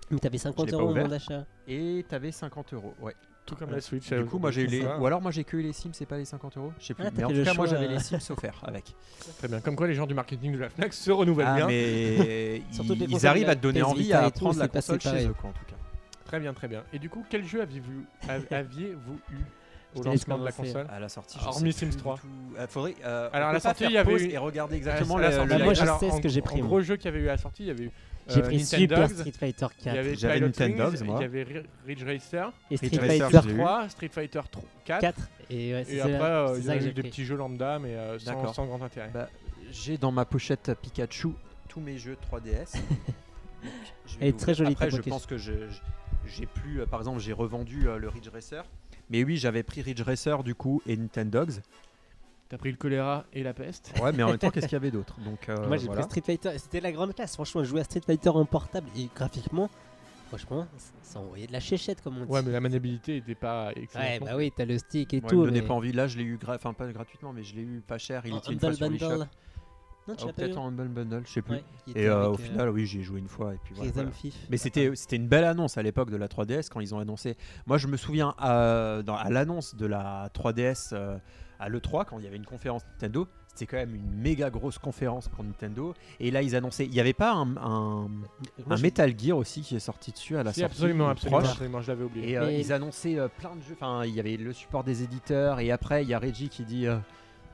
Speaker 3: Mais t'avais 50
Speaker 2: Je l'ai
Speaker 3: euros
Speaker 2: pas
Speaker 3: au moment
Speaker 2: ouvert.
Speaker 3: d'achat.
Speaker 2: Et t'avais 50 euros. Ouais.
Speaker 1: Tout comme
Speaker 2: Voilà.
Speaker 1: la Switch.
Speaker 2: Du
Speaker 1: euh,
Speaker 2: coup, moi j'ai eu les.
Speaker 1: ça.
Speaker 2: Ou alors, moi j'ai que eu les Sims et pas les 50 euros. Je sais plus.
Speaker 3: Ah, t'as
Speaker 2: mais en
Speaker 3: fait
Speaker 2: tout
Speaker 3: le
Speaker 2: cas, moi
Speaker 3: choix,
Speaker 2: j'avais
Speaker 3: euh.
Speaker 2: les Sims offerts avec. Ah,
Speaker 1: Très bien. Comme quoi, les gens du marketing de la Fnac se renouvellent bien.
Speaker 2: mais
Speaker 3: Surtout les
Speaker 2: ils,
Speaker 3: consoles,
Speaker 2: arrivent
Speaker 3: la
Speaker 2: à te donner
Speaker 3: PS
Speaker 2: envie
Speaker 3: Vita
Speaker 2: à
Speaker 3: et tout,
Speaker 2: prendre la
Speaker 3: c'est pas
Speaker 2: console chez
Speaker 3: séparé.
Speaker 2: eux, quoi, en tout cas.
Speaker 1: Très bien, très bien. Et du coup, quel jeu aviez-vous av- aviez-vous eu au
Speaker 3: Je te laisse
Speaker 1: lancement de la
Speaker 3: commencer.
Speaker 1: console
Speaker 2: À la sortie.
Speaker 1: je Hormis sais Sims plus du 3.
Speaker 2: Euh, faudrait.
Speaker 1: Alors, à la sortie, il y avait eu-
Speaker 2: Et regarder exactement
Speaker 1: À la
Speaker 2: le-
Speaker 1: sortie,
Speaker 2: le
Speaker 3: Bah, moi,
Speaker 2: live.
Speaker 3: je
Speaker 1: alors,
Speaker 3: sais ce
Speaker 1: en-
Speaker 3: que j'ai pris,
Speaker 1: En
Speaker 3: moi.
Speaker 1: gros jeu qu'il y avait eu à la sortie, il y avait eu
Speaker 3: J'ai
Speaker 1: euh,
Speaker 3: pris
Speaker 1: Nintendogs,
Speaker 3: Super Street Fighter
Speaker 1: il y
Speaker 3: 4
Speaker 1: avait
Speaker 2: J'avais
Speaker 1: Pilot
Speaker 2: Nintendogs,
Speaker 1: Wings,
Speaker 2: moi.
Speaker 1: il y avait Ri- Ridge Racer,
Speaker 3: et
Speaker 2: Ridge
Speaker 3: Street
Speaker 2: Racer,
Speaker 3: Fighter
Speaker 2: j'ai eu.
Speaker 1: 3, Street Fighter 3, 4.
Speaker 3: 4. Et, ouais, c'est
Speaker 1: et
Speaker 3: ça-
Speaker 1: après, euh,
Speaker 3: c'est
Speaker 1: il y
Speaker 3: ça
Speaker 1: a
Speaker 3: que
Speaker 1: eu
Speaker 3: j'ai
Speaker 1: des
Speaker 3: pris.
Speaker 1: petits jeux lambda, mais euh, sans,
Speaker 2: D'accord.
Speaker 1: sans grand intérêt.
Speaker 2: Bah, J'ai dans ma pochette Pikachu tous mes jeux 3DS. Donc, je vais
Speaker 3: Et
Speaker 2: l'ouvrir.
Speaker 3: très jolie ta
Speaker 2: Après, je
Speaker 3: pochette.
Speaker 2: pense que je- je- j'ai plus. euh, par exemple, j'ai revendu euh, le Ridge Racer. Mais oui, j'avais pris Ridge Racer du coup et Nintendogs.
Speaker 1: T'as pris le choléra et la peste.
Speaker 2: Ouais, mais en même temps, qu'est-ce qu'il y avait d'autre Donc, euh,
Speaker 3: Moi, j'ai
Speaker 2: voilà.
Speaker 3: pris Street Fighter. et C'était la grande classe. Franchement, jouer à Street Fighter en portable et graphiquement, franchement, c- ça envoyait de la chéchette, comme on dit.
Speaker 1: Ouais, mais la maniabilité n'était pas excellente.
Speaker 3: Ouais,
Speaker 1: non
Speaker 3: bah oui, t'as le stick et
Speaker 2: Moi, il
Speaker 3: tout.
Speaker 2: me donnait
Speaker 3: mais-
Speaker 2: pas envie. Là, je l'ai eu, gra- enfin pas gratuitement, mais je l'ai eu pas cher. Il
Speaker 3: en
Speaker 2: était une
Speaker 3: bundle,
Speaker 2: fois sur l'eShop.
Speaker 3: bundle. Non, tu
Speaker 2: Ah,
Speaker 3: l'as pas eu.
Speaker 2: Peut-être en Humble Bundle, je sais plus.
Speaker 3: Ouais, il était
Speaker 2: Et euh,
Speaker 3: avec,
Speaker 2: au
Speaker 3: euh,
Speaker 2: final, oui, j'y ai joué une fois. Et puis voilà,
Speaker 3: Chris
Speaker 2: voilà.
Speaker 3: Amphif.
Speaker 2: Mais c'était c'était une belle annonce à l'époque de la 3DS quand ils ont annoncé. Moi, je me souviens euh, dans- à l'annonce de la 3DS euh, à l'E3, quand il y avait une conférence Nintendo, c'était quand même une méga grosse conférence pour Nintendo. Et là, ils annonçaient. Il n'y avait pas un, un-
Speaker 3: Moi,
Speaker 2: un
Speaker 3: je-
Speaker 2: Metal Gear aussi qui est sorti dessus à la
Speaker 1: Si,
Speaker 2: sortie
Speaker 1: absolument,
Speaker 2: ou
Speaker 1: absolument,
Speaker 2: proche.
Speaker 1: absolument, je l'avais oublié.
Speaker 2: Et euh,
Speaker 3: Mais-
Speaker 2: ils annonçaient euh, plein de jeux. Enfin, il y avait le support des éditeurs. Et après, il y a Reggie qui dit euh,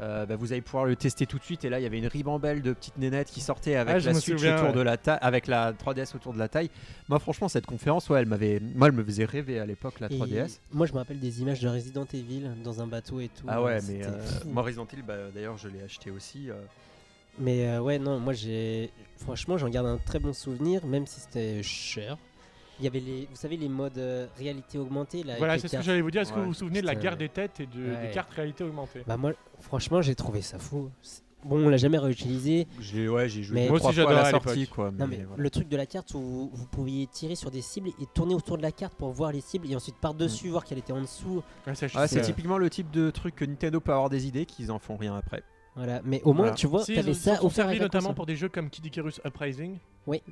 Speaker 2: euh, bah, Vous allez pouvoir le tester tout de suite. Et là, il y avait une ribambelle de petites nénettes qui sortaient avec
Speaker 1: Ah, je
Speaker 2: la
Speaker 1: me
Speaker 2: Switch
Speaker 1: souviens,
Speaker 2: autour
Speaker 1: ouais.
Speaker 2: de la taille, avec la 3DS autour de la taille. Moi, franchement, cette conférence, ouais, elle m'avait, moi, elle me faisait rêver à l'époque la
Speaker 3: et
Speaker 2: 3DS.
Speaker 3: Moi, je me rappelle des images de Resident Evil dans un bateau et tout.
Speaker 2: Ah ouais, mais
Speaker 3: c'était
Speaker 2: euh,
Speaker 3: fou.
Speaker 2: moi, Resident Evil, bah, d'ailleurs, je l'ai acheté aussi. euh,
Speaker 3: Mais euh, ouais, non, moi j'ai. Franchement, j'en garde un très bon souvenir, même si c'était cher. Il y avait les. Vous savez, les modes euh, réalité augmentée là. avec
Speaker 1: Voilà,
Speaker 3: les
Speaker 1: c'est ce que
Speaker 3: cartes.
Speaker 1: j'allais vous dire. Est-ce que
Speaker 2: Ouais.
Speaker 1: vous vous souvenez de la
Speaker 3: Putain,
Speaker 1: guerre
Speaker 3: ouais.
Speaker 1: des têtes et de-
Speaker 3: Ouais.
Speaker 1: des cartes réalité augmentée
Speaker 3: Bah, moi, franchement, j'ai trouvé ça fou. C'est- Bon, on l'a jamais réutilisé.
Speaker 2: j'ai, ouais, j'ai joué
Speaker 3: Mais-
Speaker 2: deux,
Speaker 1: Moi
Speaker 2: trois
Speaker 1: aussi,
Speaker 2: fois à la
Speaker 1: j'adorais à
Speaker 2: sortie,
Speaker 1: l'époque.
Speaker 2: quoi.
Speaker 3: Non,
Speaker 2: mais
Speaker 3: mais
Speaker 2: voilà.
Speaker 3: le truc de la carte où vous pouviez tirer sur des cibles et tourner autour de la carte pour voir les cibles et ensuite par-dessus voir qu'elle était en dessous.
Speaker 1: Ouais, ça, je
Speaker 2: Ah,
Speaker 1: sais.
Speaker 2: c'est typiquement le type de truc que Nintendo peut avoir des idées qu'ils en font rien après.
Speaker 3: Voilà, mais au moins,
Speaker 2: Voilà.
Speaker 3: tu vois,
Speaker 1: Si, ils
Speaker 3: t'avais
Speaker 1: ont- ils
Speaker 3: ça
Speaker 1: sont
Speaker 3: offert
Speaker 1: servis
Speaker 3: avec la
Speaker 1: notamment
Speaker 3: console.
Speaker 1: pour des jeux comme Kid Icarus Uprising.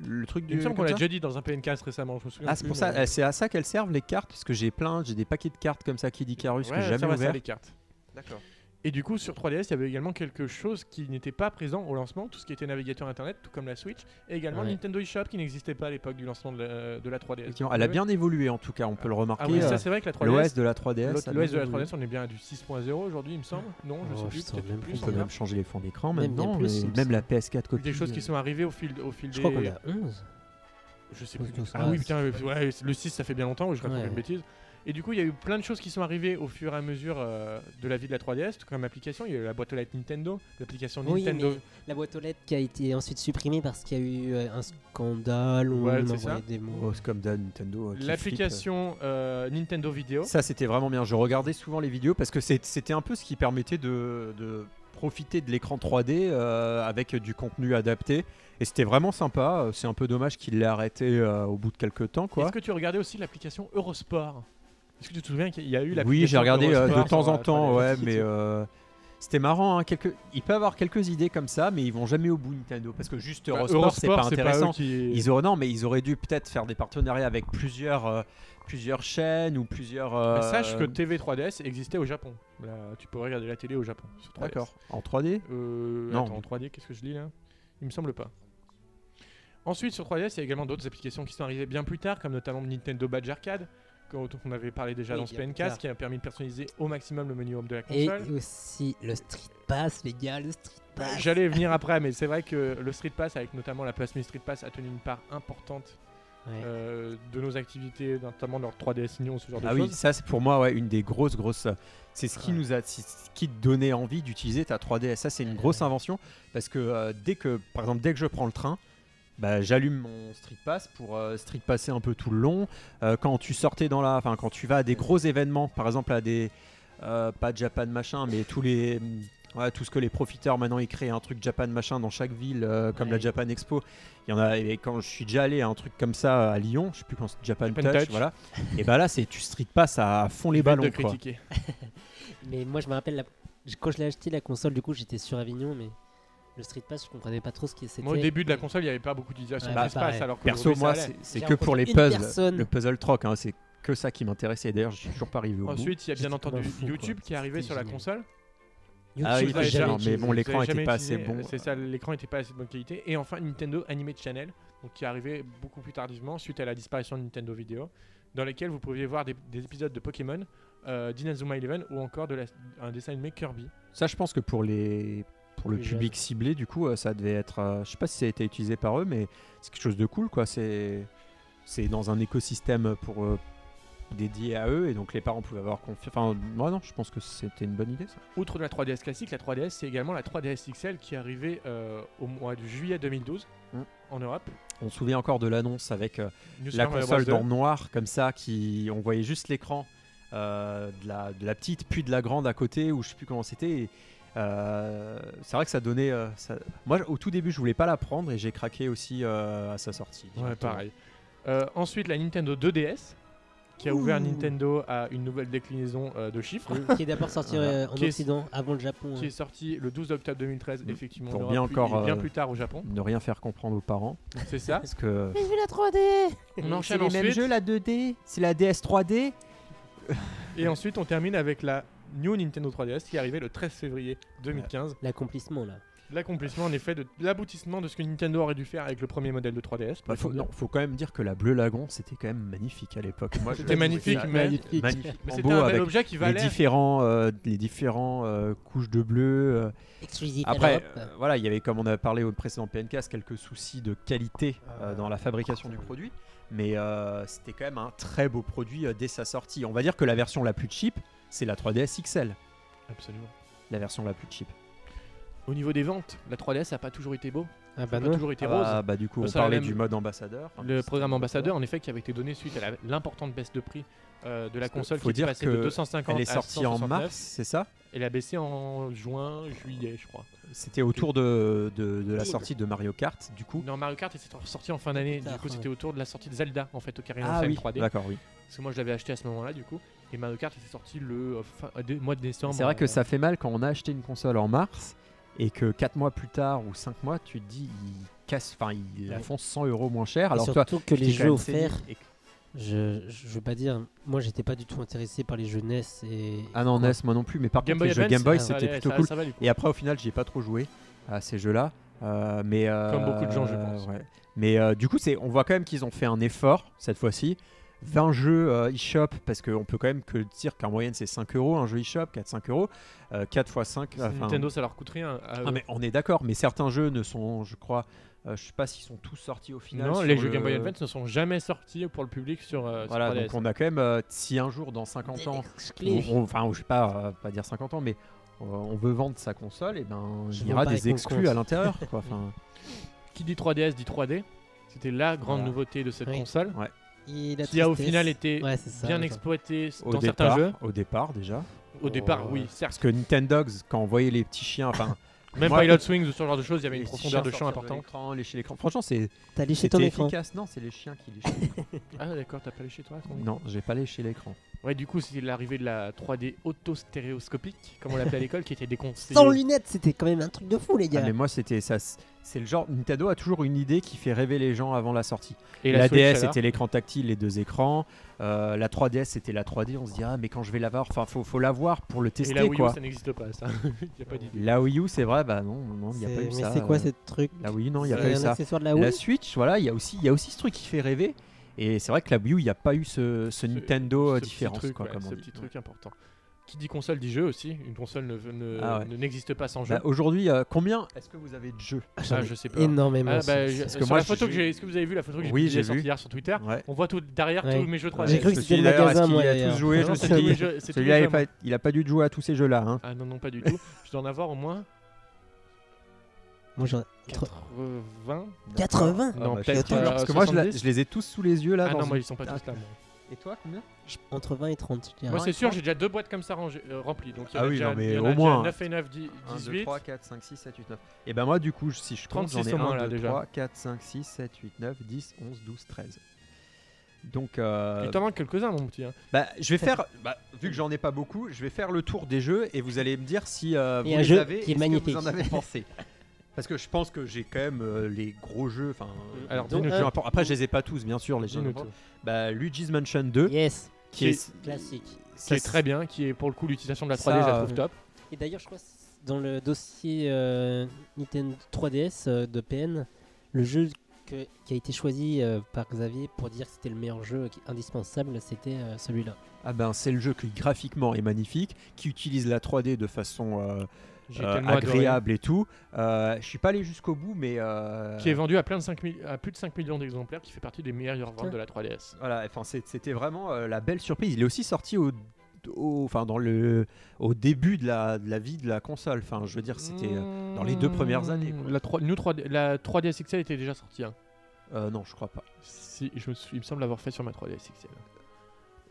Speaker 2: Le truc
Speaker 1: Il
Speaker 2: du.
Speaker 1: me semble qu'on
Speaker 2: comme
Speaker 1: l'a
Speaker 2: ça
Speaker 1: déjà dit dans un PNK récemment, je me souviens.
Speaker 2: Ah, c'est
Speaker 1: plus,
Speaker 2: pour ça,
Speaker 1: mais-
Speaker 2: euh, c'est à ça qu'elles servent les cartes, parce que j'ai plein, j'ai des paquets de cartes comme ça Kid Icarus
Speaker 1: Ouais,
Speaker 2: que j'ai
Speaker 1: ça
Speaker 2: jamais
Speaker 1: va, ça,
Speaker 2: ouvert.
Speaker 1: les cartes.
Speaker 2: D'accord.
Speaker 1: Et du coup, sur 3DS, il y avait également quelque chose qui n'était pas présent au lancement, tout ce qui était navigateur internet, tout comme la Switch, et également
Speaker 3: Ouais.
Speaker 1: le Nintendo eShop qui n'existait pas à l'époque du lancement de la, de la 3DS.
Speaker 2: elle a bien évolué en tout cas, on peut le remarquer.
Speaker 1: Ah oui,
Speaker 2: euh,
Speaker 1: ça c'est vrai que la 3DS.
Speaker 2: L'OS de la 3DS.
Speaker 1: l'autre-
Speaker 2: elle a
Speaker 1: L'OS de la
Speaker 2: évolué.
Speaker 1: 3DS, on est bien à du 6.0 aujourd'hui, il me semble. Non, je
Speaker 3: Oh,
Speaker 1: sais
Speaker 3: je
Speaker 1: plus.
Speaker 3: saurais
Speaker 1: peut-être
Speaker 3: même
Speaker 1: plus,
Speaker 3: plus
Speaker 2: On
Speaker 1: on
Speaker 2: peut
Speaker 1: verra.
Speaker 2: même changer les fonds d'écran
Speaker 3: Même bien
Speaker 2: maintenant,
Speaker 3: plus, il
Speaker 2: mais
Speaker 3: me
Speaker 2: même la
Speaker 3: semble.
Speaker 2: PS4 copie.
Speaker 1: hein. Des choses
Speaker 2: euh,
Speaker 1: qui sont arrivées au fil, au fil
Speaker 3: Je
Speaker 1: des.
Speaker 3: crois qu'on a 11.
Speaker 1: Je sais
Speaker 3: Oui,
Speaker 1: plus.
Speaker 3: donc ça
Speaker 1: Ah
Speaker 3: va,
Speaker 1: oui,
Speaker 3: c'est-
Speaker 1: putain, euh, ouais, le 6, ça fait bien longtemps, je raconte
Speaker 3: Ouais.
Speaker 1: une bêtise. Et du coup, il y a eu plein de choses qui sont arrivées au fur et à mesure euh, de la vie de la 3DS, tout comme application. Il y a eu la boîte aux lettres Nintendo, l'application
Speaker 3: Oui,
Speaker 1: Nintendo.
Speaker 3: mais la boîte aux lettres qui a été ensuite supprimée parce qu'il y a eu euh, un scandale ou
Speaker 1: Ouais,
Speaker 3: on
Speaker 1: c'est
Speaker 3: envoyait
Speaker 1: ça.
Speaker 3: des mots.
Speaker 2: Oh, c'est comme Dan Nintendo. euh, qui
Speaker 1: L'application euh, Nintendo Vidéo.
Speaker 2: flippe. Ça, c'était vraiment bien. Je regardais souvent les vidéos parce que c'est- c'était un peu ce qui permettait de, de profiter de l'écran 3D euh, avec du contenu adapté. Et c'était vraiment sympa. Euh, C'est un peu dommage qu'il l'ait arrêté euh, au bout de quelques temps, quoi.
Speaker 1: Est-ce que tu regardais aussi l'application Eurosport Est-ce que tu te souviens qu'il y a eu la
Speaker 2: Oui, j'ai regardé euh, de temps en temps, ouais, mais euh, c'était marrant. Hein, quelques... Il peut avoir quelques idées comme ça, mais ils vont jamais au bout Nintendo parce que juste
Speaker 1: Bah,
Speaker 2: Bah, Eurosport, c'est pas intéressant. Ils auraient non, mais ils auraient dû peut-être faire des partenariats avec plusieurs, euh, plusieurs chaînes ou plusieurs. euh,
Speaker 1: Bah, Sache que TV 3DS existait au Japon. Là, tu peux regarder la télé au Japon sur 3DS.
Speaker 2: D'accord. En 3D.
Speaker 1: Euh,
Speaker 2: Non.
Speaker 1: Attends, en 3D, qu'est-ce que je lis là Il me semble pas. Ensuite, sur 3DS, il y a également d'autres applications qui sont arrivées bien plus tard, comme notamment Nintendo Badge Arcade, qu'on dont on avait parlé déjà
Speaker 3: Oui,
Speaker 1: dans ce
Speaker 3: bien plus
Speaker 1: PNcast,
Speaker 3: tard.
Speaker 1: qui a permis de personnaliser au maximum le menu home de la
Speaker 3: Et
Speaker 1: console.
Speaker 3: aussi le Street Pass, les gars, le Street
Speaker 1: Bah,
Speaker 3: Pass.
Speaker 1: J'allais y venir après, mais c'est vrai que le Street Pass, avec notamment la Plasmi Street Pass, a tenu une part importante
Speaker 3: Ouais.
Speaker 1: euh, de nos activités, notamment dans le 3DS Union, ce genre
Speaker 2: Ah
Speaker 1: de
Speaker 2: oui,
Speaker 1: choses.
Speaker 2: ça c'est pour moi ouais, une des grosses grosses. euh, C'est ce qui
Speaker 3: Ouais.
Speaker 2: nous a, c'est ce qui donnait envie d'utiliser ta 3DS. Ça c'est une grosse invention parce que euh, dès que, par exemple, dès que je prends le train, bah, j'allume mon Street Pass pour euh, Street Passer un peu tout le long. Euh, quand tu sortais dans la, enfin quand tu vas à des gros événements, par exemple à des euh, pas Japan machin, mais tous les ouais, tout ce que les profiteurs maintenant ils créent un truc Japan machin dans chaque ville euh, comme la
Speaker 3: Ouais.
Speaker 2: Japan Expo. Il y en a et quand je suis déjà allé à un truc comme ça à Lyon, je sais plus quand c'est Japan,
Speaker 1: Japan
Speaker 2: Touch,
Speaker 1: Touch.
Speaker 2: voilà. Et bah là, c'est tu street passes à fond les
Speaker 1: Bête
Speaker 2: ballons.
Speaker 1: de
Speaker 2: Quoi.
Speaker 1: critiquer.
Speaker 3: Mais moi, je me rappelle, la- je- quand je l'ai acheté, la console, du coup, j'étais sur Avignon, mais le Street Pass, je comprenais pas trop ce qui c'était.
Speaker 1: Moi, au début de la console, il n'y avait pas beaucoup d'utilisation
Speaker 3: Ouais,
Speaker 1: de
Speaker 3: bah,
Speaker 1: l'espace,
Speaker 3: pareil.
Speaker 1: alors que
Speaker 2: Perso,
Speaker 1: aujourd'hui, ça
Speaker 2: moi,
Speaker 1: l'est.
Speaker 2: c'est c'est
Speaker 3: J'ai
Speaker 2: que pour les
Speaker 3: rencontré une
Speaker 2: puzzles.
Speaker 3: personne.
Speaker 2: Le puzzle troc, hein, c'est que ça qui m'intéressait. D'ailleurs, je suis toujours pas arrivé au bout.
Speaker 1: Ensuite, il y a bien
Speaker 3: J'étais
Speaker 1: entendu
Speaker 3: comme un fou,
Speaker 1: YouTube
Speaker 3: quoi.
Speaker 1: qui est arrivé
Speaker 3: C'était
Speaker 1: sur la
Speaker 3: génial.
Speaker 1: console.
Speaker 3: YouTube,
Speaker 2: Ah oui,
Speaker 3: je
Speaker 1: Vous
Speaker 3: l'ai
Speaker 1: avez
Speaker 2: j'ai-
Speaker 3: jamais
Speaker 1: jamais
Speaker 2: non, mais
Speaker 3: utilisé.
Speaker 2: bon,
Speaker 1: utilisé,
Speaker 2: l'écran
Speaker 1: vous avez
Speaker 2: était
Speaker 1: jamais
Speaker 2: pas assez
Speaker 1: utilisé,
Speaker 2: bon.
Speaker 1: euh, C'est ça, l'écran était pas assez de bonne qualité. Et enfin, Nintendo Animate Channel, donc qui est arrivé beaucoup plus tardivement suite à la disparition de Nintendo Video, dans lesquels vous pouviez voir des, des épisodes de Pokémon, euh, d'Inazuma Eleven ou encore de la- un dessin animé Kirby.
Speaker 2: Ça, je pense que pour les pour le
Speaker 3: Les
Speaker 2: public ciblé, du coup, euh, ça devait être. euh, je sais pas si ça a été utilisé par eux, mais c'est quelque chose de cool, quoi. C'est c'est dans un écosystème pour euh, dédié à eux, et donc les parents pouvaient avoir confiance. Enfin, moi, non, je pense que c'était une bonne idée. Ça.
Speaker 1: Outre de la 3DS classique, la 3DS, c'est également la 3DS XL qui est arrivée euh, au mois de juillet 2012
Speaker 2: Mm.
Speaker 1: en Europe.
Speaker 2: On se souvient encore de l'annonce avec euh,
Speaker 1: New
Speaker 2: la
Speaker 1: Super Mario
Speaker 2: console
Speaker 1: Bros.
Speaker 2: dans le noir comme ça qui on voyait juste l'écran euh, de, la, de la petite puis de la grande à côté ou je sais plus comment c'était et, euh, c'est vrai que ça donnait euh, ça- moi au tout début je voulais pas la prendre et j'ai craqué aussi euh, à sa sortie
Speaker 1: 2. Ouais, pareil. Euh, ensuite, la Nintendo 2DS qui a ouvert Nintendo à une nouvelle déclinaison euh, de chiffres.
Speaker 3: qui est d'abord sorti
Speaker 2: Voilà.
Speaker 3: euh, en
Speaker 1: Qui est-
Speaker 3: Occident avant le Japon. hein.
Speaker 1: Qui est sorti le 12 octobre 2013,
Speaker 2: Mm.
Speaker 1: effectivement.
Speaker 2: Pour
Speaker 1: en Europe,
Speaker 2: bien
Speaker 1: puis-
Speaker 2: encore,
Speaker 1: et bien
Speaker 2: euh,
Speaker 1: plus tard au Japon.
Speaker 2: Ne rien faire comprendre aux parents.
Speaker 1: C'est ça.
Speaker 2: Parce que.
Speaker 3: vu la 3D
Speaker 1: On enchaîne ensuite.
Speaker 2: la 2D, c'est la DS 3D.
Speaker 1: Et ensuite, on termine avec la New Nintendo 3DS qui est arrivée le 13 février 2015.
Speaker 3: L'accomplissement là.
Speaker 1: L'accomplissement, en effet, de l'aboutissement de ce que Nintendo aurait dû faire avec le premier modèle de 3DS. par
Speaker 2: Bah, faut,
Speaker 1: exemple.
Speaker 2: non, faut quand même dire que la Bleu Lagon, c'était quand même magnifique à l'époque. Moi, je-
Speaker 1: C'était magnifique,
Speaker 2: c'est-
Speaker 1: mais,
Speaker 3: Magnifique.
Speaker 2: magnifique.
Speaker 1: mais
Speaker 2: En
Speaker 1: c'était
Speaker 2: beau
Speaker 1: un bel
Speaker 2: avec
Speaker 1: objet qui
Speaker 2: les
Speaker 1: valait.
Speaker 2: différents, euh, les différents euh, couches de bleu. euh,
Speaker 3: Exclusif.
Speaker 2: Après,
Speaker 3: à l'Europe.
Speaker 2: euh, voilà, il y avait, comme on a parlé au précédent PNCast, quelques soucis de qualité
Speaker 1: Ah
Speaker 2: euh, dans la fabrication du produit. Mais euh, c'était quand même un très beau produit euh, dès sa sortie. On va dire que la version la plus cheap, c'est la 3DS XL.
Speaker 1: Absolument.
Speaker 2: La version la plus cheap.
Speaker 1: Au niveau des ventes, la 3DS n'a pas toujours été beau.
Speaker 3: ah
Speaker 1: n'a
Speaker 3: bah
Speaker 1: pas
Speaker 3: non.
Speaker 1: toujours été rose.
Speaker 2: Ah, bah, du coup,
Speaker 1: Le
Speaker 2: on parlait
Speaker 1: SRLM,
Speaker 2: du mode ambassadeur. Enfin,
Speaker 1: Le
Speaker 2: c'était
Speaker 1: programme
Speaker 2: un
Speaker 1: ambassadeur, en effet, qui avait été donné suite à la- l'importante baisse de prix euh, de la
Speaker 2: Parce que
Speaker 1: console
Speaker 2: faut
Speaker 1: qui est
Speaker 2: dire
Speaker 1: passée
Speaker 2: que
Speaker 1: de 250
Speaker 2: Elle est
Speaker 1: à
Speaker 2: sortie en
Speaker 1: 169,
Speaker 2: mars, c'est ça
Speaker 1: et elle a baissé en juin, juillet, je crois.
Speaker 2: C'était autour de, de- de la
Speaker 3: Oui.
Speaker 2: sortie de Mario Kart, du coup.
Speaker 1: Non, Mario Kart était sorti en fin d'année, du
Speaker 3: Tard,
Speaker 1: coup
Speaker 3: ouais.
Speaker 1: c'était autour de la sortie de Zelda en fait, Ocarina
Speaker 2: Ah
Speaker 1: of Time
Speaker 2: oui,
Speaker 1: 3D.
Speaker 2: d'accord, oui.
Speaker 1: Parce que moi je l'avais acheté à ce moment-là du coup, et Mario Kart était sorti le euh, fin- euh, dé- mois de décembre.
Speaker 2: C'est vrai que
Speaker 1: euh,
Speaker 2: ça fait mal quand on a acheté une console en mars et que 4 mois plus tard ou 5 mois, tu te dis, ils cassent, enfin, ils la
Speaker 3: Ouais.
Speaker 2: font 100 euros moins cher. Alors
Speaker 3: Et
Speaker 2: toi,
Speaker 3: surtout que
Speaker 2: qui
Speaker 3: les
Speaker 2: t'es quand
Speaker 3: jeux
Speaker 2: même
Speaker 3: offerts,
Speaker 2: saigné et-
Speaker 3: je, je veux pas dire, moi j'étais pas du tout intéressé par les jeux NES et.
Speaker 2: Ah non,
Speaker 1: E
Speaker 3: quoi.
Speaker 2: NES, moi non plus, mais par
Speaker 1: Game
Speaker 2: contre,
Speaker 1: Boy
Speaker 2: les jeux
Speaker 1: Advance,
Speaker 2: Game Boy,
Speaker 1: ça
Speaker 2: c'était
Speaker 1: valait-
Speaker 2: plutôt
Speaker 1: ça-
Speaker 2: cool.
Speaker 1: ça valait le coup.
Speaker 2: Et après, au final, j'ai pas trop joué à ces jeux-là. euh, mais euh,
Speaker 1: Comme beaucoup de gens, je pense.
Speaker 2: ouais. Mais euh, du coup, c'est, on voit quand même qu'ils ont fait un effort cette fois-ci. 20 jeux euh, eShop, parce qu'on peut quand même que dire qu'en moyenne c'est 5 euros, un jeu eShop, 4-5 euros, euh, 4 fois 5.
Speaker 1: c'est Nintendo ça leur coûte rien. Ah, euh, à eux.
Speaker 2: Ah, mais on est d'accord, mais certains jeux ne sont, je crois, euh, je sais pas s'ils sont tous sortis au final.
Speaker 1: non,
Speaker 2: sur
Speaker 1: les jeux
Speaker 2: le-
Speaker 1: Game Boy Advance ne sont jamais sortis pour le public sur, euh, sur
Speaker 2: Voilà,
Speaker 1: 3DS.
Speaker 2: donc on a quand même, euh, si un jour dans 50 ans,
Speaker 3: Exclus.
Speaker 2: on- on- enfin, je sais pas, euh, pas dire 50 ans, mais euh, on veut vendre sa console, et ben
Speaker 3: Je
Speaker 2: il y
Speaker 3: viens
Speaker 2: aura
Speaker 3: pas
Speaker 2: des
Speaker 3: avec mon
Speaker 2: exclus
Speaker 3: compte.
Speaker 2: à l'intérieur. quoi. Enfin,
Speaker 1: Qui dit 3DS dit 3D. C'était la grande
Speaker 2: Voilà.
Speaker 1: nouveauté de cette
Speaker 3: Oui.
Speaker 1: console,
Speaker 3: Et la
Speaker 1: qui a au
Speaker 3: tristesse.
Speaker 1: final été
Speaker 3: Ouais, c'est ça,
Speaker 1: bien
Speaker 3: attends.
Speaker 1: exploitée s-
Speaker 2: au,
Speaker 1: dans certains
Speaker 2: départ, Oh.
Speaker 1: jeux.
Speaker 2: au départ déjà.
Speaker 1: Au départ, oui,
Speaker 2: Parce
Speaker 1: certes.
Speaker 2: que Nintendogs, quand on voyait les petits chiens, enfin,
Speaker 1: Même
Speaker 2: Moi-
Speaker 1: Pilot Swings ou ce genre de choses, il y avait
Speaker 2: les
Speaker 1: une
Speaker 2: petits
Speaker 1: profondeur de
Speaker 2: chiens
Speaker 1: champ
Speaker 2: sortir
Speaker 1: importante.
Speaker 2: l'écran, lécher l'écran. Franchement, c'est
Speaker 3: T'as léché ton
Speaker 2: c'était
Speaker 3: écran.
Speaker 2: efficace. Non, c'est les chiens qui léchent.
Speaker 1: Ah d'accord, t'as pas léché toi à ton
Speaker 2: non, j'ai pas léché l'écran.
Speaker 1: Ouais, du coup, c'est l'arrivée de la 3D auto-stéréoscopique, comme on l'appelait à l'école, qui était déconseillée.
Speaker 3: Sans lunettes, c'était quand même un truc de fou, les
Speaker 2: Ah,
Speaker 3: gars.
Speaker 2: mais moi, c'était ça. C'est le genre Nintendo a toujours une idée qui fait rêver les gens avant la sortie.
Speaker 1: Et
Speaker 2: la,
Speaker 1: Switch,
Speaker 2: DS
Speaker 1: alors
Speaker 2: c'était l'écran tactile, les deux écrans. Euh, la 3DS c'était la 3D. On se dit ah mais quand je vais l'avoir, enfin faut faut l'avoir pour le
Speaker 1: Et
Speaker 2: tester
Speaker 1: la Wii U,
Speaker 2: quoi.
Speaker 1: ça n'existe pas, ça. y a pas d'idée.
Speaker 2: La Wii U, c'est vrai, bah non, non, il n'y a
Speaker 3: C'est-
Speaker 2: pas eu
Speaker 3: mais
Speaker 2: ça.
Speaker 3: c'est quoi
Speaker 2: euh,
Speaker 3: ce truc
Speaker 2: La Wii U, non, il n'y a
Speaker 3: C'est
Speaker 2: pas eu
Speaker 3: un
Speaker 2: ça.
Speaker 3: accessoire de la
Speaker 2: La
Speaker 3: Wii
Speaker 2: Switch, voilà, il y a aussi, il y a aussi ce truc qui fait rêver. Et c'est vrai que la Wii U, il n'y a pas eu ce, ce
Speaker 1: Ce
Speaker 2: Nintendo euh,
Speaker 1: petit
Speaker 2: différence,
Speaker 1: truc,
Speaker 2: quoi,
Speaker 1: ouais,
Speaker 2: comme on
Speaker 1: ce
Speaker 2: dit.
Speaker 1: petit truc important. Qui dit console dit jeu aussi. Une console ne- ne-
Speaker 2: Ah ouais.
Speaker 1: ne- n'existe pas sans jeu.
Speaker 2: Bah, Aujourd'hui, euh, combien est-ce que vous avez de jeux
Speaker 1: Ah, je sais pas.
Speaker 3: Énormément.
Speaker 1: Ah,
Speaker 3: ça.
Speaker 1: bah, je-
Speaker 2: parce que
Speaker 1: sur
Speaker 2: moi,
Speaker 1: la photo
Speaker 2: j'ai-
Speaker 1: que j'ai, est-ce que vous avez vu la photo que j'ai
Speaker 2: Oui,
Speaker 1: publiée
Speaker 2: j'ai
Speaker 1: sorti
Speaker 2: vu.
Speaker 1: hier sur Twitter
Speaker 2: Ouais.
Speaker 1: On voit tout derrière
Speaker 3: Ouais.
Speaker 1: tous mes jeux 3D.
Speaker 3: J'ai cru que
Speaker 2: Je me suis
Speaker 3: c'était le
Speaker 2: dit, d'ailleurs,
Speaker 3: magasin,
Speaker 2: est-ce qu'il
Speaker 3: moi,
Speaker 2: y a
Speaker 3: d'ailleurs.
Speaker 2: tous joué
Speaker 1: Ah
Speaker 2: Je
Speaker 1: non,
Speaker 2: me
Speaker 1: c'est
Speaker 2: suis
Speaker 1: tous
Speaker 2: dit,
Speaker 1: les jeux- c'est tous les
Speaker 2: Celui-là,
Speaker 1: jeux
Speaker 2: il
Speaker 1: à
Speaker 2: a pas- il n'a pas dû de jouer à tous ces jeux-là. hein.
Speaker 1: moi. Ah non, non, pas du tout. Je dois en avoir au moins
Speaker 3: Moi, j'en-
Speaker 1: 80.
Speaker 3: 80
Speaker 2: Ah,
Speaker 1: Non,
Speaker 2: bah, je
Speaker 1: peut-être,
Speaker 2: sais pas,
Speaker 1: euh,
Speaker 2: Parce que moi, je, la-
Speaker 1: 70.
Speaker 2: je les ai tous sous les yeux là.
Speaker 1: Ah
Speaker 2: dans
Speaker 1: non, moi
Speaker 2: une-
Speaker 1: ils sont pas tous là. moi.
Speaker 2: Et toi, combien
Speaker 3: Entre 20 et 30, je dirais.
Speaker 1: Moi,
Speaker 2: Ouais,
Speaker 1: c'est sûr,
Speaker 2: je
Speaker 1: j'ai déjà deux boîtes comme ça rangées- euh, remplies. Donc, il y en
Speaker 2: Ah
Speaker 1: a
Speaker 2: oui,
Speaker 1: déjà-
Speaker 2: non, mais
Speaker 1: il y en
Speaker 2: au
Speaker 1: a déjà
Speaker 2: moins.
Speaker 1: 9 et 9, 10,
Speaker 2: 1, 2,
Speaker 1: 18.
Speaker 2: 3, 4, 5, 6, 7, 8, 9. Et ben moi, du coup, je- si je compte, j'en
Speaker 1: 36
Speaker 2: ai
Speaker 1: au moins, là,
Speaker 2: 1, 2,
Speaker 1: déjà.
Speaker 2: 3, 4, 5, 6, 7, 8, 9, 10, 11, 12, 13. Donc, euh,
Speaker 1: Il t'en manque quelques-uns, mon petit. hein.
Speaker 2: bah, je vais faire, bah, vu que j'en ai pas beaucoup, je vais faire le tour des jeux et vous allez me dire si euh, vous
Speaker 3: Et un
Speaker 2: les
Speaker 3: jeu
Speaker 2: avez,
Speaker 3: qui est
Speaker 2: est-ce que
Speaker 3: magnifique.
Speaker 2: vous en avez pensé. Parce que je pense que j'ai quand même euh, les gros jeux. Enfin,
Speaker 1: Euh, alors,
Speaker 2: les
Speaker 1: dis-nous
Speaker 2: jeux
Speaker 1: tout.
Speaker 2: importants. Après, je les ai pas tous, bien sûr, les jeux.
Speaker 1: Dis-nous
Speaker 2: importants.
Speaker 1: tout.
Speaker 2: Bah, Luigi's Mansion 2,
Speaker 3: Yes,
Speaker 2: qui est,
Speaker 3: classique.
Speaker 1: Qui
Speaker 2: ça,
Speaker 1: est très bien, qui est pour le coup l'utilisation de la 3D,
Speaker 2: Ça,
Speaker 1: je la
Speaker 2: euh,
Speaker 1: trouve top.
Speaker 3: Et d'ailleurs, je crois que c'est dans le dossier euh, Nintendo 3DS euh, de PN, le jeu que- qui a été choisi euh, par Xavier pour dire que c'était le meilleur jeu qui- indispensable, c'était euh, celui-là.
Speaker 2: Ah ben c'est le jeu qui graphiquement est magnifique, qui utilise la 3D de façon euh,
Speaker 1: J'ai
Speaker 2: euh,
Speaker 1: tellement adoré.
Speaker 2: agréable et tout. Euh, je suis pas allé jusqu'au bout, mais euh,
Speaker 1: Qui est vendu à, plein de 5 000 à plus de 5 millions d'exemplaires, qui fait partie des meilleures
Speaker 3: Putain.
Speaker 1: ventes de la 3DS.
Speaker 2: voilà, enfin c'est- c'était vraiment euh, la belle surprise. Il est aussi sorti au, au- enfin dans le, au début de la, de la vie de la console. Enfin, je veux dire, c'était
Speaker 1: Mmh.
Speaker 2: euh, dans les deux premières années, quoi.
Speaker 1: La, 3, nous 3D la 3DS XL était déjà sortie. hein.
Speaker 2: euh, non, je crois pas.
Speaker 1: Si, je me suis- il me semble l'avoir fait sur ma 3DS XL.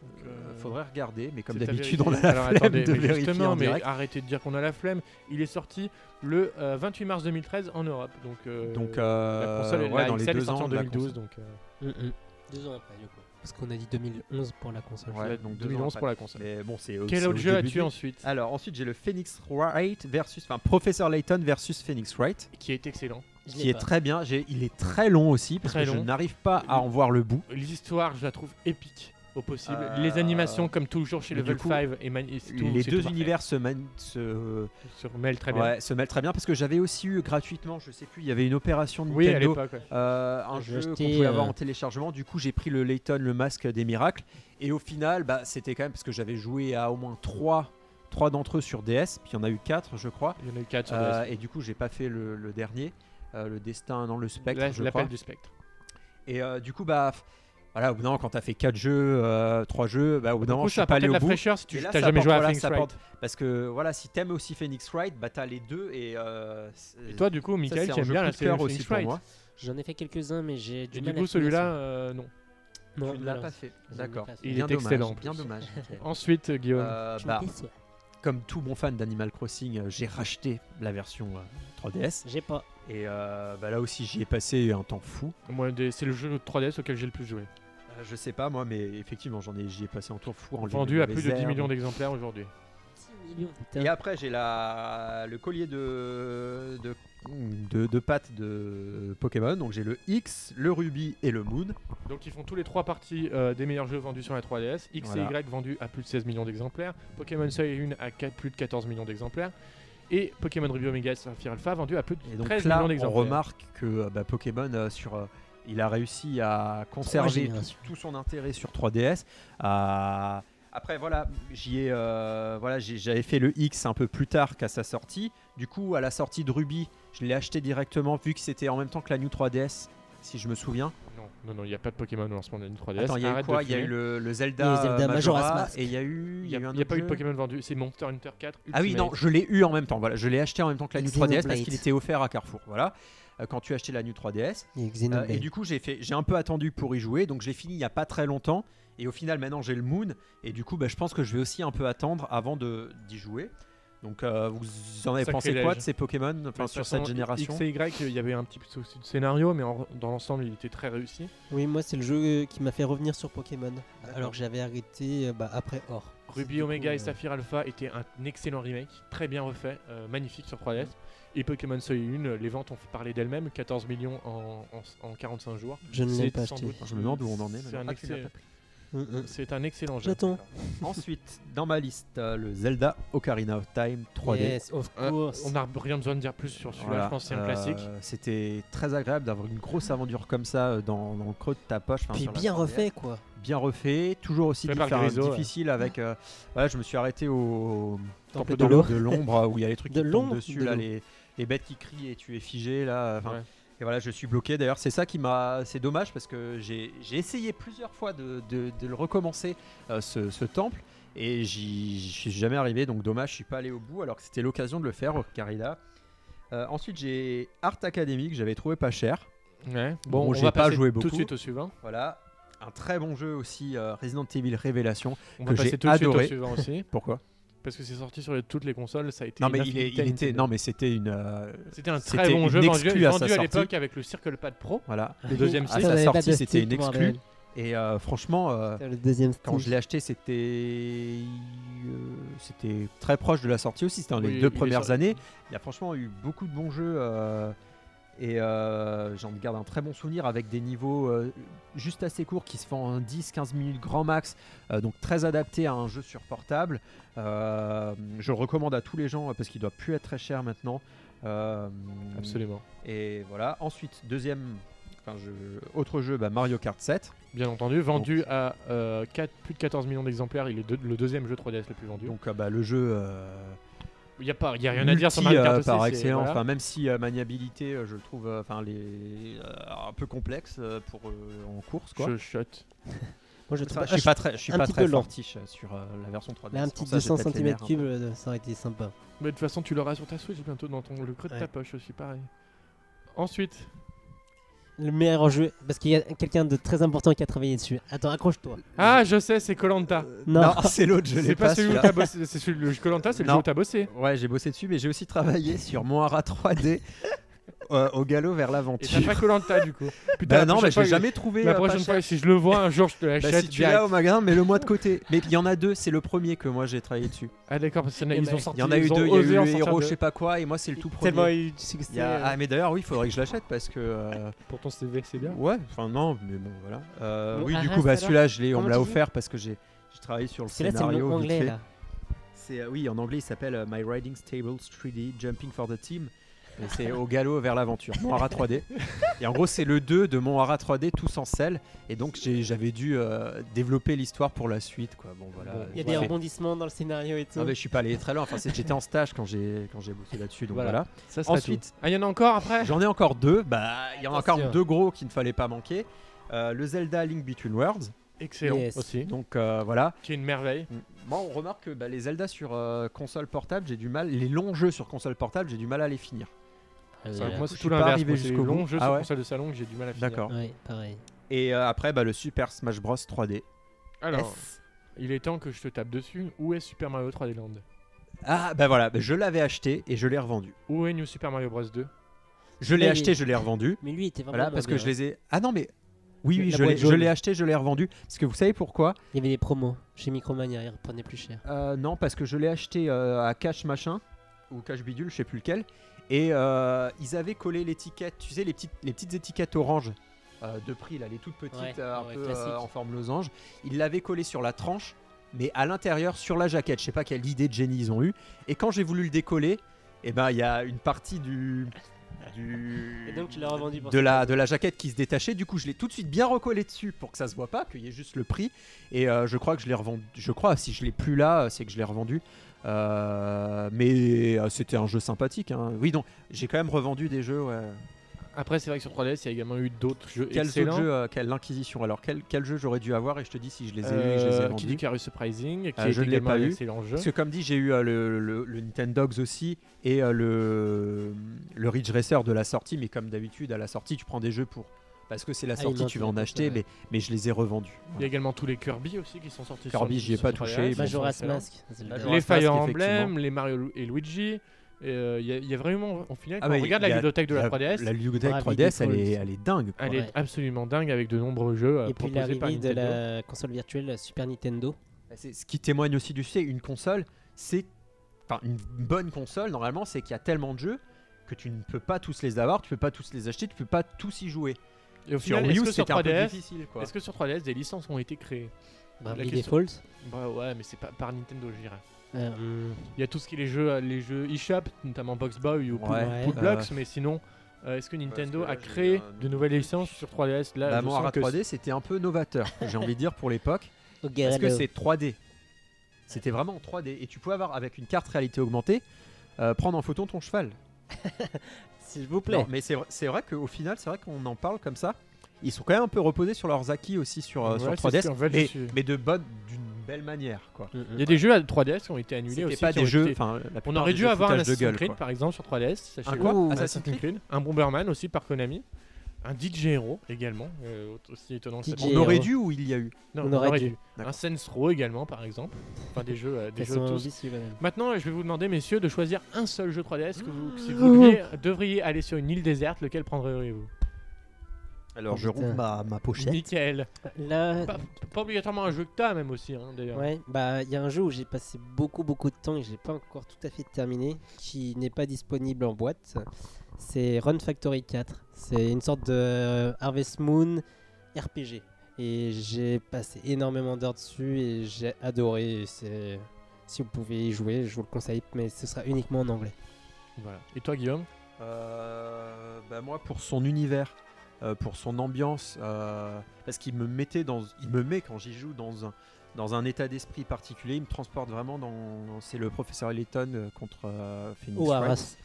Speaker 1: Donc, euh,
Speaker 2: Faudrait regarder, mais comme
Speaker 1: C'est à
Speaker 2: d'habitude,
Speaker 1: vérifier.
Speaker 2: on a la
Speaker 1: Alors,
Speaker 2: flemme
Speaker 1: attendez,
Speaker 2: de
Speaker 1: mais
Speaker 2: vérifier
Speaker 1: Justement,
Speaker 2: en
Speaker 1: mais
Speaker 2: direct.
Speaker 1: arrêtez de dire qu'on a la flemme. Il est sorti le euh, 28 mars 2013 en Europe. Donc, euh,
Speaker 2: Donc
Speaker 1: la
Speaker 2: euh,
Speaker 1: console,
Speaker 2: ouais,
Speaker 1: la
Speaker 2: dans les
Speaker 1: XL est
Speaker 2: deux
Speaker 1: sortie
Speaker 2: ans
Speaker 1: en
Speaker 2: de la
Speaker 1: 2012.
Speaker 2: console.
Speaker 1: Donc, euh,
Speaker 3: Deux ans après, du coup. Parce qu'on a dit 2011 pour la console.
Speaker 2: Ouais, donc deux ans
Speaker 1: 2011
Speaker 2: après.
Speaker 1: pour la console.
Speaker 2: Mais bon, c'est au-
Speaker 1: Quel
Speaker 2: c'est au
Speaker 1: autre jeu
Speaker 2: début
Speaker 1: as-tu
Speaker 2: du- Ah.
Speaker 1: ensuite
Speaker 2: Alors ensuite j'ai le Phoenix Wright versus, enfin Professeur Layton versus Phoenix Wright,
Speaker 1: Qui est excellent.
Speaker 3: Je l'ai
Speaker 2: qui est
Speaker 3: pas.
Speaker 2: très bien. J'ai- Il est très long aussi parce
Speaker 1: Très
Speaker 2: que je
Speaker 1: long.
Speaker 2: n'arrive pas à en voir le bout.
Speaker 1: L'histoire, je la trouve épique au possible.
Speaker 2: Euh,
Speaker 1: Les animations, comme toujours chez
Speaker 2: mais
Speaker 1: Level
Speaker 2: du coup,
Speaker 1: 5, et mani- c'est tout-
Speaker 2: les
Speaker 1: c'est
Speaker 2: deux
Speaker 1: tout parfait.
Speaker 2: univers se, man- se-
Speaker 1: se mêlent très bien.
Speaker 2: ouais, se mêlent très bien parce que j'avais aussi eu gratuitement, je sais plus, il y avait une opération de
Speaker 1: Oui, à
Speaker 2: Nintendo,
Speaker 1: l'époque. ouais.
Speaker 2: euh, un
Speaker 3: Je
Speaker 2: jeu qu'on
Speaker 3: achetais,
Speaker 2: pouvait avoir
Speaker 3: euh,
Speaker 2: en téléchargement. Du coup, j'ai pris le Layton, le masque des miracles. Et au final, bah, c'était quand même parce que j'avais joué à au moins 3, trois d'entre eux sur DS, puis il y en a eu 4, je crois.
Speaker 1: Il y en a eu 4 sur
Speaker 2: Euh,
Speaker 1: DS.
Speaker 2: et du coup, j'ai pas fait le, le dernier, euh, le destin dans le spectre,
Speaker 1: Là,
Speaker 2: je
Speaker 1: L'appel
Speaker 2: crois.
Speaker 1: du spectre.
Speaker 2: Et euh, du coup, bah, f- voilà, au bout d'un moment, quand t'as fait 4 jeux, 3 jeux, bah, au bout
Speaker 1: Du
Speaker 2: d'un moment,
Speaker 1: coup,
Speaker 2: je
Speaker 1: ça
Speaker 2: suis pas
Speaker 1: apporte
Speaker 2: allé
Speaker 1: de
Speaker 2: au
Speaker 1: la
Speaker 2: bout.
Speaker 1: fraîcheur si tu
Speaker 2: Et là,
Speaker 1: n'as
Speaker 2: ça
Speaker 1: jamais joué à
Speaker 2: apporte, voilà,
Speaker 1: Phoenix
Speaker 2: ça
Speaker 1: Wright.
Speaker 2: apporte. Parce que voilà, si t'aimes aussi Phoenix Wright, bah t'as les deux et. euh, c'est-
Speaker 1: Et toi, du coup,
Speaker 2: ça,
Speaker 1: Michael,
Speaker 2: c'est
Speaker 1: tu
Speaker 2: un
Speaker 1: aimes
Speaker 2: jeu
Speaker 1: bien
Speaker 2: coup
Speaker 1: la
Speaker 2: de cœur
Speaker 1: série
Speaker 2: aussi
Speaker 1: Phoenix
Speaker 2: pour
Speaker 1: Wright.
Speaker 2: moi.
Speaker 3: J'en ai fait quelques-uns, mais j'ai
Speaker 1: Et du
Speaker 3: du mal à
Speaker 1: coup,
Speaker 3: finir
Speaker 1: celui-là,
Speaker 3: ça.
Speaker 1: euh, non.
Speaker 3: Non,
Speaker 2: Tu ne l'as pas
Speaker 3: malheureusement,
Speaker 2: fait.
Speaker 3: je ne l'ai
Speaker 2: D'accord.
Speaker 3: pas fait.
Speaker 1: Il
Speaker 2: Bien
Speaker 1: est
Speaker 2: dommage,
Speaker 1: excellent, en
Speaker 2: Bien
Speaker 1: plus.
Speaker 2: dommage. Michael.
Speaker 1: Ensuite, euh, Guillaume.
Speaker 2: Euh,
Speaker 3: Tu me
Speaker 2: bah,
Speaker 3: déçois.
Speaker 2: comme tout bon fan d'Animal Crossing, euh, j'ai racheté la version euh, 3DS.
Speaker 3: J'ai pas.
Speaker 2: Et euh, bah, là aussi, j'y ai passé un temps fou.
Speaker 1: Moi, des- c'est le jeu de 3DS auquel j'ai le plus joué.
Speaker 2: Euh, je sais pas moi, mais effectivement, j'en ai, j'y ai passé un temps fou. enlever
Speaker 1: Vendu
Speaker 2: mes
Speaker 1: à plus de
Speaker 2: mauvaises
Speaker 1: 10 millions
Speaker 2: herbes.
Speaker 1: d'exemplaires aujourd'hui.
Speaker 3: 6 millions.
Speaker 2: Et après, j'ai la... le collier de... De... de de pattes de Pokémon. Donc j'ai le X, le Ruby et le Moon.
Speaker 1: Donc ils font tous les trois parties euh, des meilleurs jeux vendus sur la 3DS. X et
Speaker 2: Voilà.
Speaker 1: Y vendus à plus de 16 millions d'exemplaires. Pokémon Soleil 1 à quatre- plus de 14 millions d'exemplaires. Et Pokémon Ruby Omega Sapphire Alpha vendu à plus de
Speaker 2: Et donc
Speaker 1: 13
Speaker 2: là,
Speaker 1: millions
Speaker 2: on
Speaker 1: d'exemplaires.
Speaker 2: remarque que euh, bah, Pokémon, euh, sur, euh, il a réussi à conserver
Speaker 3: générations.
Speaker 2: tout, tout son intérêt sur 3DS. à- Euh, Après, voilà, j'y ai, euh, voilà, j'ai- j'avais fait le X un peu plus tard qu'à sa sortie. Du coup, à la sortie de Ruby, je l'ai acheté directement vu que c'était en même temps que la New 3DS, si je me souviens.
Speaker 1: Non, non, non, il n'y a pas de Pokémon au lancement de la 3DS.
Speaker 2: Attends, il y a eu
Speaker 1: Arrête de
Speaker 2: quoi Il y a eu
Speaker 1: fumer.
Speaker 2: le, le
Speaker 3: Il y
Speaker 2: Zelda,
Speaker 3: a eu
Speaker 2: euh,
Speaker 3: Zelda Majora's
Speaker 2: Majora,
Speaker 3: Mask.
Speaker 2: et il y a eu,
Speaker 1: Il
Speaker 2: il
Speaker 1: n'y
Speaker 2: y
Speaker 1: a,
Speaker 2: a eu un
Speaker 1: il y a
Speaker 2: autre
Speaker 1: pas eu de
Speaker 2: jeu.
Speaker 1: Pokémon vendu, c'est Monster Hunter 4.
Speaker 2: Ah oui,
Speaker 1: Ultimate.
Speaker 2: non, je l'ai eu en même temps. Voilà, je l'ai acheté en même temps que la New 3DS parce
Speaker 3: Xenoblade.
Speaker 2: qu'il était offert à Carrefour. Voilà, Euh, quand tu achetais la New 3DS.
Speaker 3: Et
Speaker 2: Euh,
Speaker 3: Xenoblade.
Speaker 2: et du coup, j'ai fait, j'ai un peu attendu pour y jouer, donc j'ai fini il y a pas très longtemps. Et au final, maintenant, j'ai le Moon, et du coup, bah, je pense que je vais aussi un peu attendre avant de d'y jouer. Donc, euh, vous en avez pensé
Speaker 1: Sacrilège.
Speaker 2: quoi de ces Pokémon, enfin,
Speaker 1: De toute
Speaker 2: sur
Speaker 1: façon,
Speaker 2: cette génération
Speaker 1: X et Y, il y avait un petit peu de souci de scénario, mais en- dans l'ensemble, il était très réussi.
Speaker 3: Oui, moi, c'est le jeu euh, qui m'a fait revenir sur Pokémon.
Speaker 2: D'accord.
Speaker 3: Alors que j'avais arrêté euh, bah, après Or.
Speaker 1: Ruby Omega et Saphir Alpha étaient un excellent remake, très bien refait, euh, magnifique sur 3DS.
Speaker 2: Mm.
Speaker 1: Et Pokémon Soleil 1, euh, les ventes ont fait parler d'elles-mêmes, 14 millions en, en- en 45 jours.
Speaker 3: Je ne
Speaker 1: C'est
Speaker 3: l'ai pas
Speaker 1: sans
Speaker 3: acheté.
Speaker 1: doute-
Speaker 2: Je me demande où on en est.
Speaker 1: C'est
Speaker 2: maintenant.
Speaker 1: un,
Speaker 2: Ah, tu l'as
Speaker 1: excell-
Speaker 2: pas pris. Hum,
Speaker 3: Mm, mm.
Speaker 1: c'est un excellent jeu.
Speaker 3: J'attends.
Speaker 2: Ensuite, dans ma liste, euh, le Zelda Ocarina of Time 3D.
Speaker 3: Yes, of
Speaker 1: Euh,
Speaker 3: course.
Speaker 1: on n'a rien besoin de dire plus sur celui-là,
Speaker 2: Oh, Voilà,
Speaker 1: je pense que c'est un
Speaker 2: euh,
Speaker 1: classique.
Speaker 2: C'était très agréable d'avoir une grosse aventure comme ça euh, dans, dans le creux de ta poche. enfin,
Speaker 3: Puis
Speaker 2: sur la
Speaker 3: bien
Speaker 2: 3DS.
Speaker 3: refait, quoi.
Speaker 2: Bien refait, toujours aussi
Speaker 1: Fait par
Speaker 2: diffé-
Speaker 1: Grisot, ouais.
Speaker 2: difficile avec. euh, voilà, je me suis arrêté au
Speaker 1: Temple
Speaker 2: de
Speaker 3: de l'eau.
Speaker 2: l'ombre, de l'ombre où il y a les trucs
Speaker 3: De
Speaker 2: qui tombent
Speaker 3: l'ombre,
Speaker 2: dessus,
Speaker 3: de
Speaker 2: là,
Speaker 3: l'eau.
Speaker 2: les, les bêtes qui crient et tu es figé là. enfin,
Speaker 1: Ouais.
Speaker 2: Et voilà, je suis bloqué. D'ailleurs, c'est ça qui m'a. C'est dommage parce que j'ai j'ai essayé plusieurs fois de, de- de le recommencer, euh, ce, ce temple, et j'y j'y suis jamais arrivé. Donc, dommage, je suis pas allé au bout alors que c'était l'occasion de le faire au Carida. Euh, ensuite, j'ai Art Academy que j'avais trouvé pas cher.
Speaker 1: Ouais. Bon,
Speaker 2: Bon,
Speaker 1: on
Speaker 2: j'ai
Speaker 1: va
Speaker 2: pas
Speaker 1: passer
Speaker 2: joué
Speaker 1: tout de
Speaker 2: beaucoup.
Speaker 1: suite au suivant.
Speaker 2: Voilà, un très bon jeu aussi, euh, Resident Evil Révélation.
Speaker 1: On
Speaker 2: Que
Speaker 1: va passer
Speaker 2: j'ai
Speaker 1: tout de suite au
Speaker 2: adoré.
Speaker 1: suivant aussi.
Speaker 2: Pourquoi
Speaker 1: Parce que c'est sorti sur les- toutes les consoles, ça a été
Speaker 2: Non
Speaker 1: une
Speaker 2: mais il, est-
Speaker 1: infinité
Speaker 2: il
Speaker 1: à
Speaker 2: était.
Speaker 1: Nintendo.
Speaker 2: Non mais c'était une. euh,
Speaker 1: C'était un
Speaker 2: c'était
Speaker 1: très bon
Speaker 2: une
Speaker 1: jeu vendu,
Speaker 2: exclue à sa
Speaker 1: vendu à
Speaker 2: sortie.
Speaker 1: l'époque avec le Circle Pad Pro.
Speaker 2: voilà.
Speaker 1: Le deuxième
Speaker 2: Ah,
Speaker 1: site.
Speaker 2: ça
Speaker 3: J'avais pas
Speaker 2: sortie,
Speaker 3: de
Speaker 2: c'était une
Speaker 3: Steam,
Speaker 2: exclue.
Speaker 3: bordel.
Speaker 2: Et euh, franchement, euh,
Speaker 3: Putain, Le deuxième
Speaker 2: quand je
Speaker 3: Steam.
Speaker 2: l'ai acheté, c'était euh, c'était très proche de la sortie aussi. C'était dans
Speaker 1: Oui,
Speaker 2: les
Speaker 1: il est
Speaker 2: deux premières
Speaker 1: sorti.
Speaker 2: années. Il y a franchement eu beaucoup de bons jeux. euh, et euh, j'en garde un très bon souvenir avec des niveaux euh, juste assez courts qui se font en 10-15 minutes grand max, euh, donc très adapté à un jeu sur portable. Euh, je le recommande à tous les gens euh, parce qu'il doit plus être très cher maintenant. Euh,
Speaker 1: Absolument.
Speaker 2: Et voilà. Ensuite, deuxième, enfin, je- autre jeu, bah, Mario Kart 7.
Speaker 1: Bien entendu, vendu à euh, quatre- plus de 14 millions d'exemplaires, il est deux- le deuxième jeu 3DS le plus vendu.
Speaker 2: Donc euh, bah, le jeu. euh,
Speaker 1: Il n'y a, pas- il y a rien à
Speaker 2: Multi,
Speaker 1: dire sur Mario Kart
Speaker 2: euh,
Speaker 1: aussi,
Speaker 2: par
Speaker 1: c'est-
Speaker 2: excellence.
Speaker 1: voilà.
Speaker 2: Enfin, même si euh, maniabilité, euh, je le trouve, euh, enfin, les euh, un peu complexe euh, pour euh, en course, quoi.
Speaker 1: Je shot.
Speaker 3: Moi, je
Speaker 2: C'est vrai,
Speaker 3: trouve
Speaker 2: Je, suis pas très, je suis
Speaker 3: un
Speaker 2: pas
Speaker 3: petit
Speaker 2: très
Speaker 3: peu lent.
Speaker 2: fortiche euh, sur euh, la version 3D.
Speaker 3: Là, un
Speaker 2: c'est pour
Speaker 3: petit
Speaker 2: ça que j'ai
Speaker 3: 200
Speaker 2: peut-être les nerfs un peu.
Speaker 3: cm3, euh, ça aurait été sympa.
Speaker 1: Mais de toute façon, tu l'auras sur ta Switch bientôt dans ton, le creux de ta
Speaker 3: Ouais.
Speaker 1: poche aussi, pareil. Ensuite,
Speaker 3: Le meilleur jeu, parce qu'il y a quelqu'un de très important qui a travaillé dessus. Attends, accroche-toi.
Speaker 1: ah, je sais, c'est Colanta.
Speaker 3: Non,
Speaker 2: Non, c'est l'autre, Euh, je l'ai
Speaker 1: C'est
Speaker 2: pas.
Speaker 1: pas celui où
Speaker 2: celui-là.
Speaker 1: t'as bossé. C'est celui- le Colanta, c'est le
Speaker 2: Non.
Speaker 1: jeu où t'as bossé.
Speaker 2: Ouais, j'ai bossé dessus, mais j'ai aussi travaillé sur Moara 3D euh, au galop vers
Speaker 1: Et t'as
Speaker 2: l'aventure.
Speaker 1: pas Colanta du coup. Putain,
Speaker 2: Bah
Speaker 1: la
Speaker 2: non, mais
Speaker 1: prochaine fois,
Speaker 2: j'ai jamais trouvé.
Speaker 1: La
Speaker 2: euh, pas
Speaker 1: prochaine
Speaker 2: cher.
Speaker 1: fois, si je le vois un jour, je te
Speaker 2: Bah,
Speaker 1: l'achète.
Speaker 2: si tu
Speaker 1: direct.
Speaker 2: l'as au magasin, mais le mois de côté. Mais il y en a deux, c'est le premier que moi j'ai travaillé dessus.
Speaker 1: Ah d'accord, parce qu'ils
Speaker 4: Il y en
Speaker 1: ont
Speaker 4: a-
Speaker 1: sorti.
Speaker 2: Il y en a
Speaker 1: ils
Speaker 2: eu
Speaker 1: ont
Speaker 2: deux, il y a
Speaker 1: osé
Speaker 2: eu
Speaker 1: en
Speaker 2: le
Speaker 1: sortir
Speaker 2: héros,
Speaker 1: deux.
Speaker 2: je sais pas quoi, et moi c'est le tout
Speaker 4: Tellement
Speaker 2: premier.
Speaker 4: il y a eu de succès
Speaker 2: Il y a-
Speaker 4: euh,
Speaker 2: Ah, mais d'ailleurs, oui, il faudrait que je l'achète parce que. euh,
Speaker 4: pour ton CV, c'est bien.
Speaker 2: Ouais, enfin non, mais bon, voilà. Euh,
Speaker 3: Bon,
Speaker 2: oui, du
Speaker 3: Arras,
Speaker 2: coup, bah,
Speaker 3: alors
Speaker 2: celui-là, je l'ai- on
Speaker 3: Comment
Speaker 2: me l'a
Speaker 3: tu dis
Speaker 2: offert parce que j'ai j'ai travaillé sur le
Speaker 3: C'est là, c'est le
Speaker 2: scénario.
Speaker 3: nom
Speaker 2: vite
Speaker 3: anglais
Speaker 2: fait.
Speaker 3: là.
Speaker 2: C'est euh, oui, en anglais, il s'appelle euh, My Riding Stables 3D Jumping for the Team. Et c'est au galop vers l'aventure, Mon Hara 3D. Et en gros, c'est le 2 de Mon Hara 3D, tous en selle. Et donc, j'ai- j'avais dû euh, développer l'histoire pour la suite. Quoi. Bon, voilà.
Speaker 4: Bon,
Speaker 3: Il y a
Speaker 2: Ouais.
Speaker 3: des rebondissements dans le scénario et tout.
Speaker 2: Non, Ah, mais je suis pas allé très loin. Enfin, c'est- j'étais en stage quand j'ai quand j'ai bossé là-dessus. Donc
Speaker 1: Voilà.
Speaker 2: voilà.
Speaker 1: Ça sera
Speaker 2: Ensuite-
Speaker 1: tout. Ah, il y en a encore après
Speaker 2: J'en ai encore deux. Bah, il y en a encore
Speaker 3: Attention.
Speaker 2: deux gros qu'il ne fallait pas manquer. Euh, le Zelda Link Between Worlds.
Speaker 1: Excellent
Speaker 3: Yes.
Speaker 1: aussi.
Speaker 2: Donc euh, voilà.
Speaker 1: Qui est une merveille.
Speaker 3: Mm.
Speaker 2: Moi, on remarque que bah, les Zelda sur euh, console portable, j'ai du mal. Les longs jeux sur console portable, j'ai du mal à les finir.
Speaker 3: Ah oui,
Speaker 1: Enfin,
Speaker 3: là.
Speaker 1: Moi,
Speaker 2: Je
Speaker 1: c'est
Speaker 2: suis
Speaker 1: tout
Speaker 2: pas
Speaker 1: l'inverse.
Speaker 2: arrivé
Speaker 1: moi, C'est
Speaker 2: jusqu'au
Speaker 1: long
Speaker 2: bout.
Speaker 1: jeu
Speaker 2: Ah
Speaker 1: sur
Speaker 2: ouais.
Speaker 1: console de salon que j'ai du mal à finir.
Speaker 2: D'accord.
Speaker 3: Ouais, pareil.
Speaker 2: Et euh, après, bah, le Super Smash Bros 3D.
Speaker 1: Alors,
Speaker 3: S.
Speaker 1: il est temps que je te tape dessus. Où est Super Mario 3D Land
Speaker 2: Ah, bah voilà, bah, je l'avais acheté et je l'ai revendu.
Speaker 1: Où est New Super Mario Bros 2
Speaker 2: Je l'ai
Speaker 3: Mais-
Speaker 2: acheté, je l'ai revendu.
Speaker 3: Mais lui, il était vraiment.
Speaker 2: Voilà, parce
Speaker 3: moins
Speaker 2: que je
Speaker 3: bien, hein.
Speaker 2: les ai. Ah non, mais. Oui,
Speaker 3: La
Speaker 2: oui, je
Speaker 3: boîte
Speaker 2: l'ai- je
Speaker 3: jaune.
Speaker 2: l'ai acheté, je l'ai revendu. Parce que vous savez pourquoi
Speaker 3: Il y avait des promos chez Micromania, ils reprenaient plus cher.
Speaker 2: Euh, Non, parce que je l'ai acheté euh, à Cash Machin, ou Cash Bidule, je sais plus lequel. Et euh, ils avaient collé l'étiquette, tu sais, les petites, les petites étiquettes orange euh, de prix, là, les toutes petites,
Speaker 3: Ouais,
Speaker 2: euh, un
Speaker 3: ouais,
Speaker 2: peu
Speaker 3: classique.
Speaker 2: euh, en forme losange. Ils l'avaient collé sur la tranche, mais à l'intérieur, sur la jaquette. Je sais pas quelle idée de génie ils ont eu. Et quand j'ai voulu le décoller, eh ben, il y a une partie du. du-
Speaker 3: Et donc, tu l'as revendu pour
Speaker 2: de
Speaker 3: ça.
Speaker 2: la, de la jaquette qui se détachait. Du coup, je l'ai tout de suite bien recollé dessus pour que ça se voit pas, qu'il y ait juste le prix. Et euh, je crois que je l'ai revendu. Je crois, si je l'ai plus là, euh, c'est que je l'ai revendu. Euh, mais euh, c'était un jeu sympathique. hein. Oui, donc j'ai quand même revendu des jeux. ouais.
Speaker 1: Après, c'est vrai que sur 3DS, il y a également eu d'autres jeux
Speaker 2: Quels
Speaker 1: excellents.
Speaker 2: autres jeux euh, quel- L'Inquisition. Alors, quel, quel jeu j'aurais dû avoir Et je te dis si je les ai eu et je les ai
Speaker 1: Euh, Kid
Speaker 2: vendus.
Speaker 1: Icarus Surprising, qui
Speaker 2: Euh,
Speaker 1: est
Speaker 2: je ne l'ai
Speaker 1: également
Speaker 2: pas
Speaker 1: un
Speaker 2: eu.
Speaker 1: excellent jeu.
Speaker 2: Parce que comme dit, j'ai eu euh, le, le, le Nintendogs aussi et euh, le, le Ridge Racer de la sortie, mais comme d'habitude, à la sortie, tu prends des jeux pour... Parce que c'est la
Speaker 3: Ah,
Speaker 2: sortie,
Speaker 3: ils
Speaker 2: tu
Speaker 3: l'ont
Speaker 2: vas en
Speaker 3: fait,
Speaker 2: acheter,
Speaker 3: ouais.
Speaker 2: mais, mais je les ai revendus.
Speaker 1: Il y a également tous les Kirby aussi qui sont sortis
Speaker 2: Kirby,
Speaker 1: sur E
Speaker 2: j'y ai pas
Speaker 1: sur
Speaker 2: touché,
Speaker 1: 3DS.
Speaker 2: mais-
Speaker 3: Majora's
Speaker 1: Ils sont excellents.
Speaker 3: Mask. c'est le
Speaker 2: Majora's
Speaker 3: dernier.
Speaker 1: les
Speaker 2: Mask,
Speaker 1: Fire
Speaker 2: effectivement.
Speaker 1: Emblem, les Mario Lu- et Luigi. et, euh, Il y, a- il y a vraiment, au final,
Speaker 2: Ah,
Speaker 1: quand
Speaker 2: mais
Speaker 1: on regarde
Speaker 2: il
Speaker 1: la
Speaker 2: y a-
Speaker 1: bibliothèque de la 3DS,
Speaker 2: La bibliothèque
Speaker 3: Bravely
Speaker 2: 3DS, elle
Speaker 3: Default.
Speaker 2: est, elle est dingue. quoi.
Speaker 1: elle est
Speaker 3: Ouais.
Speaker 1: absolument dingue avec de nombreux jeux euh,
Speaker 3: Et puis
Speaker 1: proposés par
Speaker 3: l'arrivée de
Speaker 1: Nintendo.
Speaker 3: la console virtuelle la Super Nintendo.
Speaker 2: C'est ce qui témoigne aussi du succès. Une console, c'est. Enfin, une bonne console, normalement, c'est qu'il y a tellement de jeux que tu ne peux pas tous les avoir, tu peux pas tous les acheter, tu peux pas tous y jouer.
Speaker 1: Et au
Speaker 2: Sur
Speaker 1: final,
Speaker 2: Wii
Speaker 1: est-ce
Speaker 2: U,
Speaker 1: que sur
Speaker 2: c'était un peu
Speaker 1: 3DS,
Speaker 2: difficile. Quoi.
Speaker 1: est-ce que sur 3DS, des licences ont été créées
Speaker 3: Bravely
Speaker 1: question-
Speaker 3: Default.
Speaker 1: Bah ouais, mais c'est pas par Nintendo, je dirais.
Speaker 3: Euh,
Speaker 1: Il y a tout ce qui est les jeux, les jeux eShop, notamment Box Boy ou Pool-
Speaker 2: Ouais.
Speaker 1: Pool
Speaker 2: Euh,
Speaker 1: Blocks, mais sinon, euh, est-ce que Nintendo
Speaker 2: que là,
Speaker 1: a
Speaker 2: j'ai
Speaker 1: créé
Speaker 2: un
Speaker 1: de
Speaker 2: autre
Speaker 1: nouvelles
Speaker 2: truc.
Speaker 1: licences sur 3DS Là,
Speaker 2: La
Speaker 1: Bah, je sens
Speaker 2: mort Bah, à
Speaker 1: que
Speaker 2: 3D, c'était un peu novateur, j'ai envie de dire, pour l'époque.
Speaker 3: au
Speaker 2: Parce que
Speaker 3: Geraldo.
Speaker 2: c'est 3D. C'était vraiment en 3D. Et tu pouvais avoir, avec une carte réalité augmentée, euh, prendre en photo ton cheval.
Speaker 3: S'il vous
Speaker 2: Non,
Speaker 3: plaît.
Speaker 2: mais c'est vrai- c'est vrai qu'au final, c'est vrai qu'on en parle comme ça. Ils sont quand même un peu reposés sur leurs acquis aussi sur, euh,
Speaker 1: Ouais,
Speaker 2: sur
Speaker 1: c'est ce
Speaker 2: 3DS,
Speaker 1: qu'en fait, je
Speaker 2: mais,
Speaker 1: suis-
Speaker 2: mais de bonne, d'une belle manière. Quoi.
Speaker 3: Mm,
Speaker 1: Il y a des jeux à 3DS qui ont été annulés
Speaker 2: C'était
Speaker 1: aussi.
Speaker 2: pas
Speaker 1: qui
Speaker 2: des
Speaker 1: ont
Speaker 2: jeux.
Speaker 1: été-
Speaker 2: enfin, la
Speaker 1: On
Speaker 2: plupart
Speaker 1: aurait
Speaker 2: des
Speaker 1: dû
Speaker 2: jeux
Speaker 1: avoir un
Speaker 2: foutage de
Speaker 1: Assassin's
Speaker 2: gueule,
Speaker 1: Creed
Speaker 2: quoi.
Speaker 1: par exemple sur 3DS. sachez-le.
Speaker 2: quoi
Speaker 1: Ouh,
Speaker 2: Assassin's
Speaker 1: Assassin's Creed Un Bomberman aussi par Konami. Un DJ Hero également. euh, aussi étonnant que ça
Speaker 3: DJ
Speaker 1: paraisse.
Speaker 2: On aurait
Speaker 3: Hero.
Speaker 2: dû ou il y a eu
Speaker 1: Non,
Speaker 3: On aurait dû.
Speaker 2: D'accord.
Speaker 1: Un Saints Row également par exemple. Enfin des jeux, euh, des
Speaker 3: Elles
Speaker 1: jeux
Speaker 3: sont
Speaker 1: tous.
Speaker 3: ambitieux, quand même.
Speaker 1: Maintenant, je vais vous demander, messieurs, de choisir un seul jeu 3DS que vous, si vous deviez- devriez aller sur une île déserte, lequel prendriez-vous
Speaker 2: Alors je
Speaker 3: Putain.
Speaker 2: rouvre ma, ma pochette.
Speaker 1: Nickel.
Speaker 3: Là,
Speaker 1: Pas, pas obligatoirement un jeu que t'as, même aussi, hein, d'ailleurs.
Speaker 3: Ouais, bah il y a un jeu où j'ai passé beaucoup beaucoup de temps et que j'ai pas encore tout à fait terminé, qui n'est pas disponible en boîte. C'est Run Factory 4. C'est une sorte de euh, Harvest Moon RPG. Et j'ai passé énormément d'heures dessus et j'ai adoré. Et c'est- Si vous pouvez y jouer, je vous le conseille, mais ce sera uniquement en anglais.
Speaker 1: Voilà. Et toi, Guillaume
Speaker 2: Euh, bah moi pour son univers, euh, pour son ambiance, euh, parce qu'il me mettait dans, il me met quand j'y joue dans un dans un état d'esprit particulier, il me transporte vraiment dans. C'est le professeur Layton euh, contre euh, Phoenix
Speaker 3: Ou
Speaker 2: Wright.
Speaker 3: Arras.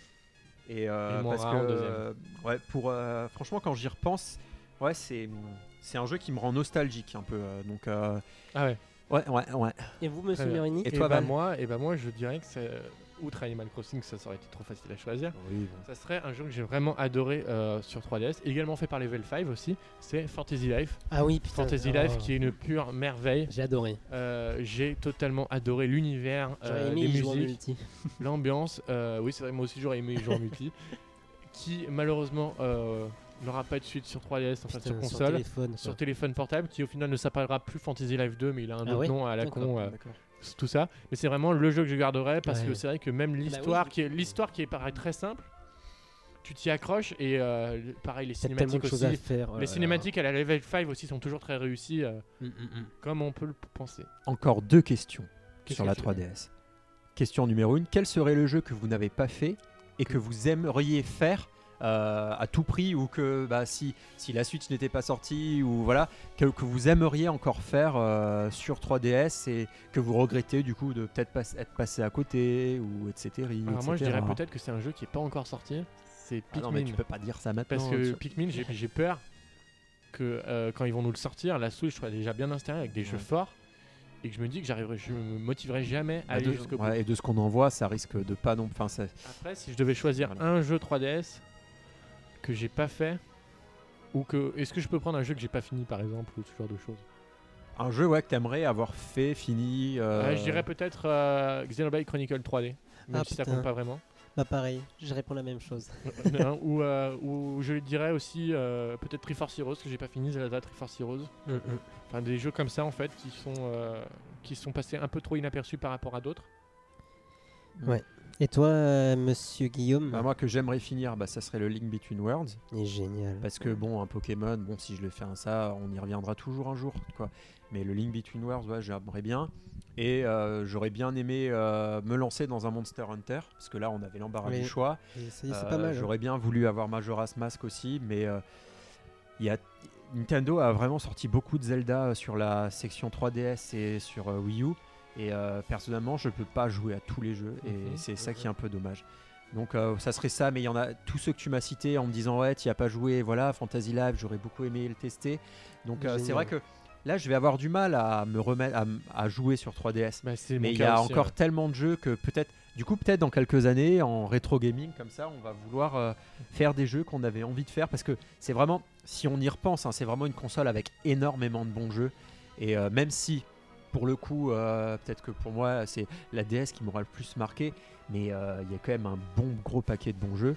Speaker 2: Et, euh,
Speaker 1: Et
Speaker 2: parce
Speaker 1: Moira en
Speaker 2: que,
Speaker 1: deuxième.
Speaker 2: euh, ouais, pour euh, franchement quand j'y repense, ouais c'est c'est un jeu qui me rend nostalgique un peu. euh, donc euh,
Speaker 1: Ah ouais.
Speaker 2: ouais ouais ouais.
Speaker 3: Et vous, monsieur
Speaker 1: Très bien.
Speaker 3: Mirini
Speaker 2: Et toi,
Speaker 1: bah,
Speaker 2: Val
Speaker 1: moi, et bah moi, je dirais que c'est. Outre Animal Crossing, ça, ça aurait été trop facile à choisir. Ça serait un jeu que j'ai vraiment adoré euh, sur 3DS, également fait par Level 5 aussi. C'est Fantasy Life.
Speaker 3: Ah oui, putain.
Speaker 1: Fantasy
Speaker 3: oh.
Speaker 1: Life qui est une pure merveille.
Speaker 3: J'ai adoré.
Speaker 1: Euh, j'ai totalement adoré l'univers,
Speaker 3: J'aurais
Speaker 1: euh,
Speaker 3: aimé
Speaker 1: les
Speaker 3: y jouer en
Speaker 1: musiques.
Speaker 3: multi.
Speaker 1: L'ambiance, euh, oui, c'est vrai, moi aussi j'aurais aimé y jouer en multi. qui malheureusement euh, n'aura pas de suite sur 3DS, enfin
Speaker 3: Putain,
Speaker 1: sur console,
Speaker 3: téléphone,
Speaker 1: sur
Speaker 3: quoi.
Speaker 1: téléphone portable, qui au final ne s'appellera plus Fantasy Life 2, mais il a un
Speaker 3: Ah
Speaker 1: autre
Speaker 3: ouais
Speaker 1: nom à la con,
Speaker 3: D'accord,
Speaker 1: euh,
Speaker 2: D'accord.
Speaker 1: tout ça. Mais c'est vraiment le jeu que je garderai parce que
Speaker 3: Ouais. Ah bah
Speaker 1: c'est vrai que même l'histoire, qui est l'histoire qui est pareil très simple, tu t'y accroches et euh, le- pareil les
Speaker 3: T'as tellement
Speaker 1: cinématiques
Speaker 3: de choses
Speaker 1: aussi.
Speaker 3: à faire. Oh
Speaker 1: les cinématiques à la level 5 aussi sont toujours très réussies, euh,
Speaker 3: Mm,
Speaker 1: comme on peut le penser.
Speaker 2: Encore deux questions
Speaker 1: Qu'est-ce
Speaker 2: sur
Speaker 1: que
Speaker 2: la
Speaker 1: tu-
Speaker 2: 3DS. Question numéro une quel serait le jeu que vous n'avez pas fait et que vous aimeriez faire euh, à tout prix ou que bah, si, si la Switch n'était pas sortie ou voilà que, que vous aimeriez encore faire euh, sur 3DS et que vous regrettez du coup de peut-être pas, être passé à côté ou etc.
Speaker 1: Alors moi je
Speaker 2: etc..
Speaker 1: dirais
Speaker 3: hein.
Speaker 1: peut-être que c'est un jeu qui est pas encore sorti, c'est
Speaker 2: Ah
Speaker 1: Pikmin.
Speaker 2: non mais tu peux pas dire ça maintenant.
Speaker 1: Parce que
Speaker 2: sur-
Speaker 1: Pikmin, j'ai j'ai peur que euh, quand ils vont nous le sortir, la Switch soit déjà bien installée avec des jeux
Speaker 2: Ouais.
Speaker 1: forts et que je me dis que j'arriverai, je me motiverai jamais à
Speaker 2: Ah, de-
Speaker 1: aller jusqu'au bout.
Speaker 2: ouais, et de ce qu'on en voit, ça risque de pas non. Enfin, ça-
Speaker 1: Après, si je devais choisir
Speaker 2: Voilà.
Speaker 1: un jeu 3DS que j'ai pas fait ou que est-ce que je peux prendre un jeu que j'ai pas fini par exemple ou ce genre de choses
Speaker 2: un jeu ouais que t'aimerais avoir fait, fini. euh,
Speaker 1: Ouais, Je dirais peut-être euh, Xenoblade Chronicle 3D, même
Speaker 3: Ah,
Speaker 1: si ça
Speaker 3: putain.
Speaker 1: compte pas vraiment.
Speaker 3: Bah pareil, je réponds la même chose.
Speaker 1: Non, ou, euh, ou je dirais aussi euh, peut-être Triforce Heroes que j'ai pas fini, Zelda Triforce Heroes.
Speaker 3: Mm,
Speaker 1: Enfin, des jeux comme ça en fait qui sont euh, qui sont passés un peu trop inaperçus par rapport à d'autres.
Speaker 3: Et toi, euh, monsieur Guillaume
Speaker 2: bah, moi que j'aimerais finir, bah, ça serait le Link Between Worlds.
Speaker 3: Il est génial.
Speaker 2: Parce que bon, un Pokémon, bon, si je le fais un ça, on y reviendra toujours un jour, quoi. Mais le Link Between Worlds, ouais, j'aimerais bien. Et euh, j'aurais bien aimé euh, me lancer dans un Monster Hunter, parce que là, on avait l'embarras
Speaker 3: Oui.
Speaker 2: du choix.
Speaker 3: J'ai essayé, c'est
Speaker 2: Euh,
Speaker 3: pas mal. hein.
Speaker 2: J'aurais bien voulu avoir Majora's Mask aussi, mais euh, il y a- Nintendo a vraiment sorti beaucoup de Zelda euh, sur la section 3DS et sur euh, Wii U. Et euh, personnellement, je peux pas jouer à tous les jeux, et
Speaker 1: Mhm.
Speaker 2: c'est ça qui est un peu dommage. Donc euh, ça serait ça, mais il y en a tous ceux que tu m'as cités en me disant ouais, tu as pas joué, voilà, Fantasy Live, j'aurais beaucoup aimé le tester. Donc euh, c'est
Speaker 3: Génial.
Speaker 2: vrai que là, je vais avoir du mal à me remettre à, m- à jouer sur 3DS.
Speaker 1: Bah, c'est
Speaker 2: Mais
Speaker 1: mon
Speaker 2: il y
Speaker 1: cas
Speaker 2: a
Speaker 1: aussi,
Speaker 2: encore
Speaker 1: ouais.
Speaker 2: tellement de jeux que peut-être, du coup, peut-être dans quelques années, en rétro gaming, comme ça, on va vouloir euh, faire des jeux qu'on avait envie de faire. Parce que c'est vraiment, si on y repense, hein, c'est vraiment une console avec énormément de bons jeux. Et euh, même si, pour le coup, euh, peut-être que pour moi, c'est la DS qui m'aura le plus marqué, mais euh, il y a quand même un bon gros paquet de bons jeux.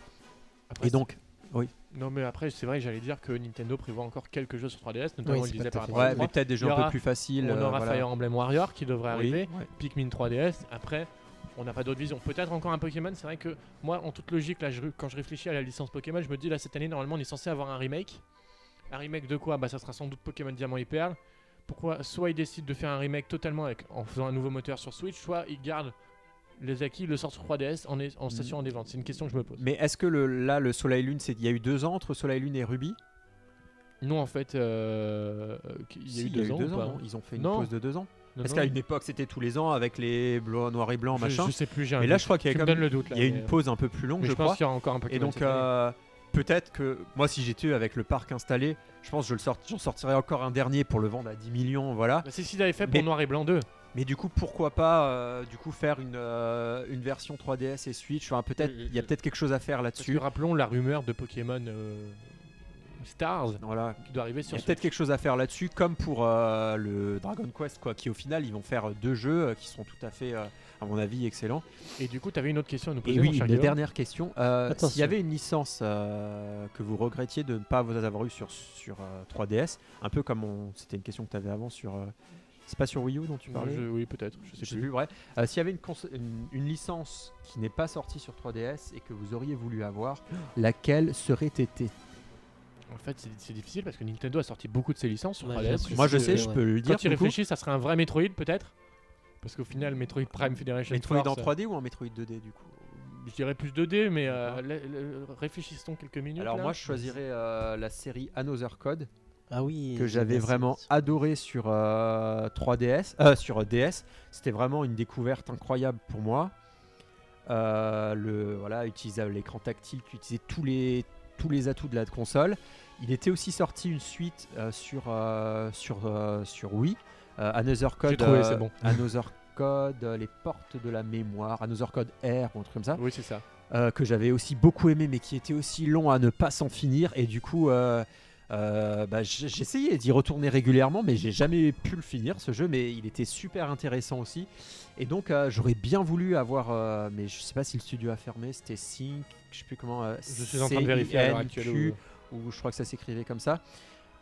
Speaker 1: Après,
Speaker 2: et donc,
Speaker 1: c'est- non mais après c'est vrai que j'allais dire que Nintendo prévoit encore quelques jeux sur 3DS, notamment
Speaker 3: Oui,
Speaker 1: il
Speaker 3: c'est
Speaker 1: disait
Speaker 3: pas
Speaker 1: par
Speaker 3: tout
Speaker 1: rapport
Speaker 3: à
Speaker 1: à
Speaker 2: ouais,
Speaker 3: fait.
Speaker 2: mais peut-être des jeux
Speaker 1: il y
Speaker 2: un
Speaker 1: aura-
Speaker 2: peu plus faciles.
Speaker 1: on
Speaker 2: euh,
Speaker 1: aura
Speaker 2: voilà.
Speaker 1: Fire Emblem Warrior qui devrait
Speaker 2: Oui,
Speaker 1: arriver,
Speaker 2: ouais.
Speaker 1: Pikmin 3DS. Après, on n'a pas d'autres visions. Peut-être encore un Pokémon. C'est vrai que moi, en toute logique, là, je- quand je réfléchis à la licence Pokémon, je me dis là cette année normalement on est censé avoir un remake. Un remake de quoi Bah ça sera sans doute Pokémon Diamant et Perle. Pourquoi Soit ils décident de faire un remake totalement avec, en faisant un nouveau moteur sur Switch, soit ils gardent les acquis, ils le sortent sur 3DS en, est- en s'assurant des ventes. C'est une question que je me pose.
Speaker 2: Mm. Mais est-ce que le, là, le Soleil Lune, c'est- il y a eu deux ans entre Soleil Lune et Ruby
Speaker 1: Non, en fait, euh, il y a
Speaker 2: Si,
Speaker 1: eu deux ans. ou pas
Speaker 2: non hein. Ils ont fait une
Speaker 1: Non.
Speaker 2: pause de deux ans.
Speaker 1: Non,
Speaker 2: Parce
Speaker 1: non,
Speaker 2: qu'à une époque, c'était tous les ans avec les blancs, noirs et blancs,
Speaker 1: je,
Speaker 2: machin.
Speaker 1: je sais plus. j'ai un
Speaker 2: Mais là,
Speaker 1: doute.
Speaker 2: je crois qu'il y
Speaker 1: Tu
Speaker 2: a
Speaker 1: me
Speaker 2: quand
Speaker 1: donnes
Speaker 2: même-
Speaker 1: le doute. Là,
Speaker 2: il y a
Speaker 1: mais,
Speaker 2: une
Speaker 1: euh,
Speaker 2: pause un peu plus longue,
Speaker 1: mais
Speaker 2: je,
Speaker 1: je
Speaker 2: crois.
Speaker 1: pense qu'il y aura encore un Pokémon.
Speaker 2: Et donc,
Speaker 1: cette année.
Speaker 2: euh, peut-être que moi, si j'étais avec le parc installé, je pense que je le sort... j'en sortirais encore un dernier pour le vendre à 10 millions, voilà.
Speaker 1: Bah, c'est ce qu'ils avaient fait pour
Speaker 2: mais-
Speaker 1: Noir et Blanc 2.
Speaker 2: Mais du coup, pourquoi pas, euh, du coup, faire une, euh, une version 3DS et Switch Enfin, peut-être,
Speaker 3: Mm,
Speaker 2: il y a
Speaker 3: mm,
Speaker 2: peut-être quelque chose à faire
Speaker 1: Euh, Parce que
Speaker 2: là-dessus.
Speaker 1: rappelons la rumeur de Pokémon euh, Stars
Speaker 2: Voilà.
Speaker 1: qui doit arriver
Speaker 2: Il y
Speaker 1: sur.
Speaker 2: a
Speaker 1: Switch.
Speaker 2: peut-être quelque chose à faire là-dessus, comme pour euh, le Dragon Quest, quoi. Qui au final, ils vont faire deux jeux euh, qui seront tout à fait, euh, à mon avis, excellents.
Speaker 1: Et du coup, tu avais une autre question à nous poser.
Speaker 2: Et
Speaker 1: mon
Speaker 2: oui,
Speaker 1: cher
Speaker 2: une
Speaker 1: Guillaume.
Speaker 2: dernière question. Euh,
Speaker 3: Attention.
Speaker 2: S'il y avait une licence euh, que vous regrettiez de ne pas vous avoir eu sur, sur euh, 3DS, un peu comme on- c'était une question que tu avais avant sur. euh, c'est pas sur Wii U dont tu
Speaker 1: Moi,
Speaker 2: parlais
Speaker 1: je- oui, peut-être. Je
Speaker 2: Je
Speaker 1: sais
Speaker 2: sais
Speaker 1: plus.
Speaker 2: plus, ouais. Euh, S'il y avait une, cons- une, une licence qui n'est pas sortie sur 3DS et que vous auriez voulu avoir, laquelle serait été
Speaker 1: En fait, c'est c'est difficile parce que Nintendo a sorti beaucoup de ses licences sur
Speaker 3: Ouais,
Speaker 1: 3DS.
Speaker 3: j'ai
Speaker 2: Moi je
Speaker 3: c'est-
Speaker 2: sais, je
Speaker 3: ouais.
Speaker 2: peux le
Speaker 1: Quand
Speaker 2: dire.
Speaker 1: tu
Speaker 2: du coup.
Speaker 1: réfléchis, ça serait un vrai Metroid peut-être. Parce qu'au final, Metroid Prime Federation
Speaker 2: Metroid en
Speaker 1: Force, euh,
Speaker 2: 3D ou en Metroid 2D du coup
Speaker 1: je dirais plus 2D, mais euh,
Speaker 2: D'accord.
Speaker 1: la- la- réfléchissons quelques minutes.
Speaker 2: Ah. Alors
Speaker 1: là.
Speaker 2: moi je choisirais euh, la série Another Code
Speaker 3: Ah oui.
Speaker 2: que j'avais
Speaker 3: bien sûr,
Speaker 2: vraiment
Speaker 3: bien sûr.
Speaker 2: adoré sur euh, 3DS, euh, sur DS. C'était vraiment une découverte incroyable pour moi. Euh, le voilà, utilisait l'écran tactile, qui utilisait tous les tous les atouts de la console. Il était aussi sorti une suite euh, sur euh, sur euh, sur Wii, euh, Another Code.
Speaker 1: trouvé,
Speaker 2: euh,
Speaker 1: c'est bon.
Speaker 2: Another Code, euh, les portes de la mémoire, Another Code R ou un truc comme ça
Speaker 1: Oui, c'est ça.
Speaker 2: euh, que j'avais aussi beaucoup aimé, mais qui était aussi long à ne pas s'en finir. Et du coup, euh, Euh, bah, j- J'essayais d'y retourner régulièrement, mais j'ai jamais pu le finir ce jeu. Mais il était super intéressant aussi. Et donc, euh, j'aurais bien voulu avoir. euh, mais je sais pas si le studio a fermé. C'était Sync, je sais plus comment. euh,
Speaker 1: Je suis en train de vérifier à l'heure actuelle.
Speaker 2: C-I-N-Q,
Speaker 1: où-
Speaker 2: Ou je crois que ça s'écrivait comme ça.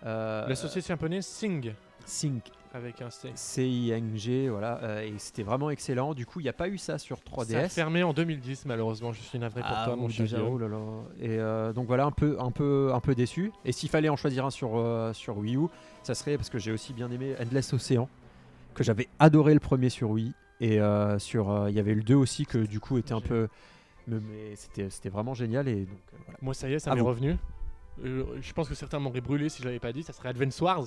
Speaker 2: Euh,
Speaker 1: La société japonaise Sing
Speaker 2: Sync,
Speaker 1: avec un C.
Speaker 2: C-I-N-G, voilà. euh, et c'était vraiment excellent. Du coup, il n'y a pas eu ça sur 3DS.
Speaker 1: Ça a fermé en 2010 malheureusement. Je suis navré pour
Speaker 2: Ah,
Speaker 1: toi
Speaker 2: ou
Speaker 1: mon cher.
Speaker 2: déjà,
Speaker 1: Guillaume.
Speaker 2: oh là là. Et euh, donc voilà, un peu, un peu, un peu déçu. Et s'il fallait en choisir un sur, euh, sur Wii U, ça serait parce que j'ai aussi bien aimé Endless Ocean, que j'avais adoré le premier sur Wii. Et euh, sur, euh, il y avait le 2 aussi que du coup était un peu, mais, mais c'était, c'était vraiment génial. Et donc euh, voilà.
Speaker 1: Moi, ça y est, ça
Speaker 2: Ah
Speaker 1: m'est
Speaker 2: bon.
Speaker 1: revenu. Euh, je pense que certains m'auraient brûlé si je l'avais pas dit. Ça serait Advance Wars,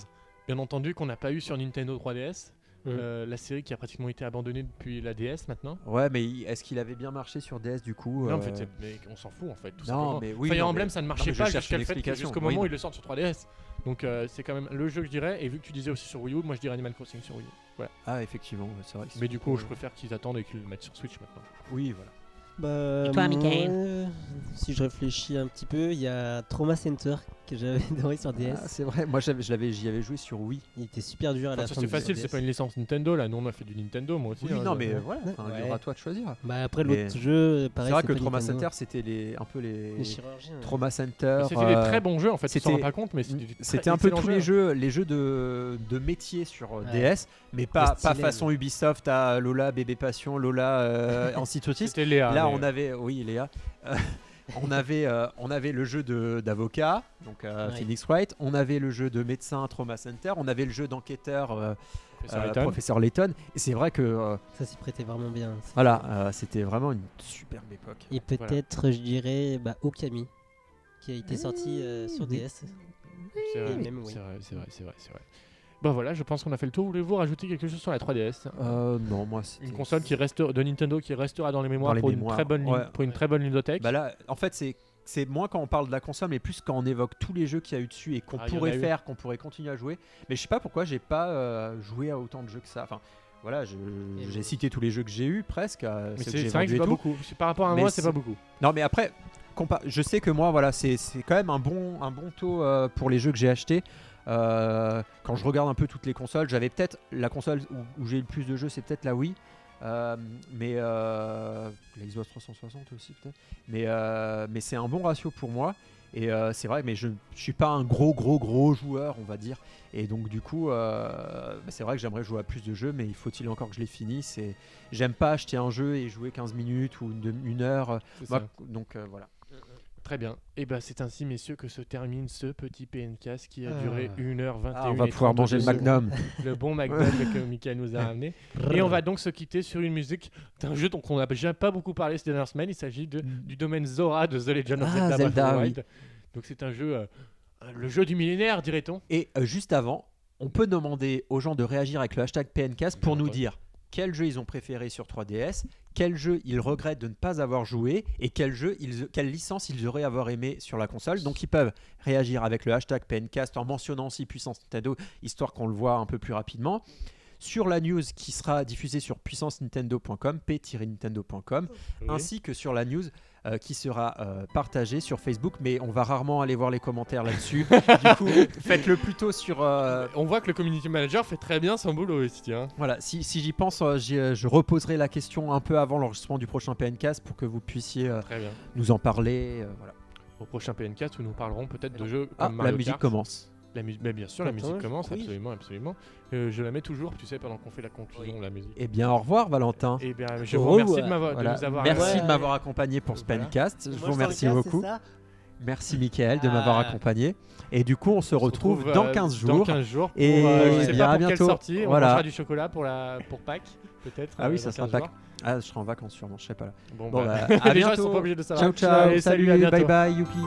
Speaker 1: bien entendu, qu'on n'a pas eu sur Nintendo 3DS.
Speaker 3: Mhm.
Speaker 1: Euh, la série qui a pratiquement été abandonnée depuis la DS maintenant.
Speaker 2: Ouais, mais il- est-ce qu'il avait bien marché sur DS du coup
Speaker 1: Non, en
Speaker 2: euh,
Speaker 1: fait, c'est- mais on s'en fout en fait. Tout
Speaker 2: Non,
Speaker 1: simplement.
Speaker 2: mais oui,
Speaker 1: Fire
Speaker 2: non,
Speaker 1: Emblem,
Speaker 2: mais-
Speaker 1: ça ne marchait
Speaker 2: mais je
Speaker 1: pas
Speaker 2: cherche
Speaker 1: jusqu'à
Speaker 2: une
Speaker 1: le fait que-
Speaker 2: explication.
Speaker 1: jusqu'au
Speaker 2: Oui,
Speaker 1: moment où
Speaker 2: non.
Speaker 1: ils le sortent sur 3DS. Donc euh, c'est quand même le jeu que je dirais. Et vu que tu disais aussi sur Wii U, moi je dirais Animal Crossing sur Wii U.
Speaker 2: Ah, effectivement, ouais, c'est vrai. que c'est-
Speaker 1: Mais du coup, je préfère qu'ils attendent et qu'ils le mettent sur Switch maintenant.
Speaker 2: Oui, voilà.
Speaker 3: Bah,
Speaker 4: Et toi, Michael
Speaker 3: moi, Si je réfléchis un petit peu, il y a Trauma Center que j'avais adoré sur DS.
Speaker 2: Ah, c'est vrai. Moi, j'avais, je l'avais- j'y avais joué sur Wii.
Speaker 3: Il était super dur à
Speaker 1: Enfin,
Speaker 3: la
Speaker 1: ça,
Speaker 3: fin.
Speaker 1: c'est
Speaker 3: du
Speaker 1: facile,
Speaker 3: DS.
Speaker 1: c'est pas une licence Nintendo là. Nous on a fait du Nintendo, moi aussi.
Speaker 2: E Oui,
Speaker 1: hein,
Speaker 2: non,
Speaker 1: je-
Speaker 2: mais voilà. enfin, Libre
Speaker 3: Ouais.
Speaker 2: à toi de choisir.
Speaker 3: Bah, après,
Speaker 2: Mais-
Speaker 3: l'autre jeu, pareil.
Speaker 2: c'est vrai que
Speaker 3: pas
Speaker 2: Trauma
Speaker 3: Nintendo.
Speaker 2: Center, c'était les, un peu les,
Speaker 3: Les chirurgiens. ouais.
Speaker 2: Trauma Center.
Speaker 1: C'était des
Speaker 2: euh,
Speaker 1: très bons jeux en fait. Tu t'en rends
Speaker 2: c'était-
Speaker 1: pas compte, mais c'était des très
Speaker 2: C'était un peu
Speaker 1: excellents
Speaker 2: tous les jeux, les jeux de, de métier sur euh,
Speaker 3: Ouais.
Speaker 2: DS, mais pas,
Speaker 3: stylés,
Speaker 2: pas
Speaker 3: mais-
Speaker 2: façon Ubisoft à Lola, Bébé Passion, Lola, euh, Ensuite Autiste.
Speaker 1: C'était Léa.
Speaker 2: Là,
Speaker 1: mais-
Speaker 2: on avait, oui, Léa, euh, on, avait, euh, on avait le jeu de- d'avocat, donc euh,
Speaker 3: Ouais.
Speaker 2: Phoenix Wright, on avait le jeu de médecin, Trauma Center, on avait le jeu d'enquêteur, euh,
Speaker 1: Professeur
Speaker 2: euh,
Speaker 1: Layton.
Speaker 2: Professeur Layton. Et c'est vrai que, euh,
Speaker 3: Ça s'y prêtait vraiment bien.
Speaker 2: voilà, euh, c'était vraiment une superbe époque.
Speaker 3: Et peut-être, je dirais, bah, Okami, qui a été sorti euh, sur DS.
Speaker 1: C'est vrai,
Speaker 3: même, oui.
Speaker 1: c'est vrai, c'est vrai, c'est vrai, c'est vrai. Bon voilà, je pense qu'on a fait le tour. Voulez-vous rajouter quelque chose sur la 3DS
Speaker 2: Euh, non, moi, c'était-
Speaker 1: Une console qui reste de Nintendo qui restera dans les mémoires,
Speaker 2: Dans les
Speaker 1: pour,
Speaker 2: mémoires,
Speaker 1: une très bonne, ligne-
Speaker 2: ouais.
Speaker 1: pour une très bonne ludothèque.
Speaker 2: Bah là, en fait, c'est c'est moins quand on parle de la console, mais plus quand on évoque tous les jeux qu'il y a eu dessus et qu'on
Speaker 1: Ah, il y en a
Speaker 2: pourrait
Speaker 1: eu.
Speaker 2: faire, qu'on pourrait continuer à jouer. Mais je sais pas pourquoi j'ai pas euh, joué à autant de jeux que ça. Enfin, voilà, je- j'ai cité tous les jeux que j'ai eu presque. euh,
Speaker 1: mais
Speaker 2: ceux
Speaker 1: c'est
Speaker 2: j'ai
Speaker 1: c'est vrai que c'est
Speaker 2: vendus et
Speaker 1: pas
Speaker 2: tout.
Speaker 1: beaucoup. C'est- Par rapport à
Speaker 2: Mais
Speaker 1: moi, c'est
Speaker 2: c'est-
Speaker 1: pas beaucoup.
Speaker 2: Non, mais après, compa- je sais que moi, voilà, c'est c'est quand même un bon, un bon taux euh, pour les jeux que j'ai achetés. Euh, quand je regarde un peu toutes les consoles, j'avais peut-être la console où, où j'ai eu le plus de jeux, c'est peut-être la Wii. Euh, mais euh, la Xbox 360 aussi peut-être. Mais, euh, mais c'est un bon ratio pour moi. Et euh, c'est vrai, mais je ne suis pas un gros, gros, gros joueur, on va dire. Et donc du coup, euh, bah, c'est vrai que j'aimerais jouer à plus de jeux, mais il faut-il encore que je les finisse et J'aime pas acheter un jeu et jouer 15 minutes ou une, demi- une heure.
Speaker 1: C'est
Speaker 2: Moi,
Speaker 1: ça.
Speaker 2: donc euh, voilà.
Speaker 1: Très bien. Et ben c'est ainsi, messieurs, que se termine ce petit PNCast qui a
Speaker 2: Ah.
Speaker 1: duré 1h21.
Speaker 2: on va
Speaker 1: et
Speaker 2: pouvoir
Speaker 1: 32
Speaker 2: manger le
Speaker 1: secondes.
Speaker 2: Magnum.
Speaker 1: Le bon McDonald's que Michael nous a ramené. Et on va donc se quitter sur une musique d'un jeu dont on n'a déjà pas beaucoup parlé ces dernières semaines. Il s'agit de- du domaine Zora de The Legend of
Speaker 2: Mm. Ah,
Speaker 1: Zelda, Breath of the
Speaker 2: Zelda, oui.
Speaker 1: Wild. Donc c'est un jeu, euh, le jeu du millénaire, dirait-on.
Speaker 2: Et euh, juste avant, on peut demander aux gens de réagir avec le hashtag PNCast pour
Speaker 1: Bien
Speaker 2: nous
Speaker 1: entendu.
Speaker 2: dire quel jeu ils ont préféré sur 3DS, quel jeu ils regrettent de ne pas avoir joué et quel jeu ils, quelle licence ils auraient avoir aimé sur la console. Donc ils peuvent réagir avec le hashtag PNCast en mentionnant si puissance Nintendo, histoire qu'on le voit un peu plus rapidement. Sur la news qui sera diffusée sur puissancenintendo.com, p-nintendo.com, ainsi que sur la news euh, qui sera euh, partagée sur Facebook, mais on va rarement aller voir les commentaires là-dessus. du coup, faites-le plutôt sur. euh,
Speaker 1: On voit que le community manager fait très bien son boulot ici. hein.
Speaker 2: voilà, si, si j'y pense, euh, j'y, euh, je reposerai la question un peu avant l'enregistrement du prochain PNCast pour que vous puissiez euh,
Speaker 1: Très bien.
Speaker 2: nous en parler. euh, voilà.
Speaker 1: Au prochain PNCast où nous parlerons peut-être de jeux comme
Speaker 2: Ah,
Speaker 1: Mario
Speaker 2: la musique
Speaker 1: Kart.
Speaker 2: commence.
Speaker 1: La mu- mais bien sûr, la
Speaker 3: Attends,
Speaker 1: musique
Speaker 3: je
Speaker 1: commence,
Speaker 3: quiz.
Speaker 1: absolument, absolument. Euh, je la mets toujours, tu sais, pendant qu'on fait la conclusion, la musique.
Speaker 2: Eh bien, au revoir, Valentin.
Speaker 1: Et bien, je
Speaker 3: Au
Speaker 1: vous remercie de,
Speaker 3: revoir.
Speaker 1: m'avoir- de
Speaker 2: Oh, Voilà.
Speaker 1: nous avoir
Speaker 2: Merci
Speaker 3: Ouais.
Speaker 2: de m'avoir accompagné pour ce
Speaker 1: Voilà.
Speaker 2: PNCast. Je
Speaker 3: Moi,
Speaker 2: vous remercie
Speaker 3: regarde, c'est
Speaker 2: beaucoup.
Speaker 3: ça
Speaker 2: Merci, Michael, de m'avoir
Speaker 3: Ah.
Speaker 2: accompagné. Et du coup, on se
Speaker 1: On se
Speaker 2: retrouve, dans
Speaker 1: euh,
Speaker 2: 15
Speaker 1: Dans
Speaker 2: jours.
Speaker 1: 15 jours. Pour,
Speaker 2: Et
Speaker 1: euh, je sais
Speaker 2: bien,
Speaker 1: pas
Speaker 2: à
Speaker 1: pour quelle
Speaker 2: bientôt.
Speaker 1: sortie.
Speaker 2: Voilà.
Speaker 1: On fera du chocolat pour, la, pour Pâques, peut-être.
Speaker 2: Ah oui,
Speaker 1: euh,
Speaker 2: ça
Speaker 1: dans
Speaker 2: sera
Speaker 1: 15
Speaker 2: Pâques.
Speaker 1: jours.
Speaker 2: Ah, je serai en vacances sûrement, je sais pas là.
Speaker 1: Bon,
Speaker 2: Bon,
Speaker 1: bah,
Speaker 2: bah, à
Speaker 1: les gens, ils
Speaker 2: bientôt.
Speaker 1: sont pas obligés de savoir.
Speaker 2: Ciao, ciao,
Speaker 1: Allez,
Speaker 2: salut,
Speaker 1: à bientôt.
Speaker 2: bye bye, youpi.